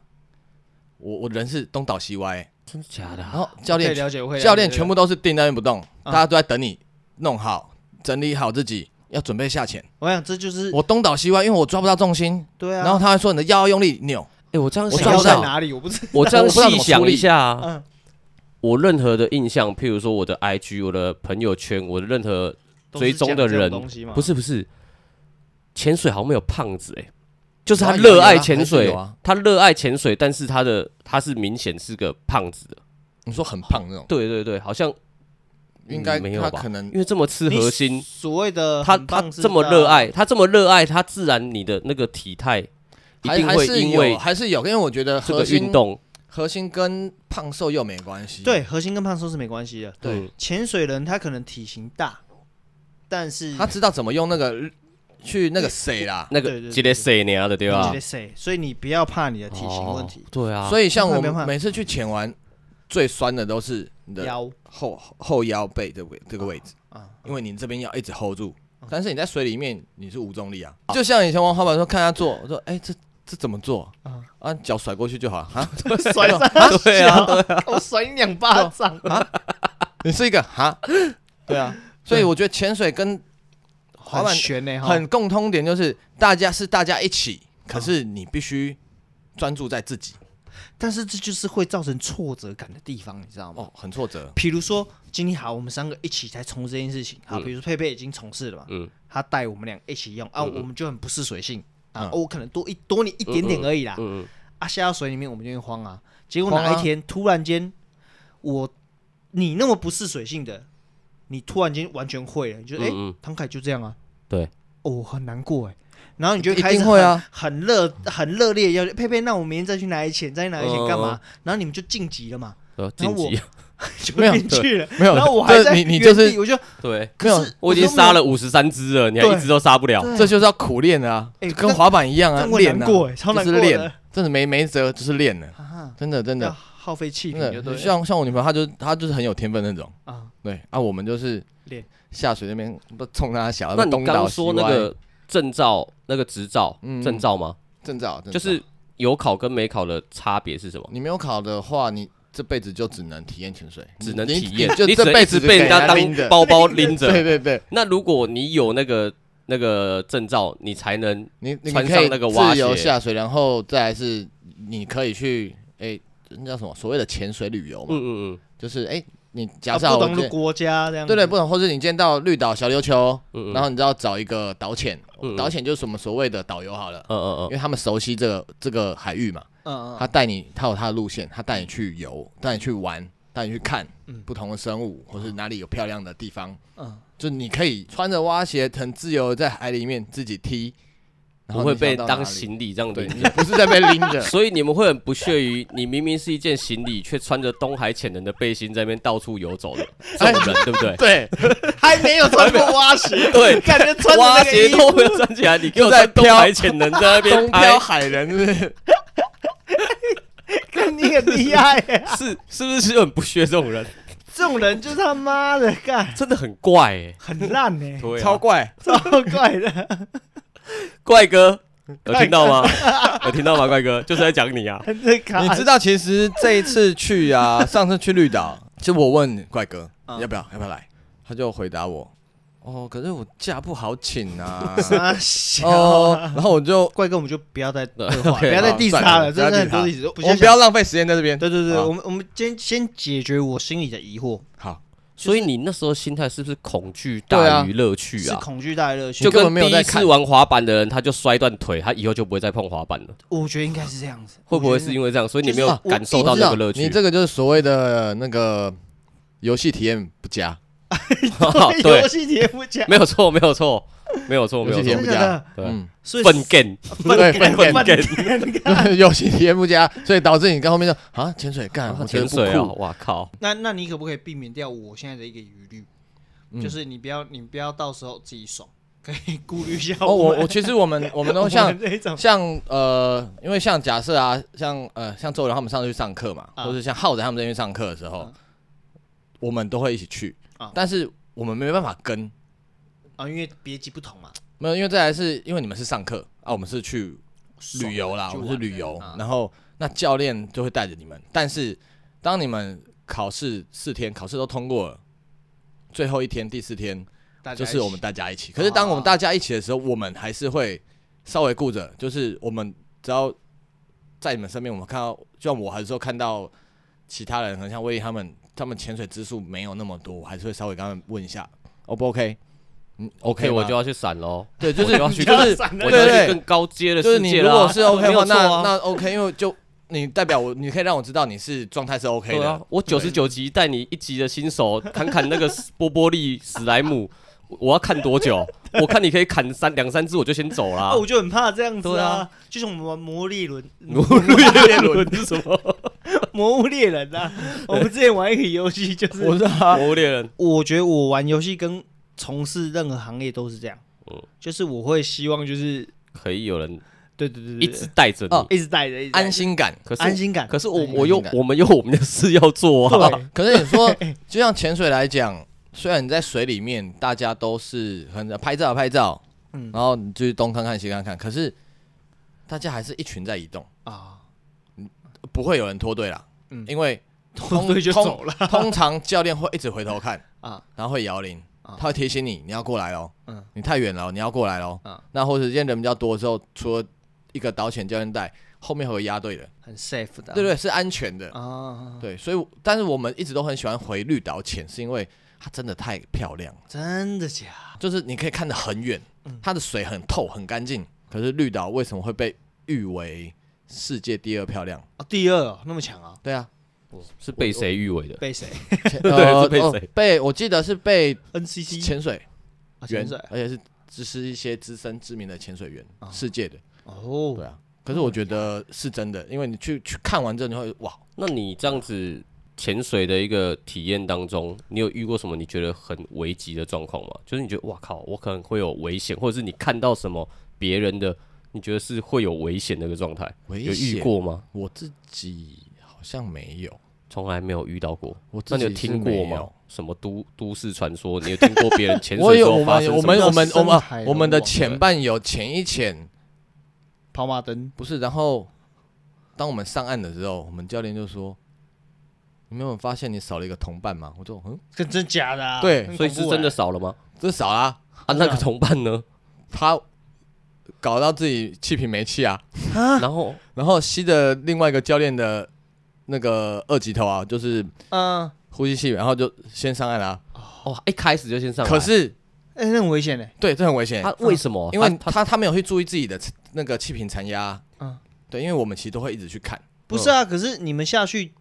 [SPEAKER 3] 我我人是东倒西歪、
[SPEAKER 2] 真的假的
[SPEAKER 3] 然
[SPEAKER 2] 啊？
[SPEAKER 3] 后教
[SPEAKER 1] 我可以
[SPEAKER 3] 练
[SPEAKER 1] 了解，我会了解
[SPEAKER 3] 教练全部都是定在那边不动，
[SPEAKER 1] 嗯
[SPEAKER 3] 大家都在等你弄好整理好自己，要准备下潜。
[SPEAKER 1] 我想这就是
[SPEAKER 3] 我东倒西歪，因为我抓不到重心，
[SPEAKER 1] 对啊。
[SPEAKER 3] 然后他还说你的腰要用力扭，
[SPEAKER 2] 哎，我这样
[SPEAKER 1] 我
[SPEAKER 2] 想
[SPEAKER 1] 教
[SPEAKER 2] 一
[SPEAKER 1] 在
[SPEAKER 2] 下，
[SPEAKER 1] 哪里？我不知道。
[SPEAKER 2] 我这样
[SPEAKER 3] 我不知道怎
[SPEAKER 2] 细
[SPEAKER 3] 么处
[SPEAKER 2] 想
[SPEAKER 3] 理
[SPEAKER 2] 一下啊，
[SPEAKER 1] 嗯
[SPEAKER 2] 我任何的印象，譬如说我的 IG、我的朋友圈、我的任何
[SPEAKER 1] 都是
[SPEAKER 2] 追踪的
[SPEAKER 1] 讲这种
[SPEAKER 2] 人
[SPEAKER 1] 东西嘛
[SPEAKER 2] 不是不是，潜水好像没有胖子哎、就是他
[SPEAKER 3] 有啊
[SPEAKER 2] 热爱
[SPEAKER 3] 有啊
[SPEAKER 2] 潜
[SPEAKER 3] 还是
[SPEAKER 2] 水，
[SPEAKER 3] 有啊
[SPEAKER 2] 他热爱潜水，但是他的他是明显是个胖子的，
[SPEAKER 3] 你说很胖那种，
[SPEAKER 2] 对对对，好像
[SPEAKER 3] 应该
[SPEAKER 2] 嗯没有
[SPEAKER 3] 他
[SPEAKER 2] 吧
[SPEAKER 3] 可能
[SPEAKER 2] 因为这么吃核心，
[SPEAKER 1] 所谓的
[SPEAKER 2] 他
[SPEAKER 1] 很
[SPEAKER 2] 他
[SPEAKER 1] 棒是
[SPEAKER 2] 这么
[SPEAKER 1] 在
[SPEAKER 2] 热，爱，他这么热爱，他自然你的那个体态一
[SPEAKER 3] 还
[SPEAKER 2] 定
[SPEAKER 3] 还
[SPEAKER 2] 会
[SPEAKER 3] 是
[SPEAKER 2] 因
[SPEAKER 3] 有
[SPEAKER 2] 为
[SPEAKER 3] 还是有，因为我觉得
[SPEAKER 2] 这
[SPEAKER 3] 核
[SPEAKER 2] 个
[SPEAKER 3] 心
[SPEAKER 2] 运动，
[SPEAKER 3] 核心跟胖瘦又没关系。
[SPEAKER 1] 对核心跟胖瘦是没关系的。
[SPEAKER 3] 对
[SPEAKER 2] 嗯，
[SPEAKER 1] 潜水人他可能体型大，但是
[SPEAKER 3] 他知道怎么用那个去那个谁啦，
[SPEAKER 2] 那
[SPEAKER 1] 对
[SPEAKER 2] 个
[SPEAKER 1] 对
[SPEAKER 2] 积累谁娘的对啊吧？
[SPEAKER 1] 谁，所以你不要怕你的体型问题
[SPEAKER 2] 哦，对啊，
[SPEAKER 3] 所以像我
[SPEAKER 1] 没办法
[SPEAKER 3] 们每次去潜完，最酸的都是你的
[SPEAKER 1] 腰
[SPEAKER 3] 后后腰背这个位这个位置，
[SPEAKER 1] 啊，嗯
[SPEAKER 3] 因为你这边要一直 hold 住，但是你在水里面你是无重力啊。就像以前玩滑板说看他做，我说哎、这这怎么做
[SPEAKER 1] 啊
[SPEAKER 3] 啊？脚甩过去就好了啊。
[SPEAKER 1] 甩他
[SPEAKER 2] 对啊
[SPEAKER 1] 啊， 我甩你两巴掌，
[SPEAKER 3] 你是一个哈，对啊，所以我觉得潜水跟滑板
[SPEAKER 1] 很悬
[SPEAKER 2] 欸
[SPEAKER 1] 呢哈，
[SPEAKER 3] 很共通点就是大家是大家一起，可是你必须专注在自己
[SPEAKER 1] 但是这就是会造成挫折感的地方，你知道吗？
[SPEAKER 3] 哦，很挫折。
[SPEAKER 1] 比如说今天好，我们三个一起在从事这件事情，好，
[SPEAKER 2] 嗯
[SPEAKER 1] 比如说佩佩已经从事了嘛，
[SPEAKER 2] 嗯，
[SPEAKER 1] 他带我们俩一起用啊，
[SPEAKER 2] 嗯嗯
[SPEAKER 1] 我们就很不是水性啊，
[SPEAKER 3] 嗯
[SPEAKER 1] 哦我可能多一多你一点点而已啦，
[SPEAKER 2] 嗯嗯，
[SPEAKER 1] 啊，下到水里面我们就会慌啊。结果
[SPEAKER 3] 慌啊
[SPEAKER 1] 哪一天、突然间，我你那么不是水性的，你突然间完全会了，你就哎、诶
[SPEAKER 2] 嗯嗯
[SPEAKER 1] 唐凯就这样啊，
[SPEAKER 2] 对，
[SPEAKER 1] 哦，我很难过哎、然后你就
[SPEAKER 3] 一定
[SPEAKER 1] 开始
[SPEAKER 3] 会啊
[SPEAKER 1] 很，很热很热烈要佩佩，那我明天再去拿一钱，再去拿一钱干
[SPEAKER 3] 哦
[SPEAKER 1] 嘛？然后你们就晋级了嘛，
[SPEAKER 2] 呃，
[SPEAKER 1] 然后
[SPEAKER 2] 晋级，
[SPEAKER 1] 就
[SPEAKER 3] 没有
[SPEAKER 1] 进去了。
[SPEAKER 3] 没有
[SPEAKER 1] 然后我
[SPEAKER 3] 这
[SPEAKER 1] 还在
[SPEAKER 3] 你你
[SPEAKER 1] 原
[SPEAKER 3] 就是
[SPEAKER 1] 地我就
[SPEAKER 2] 对，
[SPEAKER 3] 没有，
[SPEAKER 2] 我已经杀了五十三只了，你还
[SPEAKER 1] 对
[SPEAKER 2] 一直都杀不了，
[SPEAKER 3] 这就是要苦练的啊，
[SPEAKER 1] 哎
[SPEAKER 3] 就跟滑板一样啊，
[SPEAKER 1] 但我
[SPEAKER 3] 练
[SPEAKER 1] 难
[SPEAKER 3] 啊，
[SPEAKER 1] 过哎、超难
[SPEAKER 3] 就
[SPEAKER 1] 过
[SPEAKER 3] 是
[SPEAKER 1] 的
[SPEAKER 3] 练，真的没没辙，就是练的，
[SPEAKER 1] 啊，
[SPEAKER 3] 真的真
[SPEAKER 1] 要
[SPEAKER 3] 的
[SPEAKER 1] 耗费气
[SPEAKER 3] 真
[SPEAKER 1] 力就对
[SPEAKER 3] 的，
[SPEAKER 1] 了
[SPEAKER 3] 像像我女朋友，她就她就是很有天分那种，
[SPEAKER 1] 啊，
[SPEAKER 3] 对啊，我们就是
[SPEAKER 1] 练
[SPEAKER 3] 下水那边不冲她小，
[SPEAKER 2] 那你
[SPEAKER 3] 啊东
[SPEAKER 2] 刚
[SPEAKER 3] 倒
[SPEAKER 2] 刚
[SPEAKER 3] 西
[SPEAKER 2] 说那
[SPEAKER 3] 歪
[SPEAKER 2] 个证照、那个执照、
[SPEAKER 3] 嗯
[SPEAKER 2] 证照吗？
[SPEAKER 3] 证照，证
[SPEAKER 2] 就
[SPEAKER 3] 照
[SPEAKER 2] 是有考跟没考的差别是什么？
[SPEAKER 3] 你没有考的话，你这辈子就只能体验潜水，
[SPEAKER 2] 只能
[SPEAKER 3] 你
[SPEAKER 2] 体验
[SPEAKER 3] 你，就
[SPEAKER 2] 你
[SPEAKER 3] 这
[SPEAKER 2] 只能
[SPEAKER 3] 辈
[SPEAKER 2] 一直
[SPEAKER 3] 子
[SPEAKER 2] 被人家
[SPEAKER 3] 给
[SPEAKER 2] 当
[SPEAKER 3] 拎着
[SPEAKER 2] 包包拎
[SPEAKER 3] 对
[SPEAKER 2] 着。
[SPEAKER 3] 对对，
[SPEAKER 2] 那如果你有那个那个证照，你才能
[SPEAKER 3] 你你
[SPEAKER 2] 穿
[SPEAKER 3] 可
[SPEAKER 2] 上
[SPEAKER 3] 以
[SPEAKER 2] 那个蛙
[SPEAKER 3] 自由
[SPEAKER 2] 鞋
[SPEAKER 3] 下水，然后再来是你可以去哎，那叫什么所谓的潜水旅游
[SPEAKER 2] 嗯
[SPEAKER 3] 嘛，
[SPEAKER 2] 嗯
[SPEAKER 3] 就是哎，你假
[SPEAKER 1] 啊
[SPEAKER 3] 设好
[SPEAKER 1] 不
[SPEAKER 3] 我
[SPEAKER 1] 同
[SPEAKER 3] 今
[SPEAKER 1] 的
[SPEAKER 3] 天
[SPEAKER 1] 国家这样子，
[SPEAKER 3] 对对，不同，或是你今天到绿岛小琉球，
[SPEAKER 2] 嗯嗯，
[SPEAKER 3] 然后你知道找一个导潜
[SPEAKER 2] 嗯嗯，
[SPEAKER 3] 导潜就是我们所谓的导游好了。
[SPEAKER 2] 嗯嗯嗯，
[SPEAKER 3] 因为他们熟悉这个这个海域嘛，
[SPEAKER 1] 嗯嗯
[SPEAKER 3] 他带你，他有他的路线，他带你去游，带你去玩，带你去看
[SPEAKER 1] 嗯
[SPEAKER 3] 不同的生物，或是哪里有漂亮的地方，
[SPEAKER 1] 嗯，
[SPEAKER 3] 就你可以穿着蛙鞋很自由地在海里面自己踢，然
[SPEAKER 2] 不
[SPEAKER 3] 后
[SPEAKER 2] 会
[SPEAKER 3] 你想
[SPEAKER 2] 被
[SPEAKER 3] 到哪
[SPEAKER 2] 当
[SPEAKER 3] 里，
[SPEAKER 2] 行李这样
[SPEAKER 3] 对，
[SPEAKER 2] 拎
[SPEAKER 3] 你
[SPEAKER 2] 着。
[SPEAKER 3] 不是在被拎着，
[SPEAKER 2] 所以你们会很不屑于你明明是一 件行李，却穿着东海潜人的背心在那边到处游走的
[SPEAKER 3] 哎
[SPEAKER 2] 这种人，对 不对？
[SPEAKER 3] 对，
[SPEAKER 1] 还没有穿过蛙 鞋，
[SPEAKER 2] 对
[SPEAKER 1] 感觉穿着
[SPEAKER 2] 蛙
[SPEAKER 1] 那个
[SPEAKER 2] 鞋
[SPEAKER 1] 衣
[SPEAKER 2] 都没有穿起来，你给我
[SPEAKER 3] 就在
[SPEAKER 2] 穿东
[SPEAKER 3] 飘
[SPEAKER 2] 海潜人在那边
[SPEAKER 3] 东漂
[SPEAKER 2] 拍，
[SPEAKER 3] 海人是不是
[SPEAKER 1] 你很厉害耶！
[SPEAKER 2] 是是不是很不屑这种人？
[SPEAKER 1] 这种人就他妈的干
[SPEAKER 2] 真的很怪哎、
[SPEAKER 1] 很烂 呢，
[SPEAKER 2] 对啊
[SPEAKER 3] 超怪，
[SPEAKER 1] 超怪的，
[SPEAKER 2] 怪哥，有听到吗？ 有听到吗？怪哥，就是在讲你啊。
[SPEAKER 1] 这卡
[SPEAKER 3] 你知道其实这一次去啊， 上次去绿岛，就我问怪哥
[SPEAKER 1] 嗯，
[SPEAKER 3] 要不要要不要来，他就回答我，哦，可是我假不好请啊
[SPEAKER 1] 啥 小
[SPEAKER 3] 哦， 然后我就
[SPEAKER 1] 怪哥，我们就不要再
[SPEAKER 2] 对
[SPEAKER 1] 恶化，不
[SPEAKER 2] OK，
[SPEAKER 1] 要再
[SPEAKER 3] 好
[SPEAKER 1] diss
[SPEAKER 3] 算
[SPEAKER 1] 他
[SPEAKER 3] 了
[SPEAKER 1] 了，
[SPEAKER 3] 不要
[SPEAKER 1] 真的
[SPEAKER 3] diss
[SPEAKER 1] 很多
[SPEAKER 3] 他
[SPEAKER 1] diss，
[SPEAKER 3] 我们不要。啊浪费时间在这边，
[SPEAKER 1] 对对对，
[SPEAKER 3] 好
[SPEAKER 1] 我们我们先先解决我心里的疑惑，
[SPEAKER 3] 好，
[SPEAKER 2] 所以你那时候心态是不是恐惧
[SPEAKER 3] 对
[SPEAKER 2] 大
[SPEAKER 3] 啊
[SPEAKER 2] 于乐趣
[SPEAKER 1] 是
[SPEAKER 2] 啊？
[SPEAKER 1] 恐惧带来乐趣
[SPEAKER 2] 就，跟
[SPEAKER 3] 根本没有
[SPEAKER 2] 第一
[SPEAKER 3] 在看
[SPEAKER 2] 次玩滑板的人，他就摔断腿，他以后就不会再碰滑板了。
[SPEAKER 1] 我觉得应该是这样子，
[SPEAKER 2] 会不会是啊因为这样，所以你没有
[SPEAKER 3] 就是啊
[SPEAKER 1] 我
[SPEAKER 2] 感受到那个乐
[SPEAKER 3] 你
[SPEAKER 2] 趣？
[SPEAKER 3] 这个就是所谓的那个游戏体验不佳。 啊
[SPEAKER 1] 为
[SPEAKER 2] 哦对
[SPEAKER 1] 游，戏体验不佳，
[SPEAKER 2] 没有错，没有错，没有错，没
[SPEAKER 3] 游
[SPEAKER 2] 有
[SPEAKER 3] 戏体
[SPEAKER 1] 真。
[SPEAKER 2] 错
[SPEAKER 3] 验不
[SPEAKER 1] 的假
[SPEAKER 3] 佳
[SPEAKER 1] 的，
[SPEAKER 2] 对，
[SPEAKER 3] 嗯，
[SPEAKER 1] 所以
[SPEAKER 2] 笨 game，
[SPEAKER 3] 对
[SPEAKER 1] 分
[SPEAKER 3] 分
[SPEAKER 1] 分
[SPEAKER 2] 给
[SPEAKER 1] 给
[SPEAKER 3] 游戏体验不佳，所以导致你跟后面说啊潜水干，我觉
[SPEAKER 2] 潜
[SPEAKER 3] 得不
[SPEAKER 2] 水啊，
[SPEAKER 3] 酷，
[SPEAKER 2] 哇靠！
[SPEAKER 1] 那那你可不可以避免掉我现在的一个疑虑？
[SPEAKER 3] 嗯
[SPEAKER 1] 就是你不要你不要到时候自己爽，可以顾虑一下
[SPEAKER 3] 哦，我
[SPEAKER 1] 们
[SPEAKER 3] 我其实我 们我们都
[SPEAKER 1] 我
[SPEAKER 3] 像
[SPEAKER 1] 们那种
[SPEAKER 3] 像呃，因为像假设啊，像呃像周人他们上次去上课嘛，
[SPEAKER 1] 啊
[SPEAKER 3] 或者像浩子他们这边上课的时候
[SPEAKER 1] 啊，
[SPEAKER 3] 我们都会一起去
[SPEAKER 1] 啊，
[SPEAKER 3] 但是我们没办法跟，
[SPEAKER 1] 啊，因为别级不同嘛，
[SPEAKER 3] 没有，因为再来是因为你们是上课啊，我们是去
[SPEAKER 1] 爽
[SPEAKER 3] 旅游啦，
[SPEAKER 1] 去
[SPEAKER 3] 我
[SPEAKER 1] 玩
[SPEAKER 3] 们是旅游
[SPEAKER 1] 啊，
[SPEAKER 3] 然后那教练就会带着你们，但是当你们考试四天考试都通过了，最后一天第四天
[SPEAKER 1] 大家
[SPEAKER 3] 就
[SPEAKER 1] 一
[SPEAKER 3] 是我们
[SPEAKER 1] 起啊
[SPEAKER 3] 大家一起。可是当我们大家一起的时候，我们还是会稍微顾着，就是我们只要在你们身边，我们看到，就像我还是说看到其他人，很像威力他们，他们潜水之数没有那么多，我还是会稍微跟他们问一下，O 不 OK？嗯，OK，
[SPEAKER 2] 对，我
[SPEAKER 3] 吗
[SPEAKER 2] 就要去闪喽。
[SPEAKER 3] 对，就是
[SPEAKER 2] 我就要去
[SPEAKER 3] 就是
[SPEAKER 1] 闪了
[SPEAKER 2] 我就要
[SPEAKER 3] 对
[SPEAKER 2] 去更高阶的
[SPEAKER 3] 就是
[SPEAKER 2] 世
[SPEAKER 3] 你
[SPEAKER 2] 界
[SPEAKER 3] 如
[SPEAKER 2] 啦
[SPEAKER 3] 果。是 OK
[SPEAKER 1] 没
[SPEAKER 3] 的话，
[SPEAKER 1] 有错
[SPEAKER 3] 那
[SPEAKER 1] 啊
[SPEAKER 3] 那 OK，因为就你代表我，你可以让我知道你是状态是 OK
[SPEAKER 2] 对啊
[SPEAKER 3] 的。，
[SPEAKER 2] 我九十九级带你一级的新手砍砍那个 波波利史莱姆，我我要看多久？ 我看你可以砍三两三只，我就先走啦
[SPEAKER 1] 啊，。我就很怕这样子
[SPEAKER 2] 对
[SPEAKER 1] 啊
[SPEAKER 2] 啊，
[SPEAKER 1] 就像我们玩魔物猎人、
[SPEAKER 2] 奴隶猎轮是什 么？
[SPEAKER 1] 魔物猎人啊，我们之前玩一个游戏，就是
[SPEAKER 3] 我知道啊，
[SPEAKER 2] 奴隶猎人，
[SPEAKER 1] 我觉得我玩游戏跟从事任何行业都是这样，
[SPEAKER 2] 嗯
[SPEAKER 1] 就是我会希望就是
[SPEAKER 2] 可以有人
[SPEAKER 1] 对对对对，
[SPEAKER 2] 一直带着
[SPEAKER 3] 哦
[SPEAKER 2] 你，
[SPEAKER 1] 一直带着，一直带着
[SPEAKER 3] 安心感。
[SPEAKER 2] 可是
[SPEAKER 1] 安心感。
[SPEAKER 2] 可是我
[SPEAKER 3] 安心
[SPEAKER 2] 我有
[SPEAKER 3] 感
[SPEAKER 2] 我们有我们的事要做啊。
[SPEAKER 1] 对，
[SPEAKER 3] 可是你说，就像潜水来讲，虽然你在水里面，大家都是很拍照拍照，
[SPEAKER 1] 嗯
[SPEAKER 3] 然后你就是东看看西看看，可是大家还是一群在移动，
[SPEAKER 1] 啊，
[SPEAKER 3] 不会有人脱队啦。
[SPEAKER 1] 嗯
[SPEAKER 3] 因为
[SPEAKER 1] 脱队就走了
[SPEAKER 3] 通通常教练会一直回头看
[SPEAKER 1] 啊，
[SPEAKER 3] 然后会摇铃，
[SPEAKER 1] 啊
[SPEAKER 3] 他会提醒你你要过来哦，
[SPEAKER 1] 嗯
[SPEAKER 3] 你太远了哦，你要过来哦
[SPEAKER 1] 啊。
[SPEAKER 3] 那或者今天人比较多的时候，除了一个导潜教练带，后面还有压队的，
[SPEAKER 1] 很 safe 的啊，
[SPEAKER 3] 对对，是安全的。
[SPEAKER 1] 啊，
[SPEAKER 3] 对，所以但是我们一直都很喜欢回绿岛潜，是因为它真的太漂亮了，
[SPEAKER 1] 真的假？
[SPEAKER 3] 就是你可以看得很远，
[SPEAKER 1] 嗯
[SPEAKER 3] 它的水很透很干净。可是绿岛为什么会被誉为世界第二漂亮？
[SPEAKER 1] 啊，第二哦那么强啊，
[SPEAKER 3] 对啊，
[SPEAKER 2] 是被谁誉为的？
[SPEAKER 1] 被谁
[SPEAKER 3] 潜
[SPEAKER 2] 对
[SPEAKER 3] 呃
[SPEAKER 2] 是被
[SPEAKER 3] 哦
[SPEAKER 2] 谁
[SPEAKER 3] 被我记得是被
[SPEAKER 1] ？NCC
[SPEAKER 3] 潜水
[SPEAKER 1] 啊
[SPEAKER 3] 员
[SPEAKER 1] 潜水，
[SPEAKER 3] 而且是只是一些资深知名的潜水员，
[SPEAKER 1] 啊
[SPEAKER 3] 世界的。对
[SPEAKER 1] 哦，
[SPEAKER 3] 啊，可是我觉得是真的，因为你去去看完之后，你会哇，
[SPEAKER 2] 那你这样子潜水的一个体验当中，你有遇过什么你觉得很危急的状况吗？就是你觉得哇靠，我可能会有危险，或者是你看到什么别人的，你觉得是会有危险的一个状态，有
[SPEAKER 3] 危
[SPEAKER 2] 遇
[SPEAKER 3] 险。
[SPEAKER 2] 过吗？
[SPEAKER 3] 我自己好像没有，
[SPEAKER 2] 从来没有遇到过。
[SPEAKER 3] 我自
[SPEAKER 2] 那你有
[SPEAKER 3] 己是
[SPEAKER 2] 听过
[SPEAKER 3] 没有
[SPEAKER 2] 吗？？什么都都市传说？你有听过别人潜
[SPEAKER 3] 我
[SPEAKER 2] 水之
[SPEAKER 3] 有
[SPEAKER 2] 后
[SPEAKER 3] 我
[SPEAKER 2] 发生
[SPEAKER 3] 们
[SPEAKER 2] 什
[SPEAKER 3] 我
[SPEAKER 2] 么
[SPEAKER 3] 们我们我
[SPEAKER 1] 深
[SPEAKER 3] 们
[SPEAKER 1] 海
[SPEAKER 3] 我们的
[SPEAKER 1] 龙王
[SPEAKER 3] 前半有潜一潜，
[SPEAKER 1] 跑马灯
[SPEAKER 3] 不是，然后当我们上岸的时候，我们教练就说：“你没有发现你少了一个同伴吗？”我就嗯，
[SPEAKER 1] 跟真假的啊，
[SPEAKER 3] 对
[SPEAKER 1] 很
[SPEAKER 2] 所以
[SPEAKER 1] 恐
[SPEAKER 2] 是
[SPEAKER 1] 怖
[SPEAKER 2] 真的
[SPEAKER 1] 欸
[SPEAKER 2] 少了吗？
[SPEAKER 3] 这少啦、
[SPEAKER 2] 啊，
[SPEAKER 1] 真的
[SPEAKER 2] 那
[SPEAKER 1] 啊
[SPEAKER 2] 个同伴呢？
[SPEAKER 3] 他搞到自己气瓶没气啊，
[SPEAKER 2] 然后
[SPEAKER 3] 然后吸着另外一个教练的那个二级头啊，就是
[SPEAKER 1] 嗯，
[SPEAKER 3] 呼吸器，然后就先上岸啦、
[SPEAKER 2] 哦，一开始就先上来。
[SPEAKER 3] 可是
[SPEAKER 1] 哎，那很危险嘞，
[SPEAKER 3] 对，这很危险，
[SPEAKER 2] 他为什么？
[SPEAKER 3] 因为
[SPEAKER 2] 他
[SPEAKER 3] 他他没有去注意自己的那个气瓶残压。
[SPEAKER 1] 嗯
[SPEAKER 3] 嗯，对，因为我们其实都会一直去看。
[SPEAKER 1] 不是啊？
[SPEAKER 2] 嗯
[SPEAKER 1] 可是你们下去，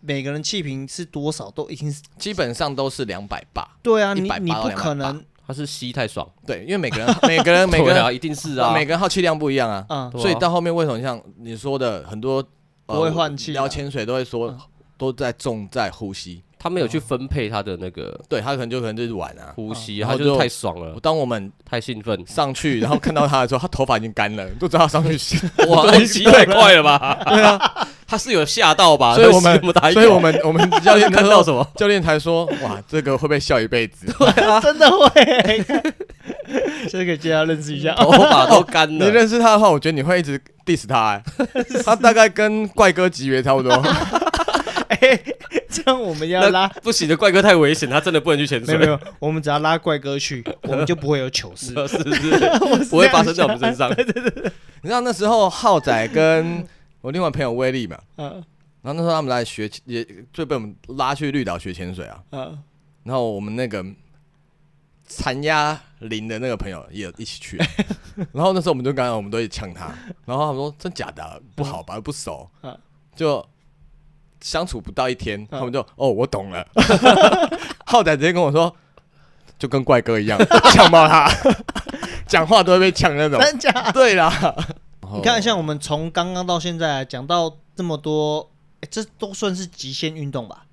[SPEAKER 1] 每个人气瓶是多少都已经是
[SPEAKER 3] 基本上都是两百八，
[SPEAKER 1] 对啊，你
[SPEAKER 3] 180
[SPEAKER 1] 你不
[SPEAKER 3] 到
[SPEAKER 1] 可能
[SPEAKER 2] 他是吸太爽，
[SPEAKER 3] 对，因为每个人每个人每个
[SPEAKER 2] 对
[SPEAKER 3] 人、
[SPEAKER 2] 啊，一定是啊，
[SPEAKER 3] 每个人耗气量不一样啊，
[SPEAKER 1] 啊，
[SPEAKER 2] 对啊
[SPEAKER 3] 所以到后面为什么像你说的很多呃
[SPEAKER 1] 不会换气啊
[SPEAKER 3] 聊潜水都会说、
[SPEAKER 1] 嗯
[SPEAKER 3] 都在重在呼吸，
[SPEAKER 2] 他没有去分配他的那个
[SPEAKER 3] 对他可能就可能就是玩啊。
[SPEAKER 2] 呼吸，
[SPEAKER 3] 然
[SPEAKER 2] 他
[SPEAKER 3] 后
[SPEAKER 2] 就是
[SPEAKER 3] 就
[SPEAKER 2] 太爽了，
[SPEAKER 3] 当我们，
[SPEAKER 2] 太兴奋
[SPEAKER 3] 上去，然后看到他的时候，他头发已经干了，都知道他上去吸。
[SPEAKER 2] 哇，那吸太快了吧？对啊， 他是有吓到吧？
[SPEAKER 3] 所以
[SPEAKER 2] 他
[SPEAKER 3] 我
[SPEAKER 2] 吸
[SPEAKER 3] 们
[SPEAKER 2] 那么大一口
[SPEAKER 3] 所以我们我们教 练
[SPEAKER 2] 看到什么？
[SPEAKER 3] 教练才说，哇，这个会被笑一 辈子。啊
[SPEAKER 1] 真的会。 这个介绍认识一
[SPEAKER 3] 哦
[SPEAKER 1] 下，
[SPEAKER 2] 头发都干
[SPEAKER 3] 你
[SPEAKER 2] 了，
[SPEAKER 3] 认识他的话，我觉得你会一直 diss 他、 欸。他大概跟怪哥级别差不多。
[SPEAKER 1] 哎、这样我们要
[SPEAKER 2] 那
[SPEAKER 1] 拉，
[SPEAKER 2] 不行的，怪哥太危险，他真的不能去潜
[SPEAKER 1] 没
[SPEAKER 2] 水
[SPEAKER 1] 有没，有，我们只要拉怪哥 去，我们就不会有糗事
[SPEAKER 2] 是。不是？不会发生在 我们身上。
[SPEAKER 3] 你知道那时候浩仔跟我另外朋友威力嘛，
[SPEAKER 1] 嗯
[SPEAKER 3] 然后那时候他们来学，也就被我们拉去绿岛学潜水啊。
[SPEAKER 1] 嗯，
[SPEAKER 3] 然后我们那个残压林的那个朋友也有一起 去，然后那时候我们就刚刚我们都会呛他，然后他们说真假的啊、不好吧，不熟
[SPEAKER 1] 嗯，
[SPEAKER 3] 就相处不到一天，
[SPEAKER 1] 啊
[SPEAKER 3] 他们就哦我 懂了， 浩仔直接跟我说，就跟怪哥一样 呛爆他，讲话都会被呛那种。
[SPEAKER 1] 真假？
[SPEAKER 3] 对啦，
[SPEAKER 1] 你看，像我们从刚刚到现在啊讲到这么多，哎这都算是极限运动吧？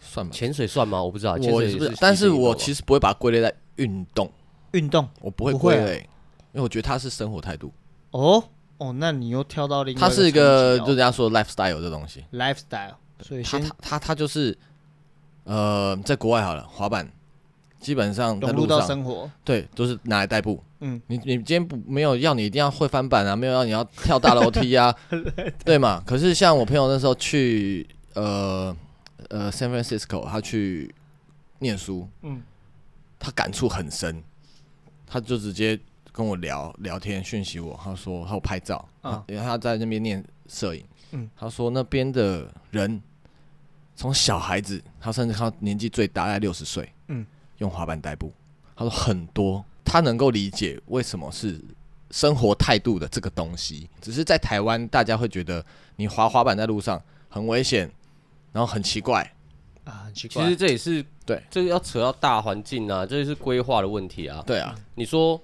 [SPEAKER 3] 算 吧，
[SPEAKER 2] 潜水算吗？我不知道，潜
[SPEAKER 3] 我
[SPEAKER 2] 水
[SPEAKER 3] 是不
[SPEAKER 2] 啊也
[SPEAKER 3] 是
[SPEAKER 2] 是？，
[SPEAKER 3] 但是我
[SPEAKER 2] 实
[SPEAKER 3] 其实不会把它归类在运动，
[SPEAKER 1] 运动
[SPEAKER 3] 我不会
[SPEAKER 1] 不会
[SPEAKER 3] 归
[SPEAKER 1] 啊
[SPEAKER 3] 类，因为我觉得它是生活态度。
[SPEAKER 1] 哦哦，那你又跳到另外
[SPEAKER 3] 它是一个
[SPEAKER 1] 层
[SPEAKER 3] 就人
[SPEAKER 1] 级
[SPEAKER 3] 家说的 lifestyle 这东西，
[SPEAKER 1] 哦 lifestyle，所以
[SPEAKER 3] 它
[SPEAKER 1] 哦先
[SPEAKER 3] 它它它就是呃，在国外好了，滑板基本上在
[SPEAKER 1] 融入
[SPEAKER 3] 路
[SPEAKER 1] 到
[SPEAKER 3] 上
[SPEAKER 1] 生活。
[SPEAKER 3] 对都、是拿来代步。
[SPEAKER 1] 嗯，
[SPEAKER 3] 你你今天不没有要你一定要会翻板啊，没有要你要跳大楼梯 啊，对嘛？可是像我朋友那时候去呃呃 San Francisco，他去念书，
[SPEAKER 1] 嗯，
[SPEAKER 3] 他感触很深，他就直接跟我聊聊天，讯息我，他说他有拍照，
[SPEAKER 1] 啊
[SPEAKER 3] 因为他在那边念摄影，
[SPEAKER 1] 嗯
[SPEAKER 3] 他说那边的人从小孩子，他甚至他年纪最大大概六十岁，
[SPEAKER 1] 嗯，
[SPEAKER 3] 用滑板代步，他说很多，他能够理解为什么是生活态度的这个东西。只是在台湾，大家会觉得你滑滑板在路上很危险，然后很奇怪。
[SPEAKER 1] 啊，很奇
[SPEAKER 2] 其
[SPEAKER 1] 怪。
[SPEAKER 2] 实这也是
[SPEAKER 3] 对，
[SPEAKER 2] 这个要扯到大环境啊，这就是规划的问题啊。
[SPEAKER 3] 对啊，
[SPEAKER 1] 嗯
[SPEAKER 2] 你说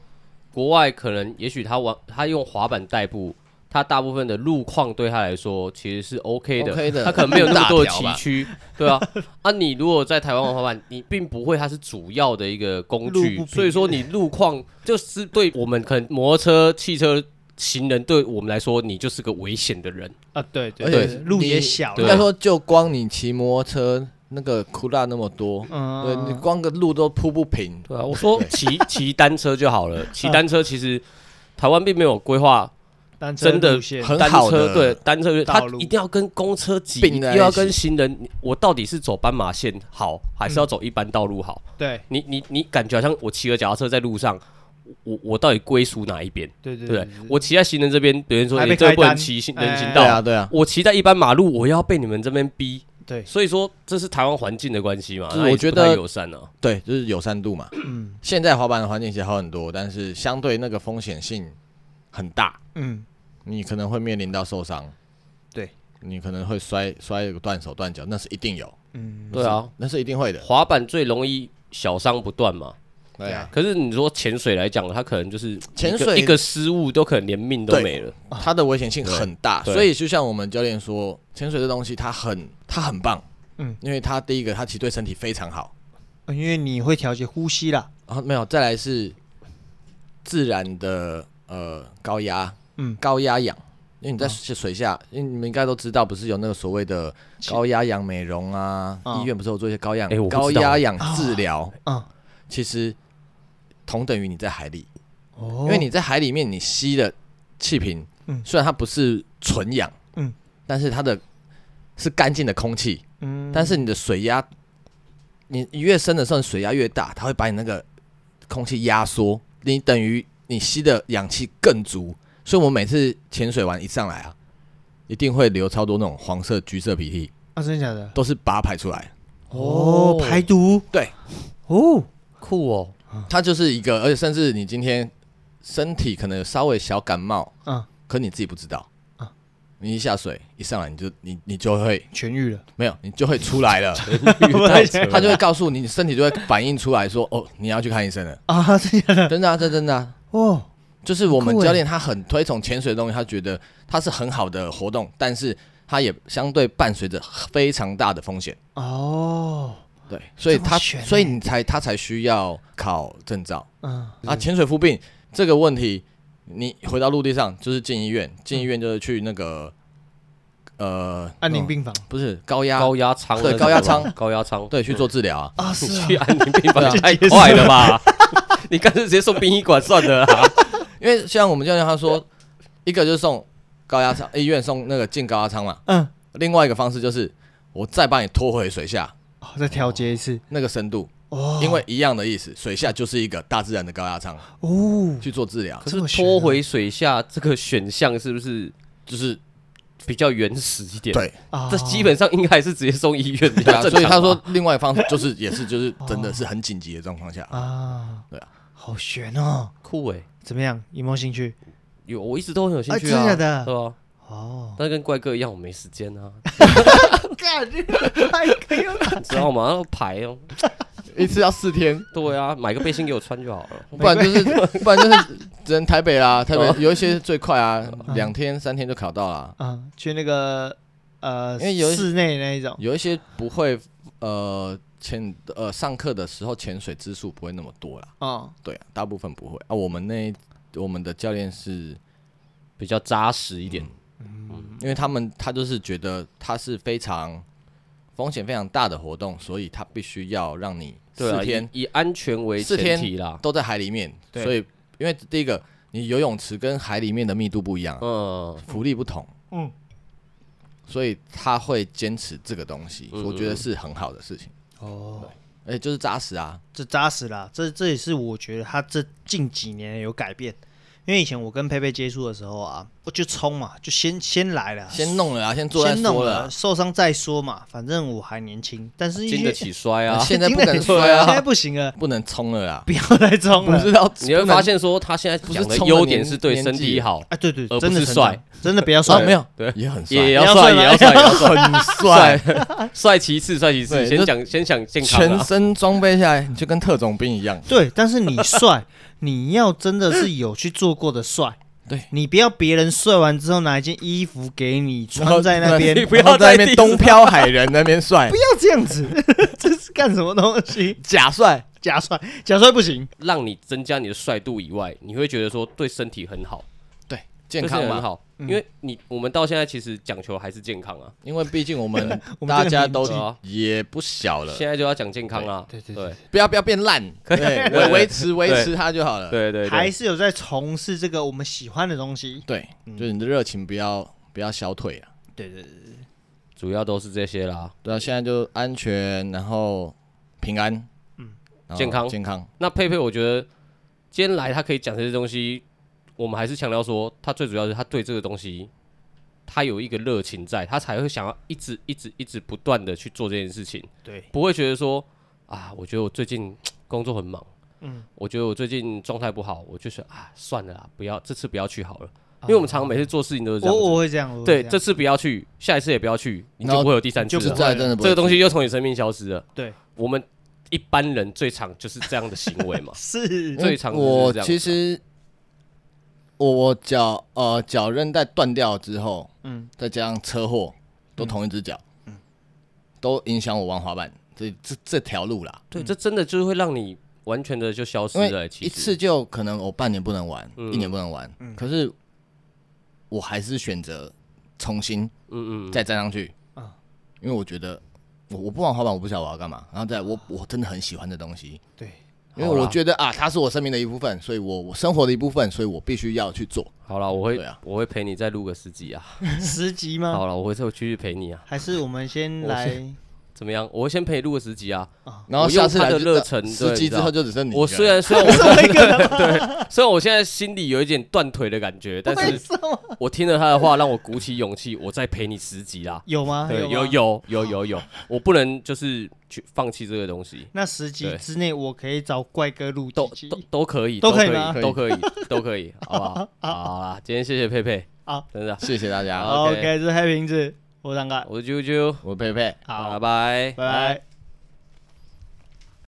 [SPEAKER 2] 国外可能也许他玩他用滑板代步，他大部分的路况对他来说其实是 OK 的
[SPEAKER 3] OK 的
[SPEAKER 2] 他可能没有那么多的
[SPEAKER 3] 大条
[SPEAKER 2] 崎
[SPEAKER 3] 吧
[SPEAKER 2] 岖，对啊。啊，你如果在台湾玩滑板，你并不会它是主要的一个工
[SPEAKER 1] 路不
[SPEAKER 2] 具，
[SPEAKER 1] 平
[SPEAKER 2] 所以说你路况就是对我们可能摩托车、汽车。行人对我们来说，你就是个危险的人。
[SPEAKER 1] 啊，对对
[SPEAKER 3] 而
[SPEAKER 1] 对，
[SPEAKER 3] 且
[SPEAKER 1] 对路
[SPEAKER 3] 你
[SPEAKER 1] 也小啊
[SPEAKER 2] 对
[SPEAKER 3] 应
[SPEAKER 1] 了，
[SPEAKER 3] 该说，就光你骑摩托车那个哭大那么多，对你
[SPEAKER 1] 嗯，
[SPEAKER 3] 光个路都铺不平。
[SPEAKER 2] 对啊，我说骑骑单车就好了。骑单车其实台湾并没有规划
[SPEAKER 1] 单车
[SPEAKER 2] 真的
[SPEAKER 1] 路线
[SPEAKER 3] 很
[SPEAKER 2] 单
[SPEAKER 3] 好
[SPEAKER 2] 车
[SPEAKER 3] 的
[SPEAKER 2] 对单车，它
[SPEAKER 1] 道路
[SPEAKER 2] 一定要跟公车挤，
[SPEAKER 3] 并
[SPEAKER 2] 一
[SPEAKER 3] 在
[SPEAKER 2] 定要
[SPEAKER 3] 一起
[SPEAKER 2] 跟行人。你我到底是走斑马线好，还是要走一般道路好？
[SPEAKER 1] 对
[SPEAKER 2] 你你你感觉好像我骑了脚踏车在路上，我我到底归属哪一边？
[SPEAKER 1] 对对
[SPEAKER 2] 对不对？我骑在行人这边，别人说
[SPEAKER 1] 还
[SPEAKER 2] 你
[SPEAKER 1] 被
[SPEAKER 2] 这个
[SPEAKER 1] 开
[SPEAKER 2] 不能
[SPEAKER 1] 单
[SPEAKER 2] 骑行人
[SPEAKER 1] 哎
[SPEAKER 2] 行
[SPEAKER 3] 对
[SPEAKER 2] 道，
[SPEAKER 3] 啊，对啊，
[SPEAKER 2] 我骑在一般马路，我要被你们这边逼。
[SPEAKER 1] 对，
[SPEAKER 2] 所以说这是台湾环境的关系嘛，
[SPEAKER 3] 就是
[SPEAKER 2] 那也
[SPEAKER 3] 我
[SPEAKER 2] 是
[SPEAKER 3] 觉
[SPEAKER 2] 不太
[SPEAKER 3] 得
[SPEAKER 2] 友善啊。
[SPEAKER 3] 对，就是友善度嘛。
[SPEAKER 1] 嗯
[SPEAKER 3] 现在滑板的环境其实好很多，但是相对那个风险性很大，
[SPEAKER 1] 嗯，
[SPEAKER 3] 你可能会面临到受伤，
[SPEAKER 1] 对
[SPEAKER 3] 你可能会摔摔个断手断脚，那是一定有，
[SPEAKER 1] 嗯
[SPEAKER 2] 对啊，
[SPEAKER 3] 那是一定会的。
[SPEAKER 2] 滑板最容易小伤不断嘛。
[SPEAKER 3] 对啊，
[SPEAKER 2] 可是你说潜水来讲，它可能就是
[SPEAKER 3] 潜
[SPEAKER 2] 一个
[SPEAKER 3] 水
[SPEAKER 2] 一个失误都可能连命都
[SPEAKER 3] 对
[SPEAKER 2] 没了。
[SPEAKER 3] 它的危险性很大，
[SPEAKER 2] 对
[SPEAKER 3] 所以就像我们教练说，潜水这东西它很它很棒，
[SPEAKER 1] 嗯
[SPEAKER 3] 嗯，因为它第一个它其实对身体非常好，
[SPEAKER 1] 因为你会调节呼吸啦，
[SPEAKER 3] 然后没有再来是自然的呃高压，
[SPEAKER 1] 嗯
[SPEAKER 3] 嗯，高压氧。因为你在水水下，因为你们应该都知道，不是有那个所谓的高压氧美容啊，
[SPEAKER 1] 嗯
[SPEAKER 3] 医院不是有做一些高氧、
[SPEAKER 2] 哎我不知道
[SPEAKER 3] 高压氧治疗，
[SPEAKER 1] 嗯，
[SPEAKER 3] 其实同等于你在海里，
[SPEAKER 1] 哦
[SPEAKER 3] 因为你在海里面你吸的气瓶，
[SPEAKER 1] 嗯
[SPEAKER 3] 虽然它不是纯氧，
[SPEAKER 1] 嗯
[SPEAKER 3] 但是它的是干净的空气，
[SPEAKER 1] 嗯
[SPEAKER 3] 但是你的水压，你你越深的时候，你水压越大，它会把你那个空气压缩，你等于你吸的氧气更足，所以我们每次潜水完一上来啊，一定会流超多那种黄色、橘色鼻涕，
[SPEAKER 1] 啊，真的假的？
[SPEAKER 3] 都是把它排出来。
[SPEAKER 1] 哦，排毒
[SPEAKER 3] 对，
[SPEAKER 1] 哦，
[SPEAKER 2] 酷哦，
[SPEAKER 1] 啊
[SPEAKER 3] 它就是一个，而且甚至你今天身体可能有稍微小感冒，
[SPEAKER 1] 嗯，
[SPEAKER 3] 可你自己不知道
[SPEAKER 1] 啊
[SPEAKER 3] 你一下水一上来你就你你就会
[SPEAKER 1] 痊愈了，
[SPEAKER 3] 没有，你就会出来 了， 他就会告诉你，你身体就会反应出来说，哦，你要去看医生 了，
[SPEAKER 1] 啊，真的假的？
[SPEAKER 3] 真的啊，这真的啊，
[SPEAKER 1] 哦，
[SPEAKER 3] 就是我们
[SPEAKER 1] 酷欸
[SPEAKER 3] 教练他很推崇潜水的东西，他觉得它是很好的活动，但是它也相对伴随着非常大的风险，
[SPEAKER 1] 哦，
[SPEAKER 3] 对，所以
[SPEAKER 1] 这么
[SPEAKER 3] 他
[SPEAKER 1] 悬欸
[SPEAKER 3] 所以你才他才需要考证照。
[SPEAKER 1] 嗯，
[SPEAKER 3] 啊，潜水夫病这个问题，你回到陆地上就是进医院，进医院就是去那个呃
[SPEAKER 1] 安
[SPEAKER 3] 那
[SPEAKER 1] 宁
[SPEAKER 3] 种
[SPEAKER 1] 病房
[SPEAKER 3] 不是高压
[SPEAKER 2] 高压舱啊
[SPEAKER 3] 对
[SPEAKER 2] 那
[SPEAKER 3] 高压
[SPEAKER 2] 种吧
[SPEAKER 3] 舱
[SPEAKER 2] 高压舱，
[SPEAKER 3] 对去做治疗啊。
[SPEAKER 1] 啊，是
[SPEAKER 2] 你
[SPEAKER 1] 啊
[SPEAKER 2] 去，安宁病房
[SPEAKER 3] 对
[SPEAKER 1] 啊
[SPEAKER 2] 太快了吧？ 你干脆直接送殡仪馆算了 啦。
[SPEAKER 3] 因为像我们教练他说，一个就是送高压舱医院送那个进高压舱嘛，
[SPEAKER 1] 嗯，
[SPEAKER 3] 另外一个方式就是我再把你拖回水下
[SPEAKER 1] 好，哦再调节一次，
[SPEAKER 3] 那个深度，
[SPEAKER 1] 哦，
[SPEAKER 3] 因为一样的意思，水下就是一个大自然的高压舱
[SPEAKER 1] 哦，
[SPEAKER 3] 去做治疗，
[SPEAKER 2] 可
[SPEAKER 1] 这么
[SPEAKER 2] 是
[SPEAKER 1] 悬啊
[SPEAKER 2] 拖回水下这个选项是不是
[SPEAKER 3] 就是
[SPEAKER 2] 比较原始一点？，
[SPEAKER 3] 对
[SPEAKER 1] 啊
[SPEAKER 2] 这基本上应该还是直接送医院比
[SPEAKER 3] 对
[SPEAKER 2] 较
[SPEAKER 3] 啊，
[SPEAKER 2] 正常吧。
[SPEAKER 3] 所以他说另外一方式就是也是就是真的是很紧急的状况下，
[SPEAKER 1] 啊，
[SPEAKER 3] 对啊，
[SPEAKER 1] 好悬哦，
[SPEAKER 2] 酷哎，
[SPEAKER 1] 怎么样？有没有兴趣？
[SPEAKER 2] 有我一直都很有兴
[SPEAKER 1] 啊
[SPEAKER 2] 趣
[SPEAKER 1] 真
[SPEAKER 3] 哎
[SPEAKER 2] 啊，
[SPEAKER 1] 的假的
[SPEAKER 2] 对啊，
[SPEAKER 1] 哦，
[SPEAKER 2] 但是跟怪哥一样，我没时间啊，
[SPEAKER 1] 干，太可以了，
[SPEAKER 2] 你知道吗？要排哦，
[SPEAKER 3] 一次要四天。
[SPEAKER 2] 对啊，买个背心给我穿就好了。
[SPEAKER 3] 不然就是， 不然就是只能台北啦，台
[SPEAKER 2] 哦
[SPEAKER 3] 北有一些最快啊，两天三天就考到啦。
[SPEAKER 1] 啊，去那个呃，
[SPEAKER 3] 因为有一
[SPEAKER 1] 室内那一
[SPEAKER 2] 哦
[SPEAKER 1] 种，
[SPEAKER 3] 有一些不会，呃，潜呃上课的时候潜水支数不会那么多啦。
[SPEAKER 1] 哦，
[SPEAKER 3] 对啊，大部分不会啊。我们那我们的教练是，
[SPEAKER 2] 比较扎实一点。
[SPEAKER 3] 因为他们他就是觉得他是非常风险非常大的活动，所以他必须要让你
[SPEAKER 2] 对
[SPEAKER 3] 四
[SPEAKER 2] 啊，
[SPEAKER 3] 天
[SPEAKER 2] 以以安全为
[SPEAKER 3] 四
[SPEAKER 2] 前
[SPEAKER 3] 天
[SPEAKER 2] 提啦。
[SPEAKER 3] 都在海里面，
[SPEAKER 1] 对
[SPEAKER 3] 所以因为第一个你游泳池跟海里面的密度不一样啊，
[SPEAKER 2] 嗯，
[SPEAKER 3] 浮力不同。
[SPEAKER 1] 嗯，
[SPEAKER 3] 所以他会坚持这个东西，
[SPEAKER 2] 嗯
[SPEAKER 3] 我觉得是很好的事情，
[SPEAKER 1] 哦，
[SPEAKER 3] 而且就是扎实啊。
[SPEAKER 1] 这扎实啦，这这也是我觉得他这近几年有改变，因为以前我跟佩佩接触的时候啊，我就冲嘛，就先先来了，
[SPEAKER 3] 先弄了啊，先做再
[SPEAKER 1] 先弄
[SPEAKER 3] 说
[SPEAKER 1] 了，
[SPEAKER 3] 了
[SPEAKER 1] 受伤再说嘛，反正我还年轻，但是因
[SPEAKER 2] 嗯经得
[SPEAKER 1] 为
[SPEAKER 2] 起摔
[SPEAKER 3] 啊，
[SPEAKER 2] 啊。
[SPEAKER 3] 现在不
[SPEAKER 1] 经得
[SPEAKER 3] 敢
[SPEAKER 1] 起
[SPEAKER 3] 摔
[SPEAKER 1] 现在
[SPEAKER 3] 啊，
[SPEAKER 1] 不行了，
[SPEAKER 3] 不能冲了啦，
[SPEAKER 1] 不要再冲
[SPEAKER 3] 不
[SPEAKER 1] 了。
[SPEAKER 3] 知道
[SPEAKER 2] 你会发现说他现在
[SPEAKER 3] 不是
[SPEAKER 2] 讲的
[SPEAKER 3] 冲了
[SPEAKER 2] 优点
[SPEAKER 3] 年
[SPEAKER 2] 是对
[SPEAKER 3] 年
[SPEAKER 2] 身
[SPEAKER 3] 纪
[SPEAKER 2] 体好，
[SPEAKER 1] 哎，对对，
[SPEAKER 2] 而不
[SPEAKER 1] 真的
[SPEAKER 2] 是
[SPEAKER 1] 成长
[SPEAKER 2] 帅，
[SPEAKER 1] 真的不要
[SPEAKER 3] 啊，
[SPEAKER 1] 帅，
[SPEAKER 3] 没有，
[SPEAKER 2] 对
[SPEAKER 3] 也很帅，
[SPEAKER 2] 也
[SPEAKER 1] 要
[SPEAKER 2] 要
[SPEAKER 1] 帅
[SPEAKER 2] 帅，也
[SPEAKER 1] 吗
[SPEAKER 2] 要帅，也要帅，
[SPEAKER 3] 很 帅，
[SPEAKER 2] 帅其次，帅其次。
[SPEAKER 3] 对
[SPEAKER 2] 先
[SPEAKER 3] 就
[SPEAKER 2] 讲先讲健康的
[SPEAKER 3] 全
[SPEAKER 2] 啊，
[SPEAKER 3] 身装备下来你就跟特种 兵一样，
[SPEAKER 1] 对，但是你帅，你要真的是有去做过的 帅。
[SPEAKER 3] 对
[SPEAKER 1] 你不要别人帅完之后拿一件衣服给你
[SPEAKER 3] 然后
[SPEAKER 1] 穿在那边，
[SPEAKER 3] 对
[SPEAKER 1] 不
[SPEAKER 2] 你不要
[SPEAKER 3] 然后在那边
[SPEAKER 2] 在地上
[SPEAKER 3] 东漂海人那边帅，
[SPEAKER 1] 要这样子， 这是干什么东西？
[SPEAKER 3] 假帅，
[SPEAKER 1] 假帅，假帅不行。
[SPEAKER 2] 让你增加你的帅度以外，你会觉得说对身体很好，
[SPEAKER 3] 对，健康
[SPEAKER 2] 对身体
[SPEAKER 3] 嘛嗯
[SPEAKER 2] 很，好，因为你我们到现在其实讲求还是健康啊，
[SPEAKER 3] 因为毕竟 我们
[SPEAKER 1] 我们这个
[SPEAKER 3] 大家
[SPEAKER 1] 民
[SPEAKER 3] 都
[SPEAKER 2] 族啊
[SPEAKER 3] 也不小了，
[SPEAKER 2] 现在就要讲健康啊，
[SPEAKER 1] 对对
[SPEAKER 2] 对
[SPEAKER 1] 对
[SPEAKER 2] 对
[SPEAKER 3] 不要不要变烂，
[SPEAKER 2] 可以
[SPEAKER 3] 对
[SPEAKER 2] 对
[SPEAKER 3] 维维持维
[SPEAKER 2] 对
[SPEAKER 3] 持它就好了。
[SPEAKER 2] 对对，
[SPEAKER 1] 还是有在从事这个我们喜欢的东西。
[SPEAKER 3] 对，就是你的热情不要不要消退啊。
[SPEAKER 1] 对对对，
[SPEAKER 2] 主要都是这些啦。
[SPEAKER 3] 对啊，现在就安全，然后平安，嗯
[SPEAKER 2] 健康
[SPEAKER 3] 健康。
[SPEAKER 2] 那佩佩，我觉得今天来他可以讲这些东西，我们还是强调说，他最主要是他对这个东西，他有一个热情在，他才会想要一直一直一直不断的去做这件事情，
[SPEAKER 1] 对，
[SPEAKER 2] 不会觉得说啊，我觉得我最近工作很忙，嗯，我觉得我最近状态不好，我就想啊，算了啦，不要这次不要去好了，因为我们常常每次做事情都是这样
[SPEAKER 1] 哦我
[SPEAKER 2] 子。
[SPEAKER 1] 我会这样。我会
[SPEAKER 2] 对，
[SPEAKER 1] 样
[SPEAKER 2] 这次不要去，下一次也不要去，你就
[SPEAKER 3] 然后
[SPEAKER 2] 不会有第三次
[SPEAKER 1] 就不
[SPEAKER 2] 了
[SPEAKER 3] 实。在真的不
[SPEAKER 2] 这个
[SPEAKER 3] 会
[SPEAKER 2] 东西又从你生命消失了。
[SPEAKER 1] 对。
[SPEAKER 2] 我们一般人最常就是这样的行为嘛
[SPEAKER 1] 是
[SPEAKER 2] 最常就是
[SPEAKER 3] 我
[SPEAKER 2] 这样啊
[SPEAKER 3] 其实我我脚呃脚韧带断掉之后，
[SPEAKER 1] 嗯
[SPEAKER 3] 嗯，再加上车祸，都同一只脚，都影响我玩滑板这这这条路啦。
[SPEAKER 2] 对，这真的就是会让你完全的就消失
[SPEAKER 3] 因
[SPEAKER 2] 了、
[SPEAKER 3] 为
[SPEAKER 2] 啊其
[SPEAKER 3] 一
[SPEAKER 2] 实
[SPEAKER 3] 次就可能我半年不能玩，
[SPEAKER 2] 嗯
[SPEAKER 3] 一年不能玩，可是我还是选择重新
[SPEAKER 2] 嗯嗯，
[SPEAKER 3] 再站上去，
[SPEAKER 1] 啊
[SPEAKER 3] 因为我觉得我我不玩滑板，我不晓得我要干嘛。然后再来我我真的很喜欢这东西，
[SPEAKER 1] 对，
[SPEAKER 3] 因为
[SPEAKER 2] 好啦
[SPEAKER 3] 我觉得啊，它是我生命的一部分，所以我我生活的一部分，所以我必须要去做。
[SPEAKER 2] 好了，我会、
[SPEAKER 3] 对啊
[SPEAKER 2] 我会陪你再录个十集啊。
[SPEAKER 1] 十级吗？
[SPEAKER 2] 好了，我会再继续陪你啊。
[SPEAKER 1] 还是我们先
[SPEAKER 2] 我
[SPEAKER 1] 来？
[SPEAKER 2] 怎么样？我会先陪你录个十集啊。
[SPEAKER 3] 然后
[SPEAKER 2] 我用
[SPEAKER 3] 下次
[SPEAKER 2] 它
[SPEAKER 3] 来
[SPEAKER 2] 的
[SPEAKER 3] 就
[SPEAKER 2] 热
[SPEAKER 3] 到
[SPEAKER 2] 忱对
[SPEAKER 3] 十级
[SPEAKER 2] 你知
[SPEAKER 3] 之
[SPEAKER 2] 道
[SPEAKER 3] 后就只剩你一个人。
[SPEAKER 2] 我虽然虽然我
[SPEAKER 1] 我一个人吗，
[SPEAKER 2] 虽然我现在心里有一点断腿的感觉，但
[SPEAKER 1] 为
[SPEAKER 2] 是
[SPEAKER 1] 什么？
[SPEAKER 2] 我听了他的话，让我鼓起勇气，我再陪你十集啦。
[SPEAKER 1] 啊有吗？
[SPEAKER 2] 对，
[SPEAKER 1] 吗
[SPEAKER 2] 有。有有有有，我不能就是去放弃这个东西。
[SPEAKER 1] 那十级
[SPEAKER 2] 对
[SPEAKER 1] 之内，我可以找怪哥录
[SPEAKER 2] 都
[SPEAKER 1] 几
[SPEAKER 2] 都
[SPEAKER 1] 集？
[SPEAKER 2] 都可以，
[SPEAKER 1] 都
[SPEAKER 2] 都
[SPEAKER 1] 可以吗
[SPEAKER 2] 以，都可以，都可以，好不好？好啦，今天谢谢佩佩，
[SPEAKER 1] 好，
[SPEAKER 2] 真的，
[SPEAKER 3] 谢谢大家，
[SPEAKER 2] 好 OK
[SPEAKER 1] OK，这是黑瓶子，我张哥，
[SPEAKER 2] 我是啾啾，
[SPEAKER 3] 我佩佩。
[SPEAKER 1] 好
[SPEAKER 2] 拜拜。
[SPEAKER 1] 拜拜。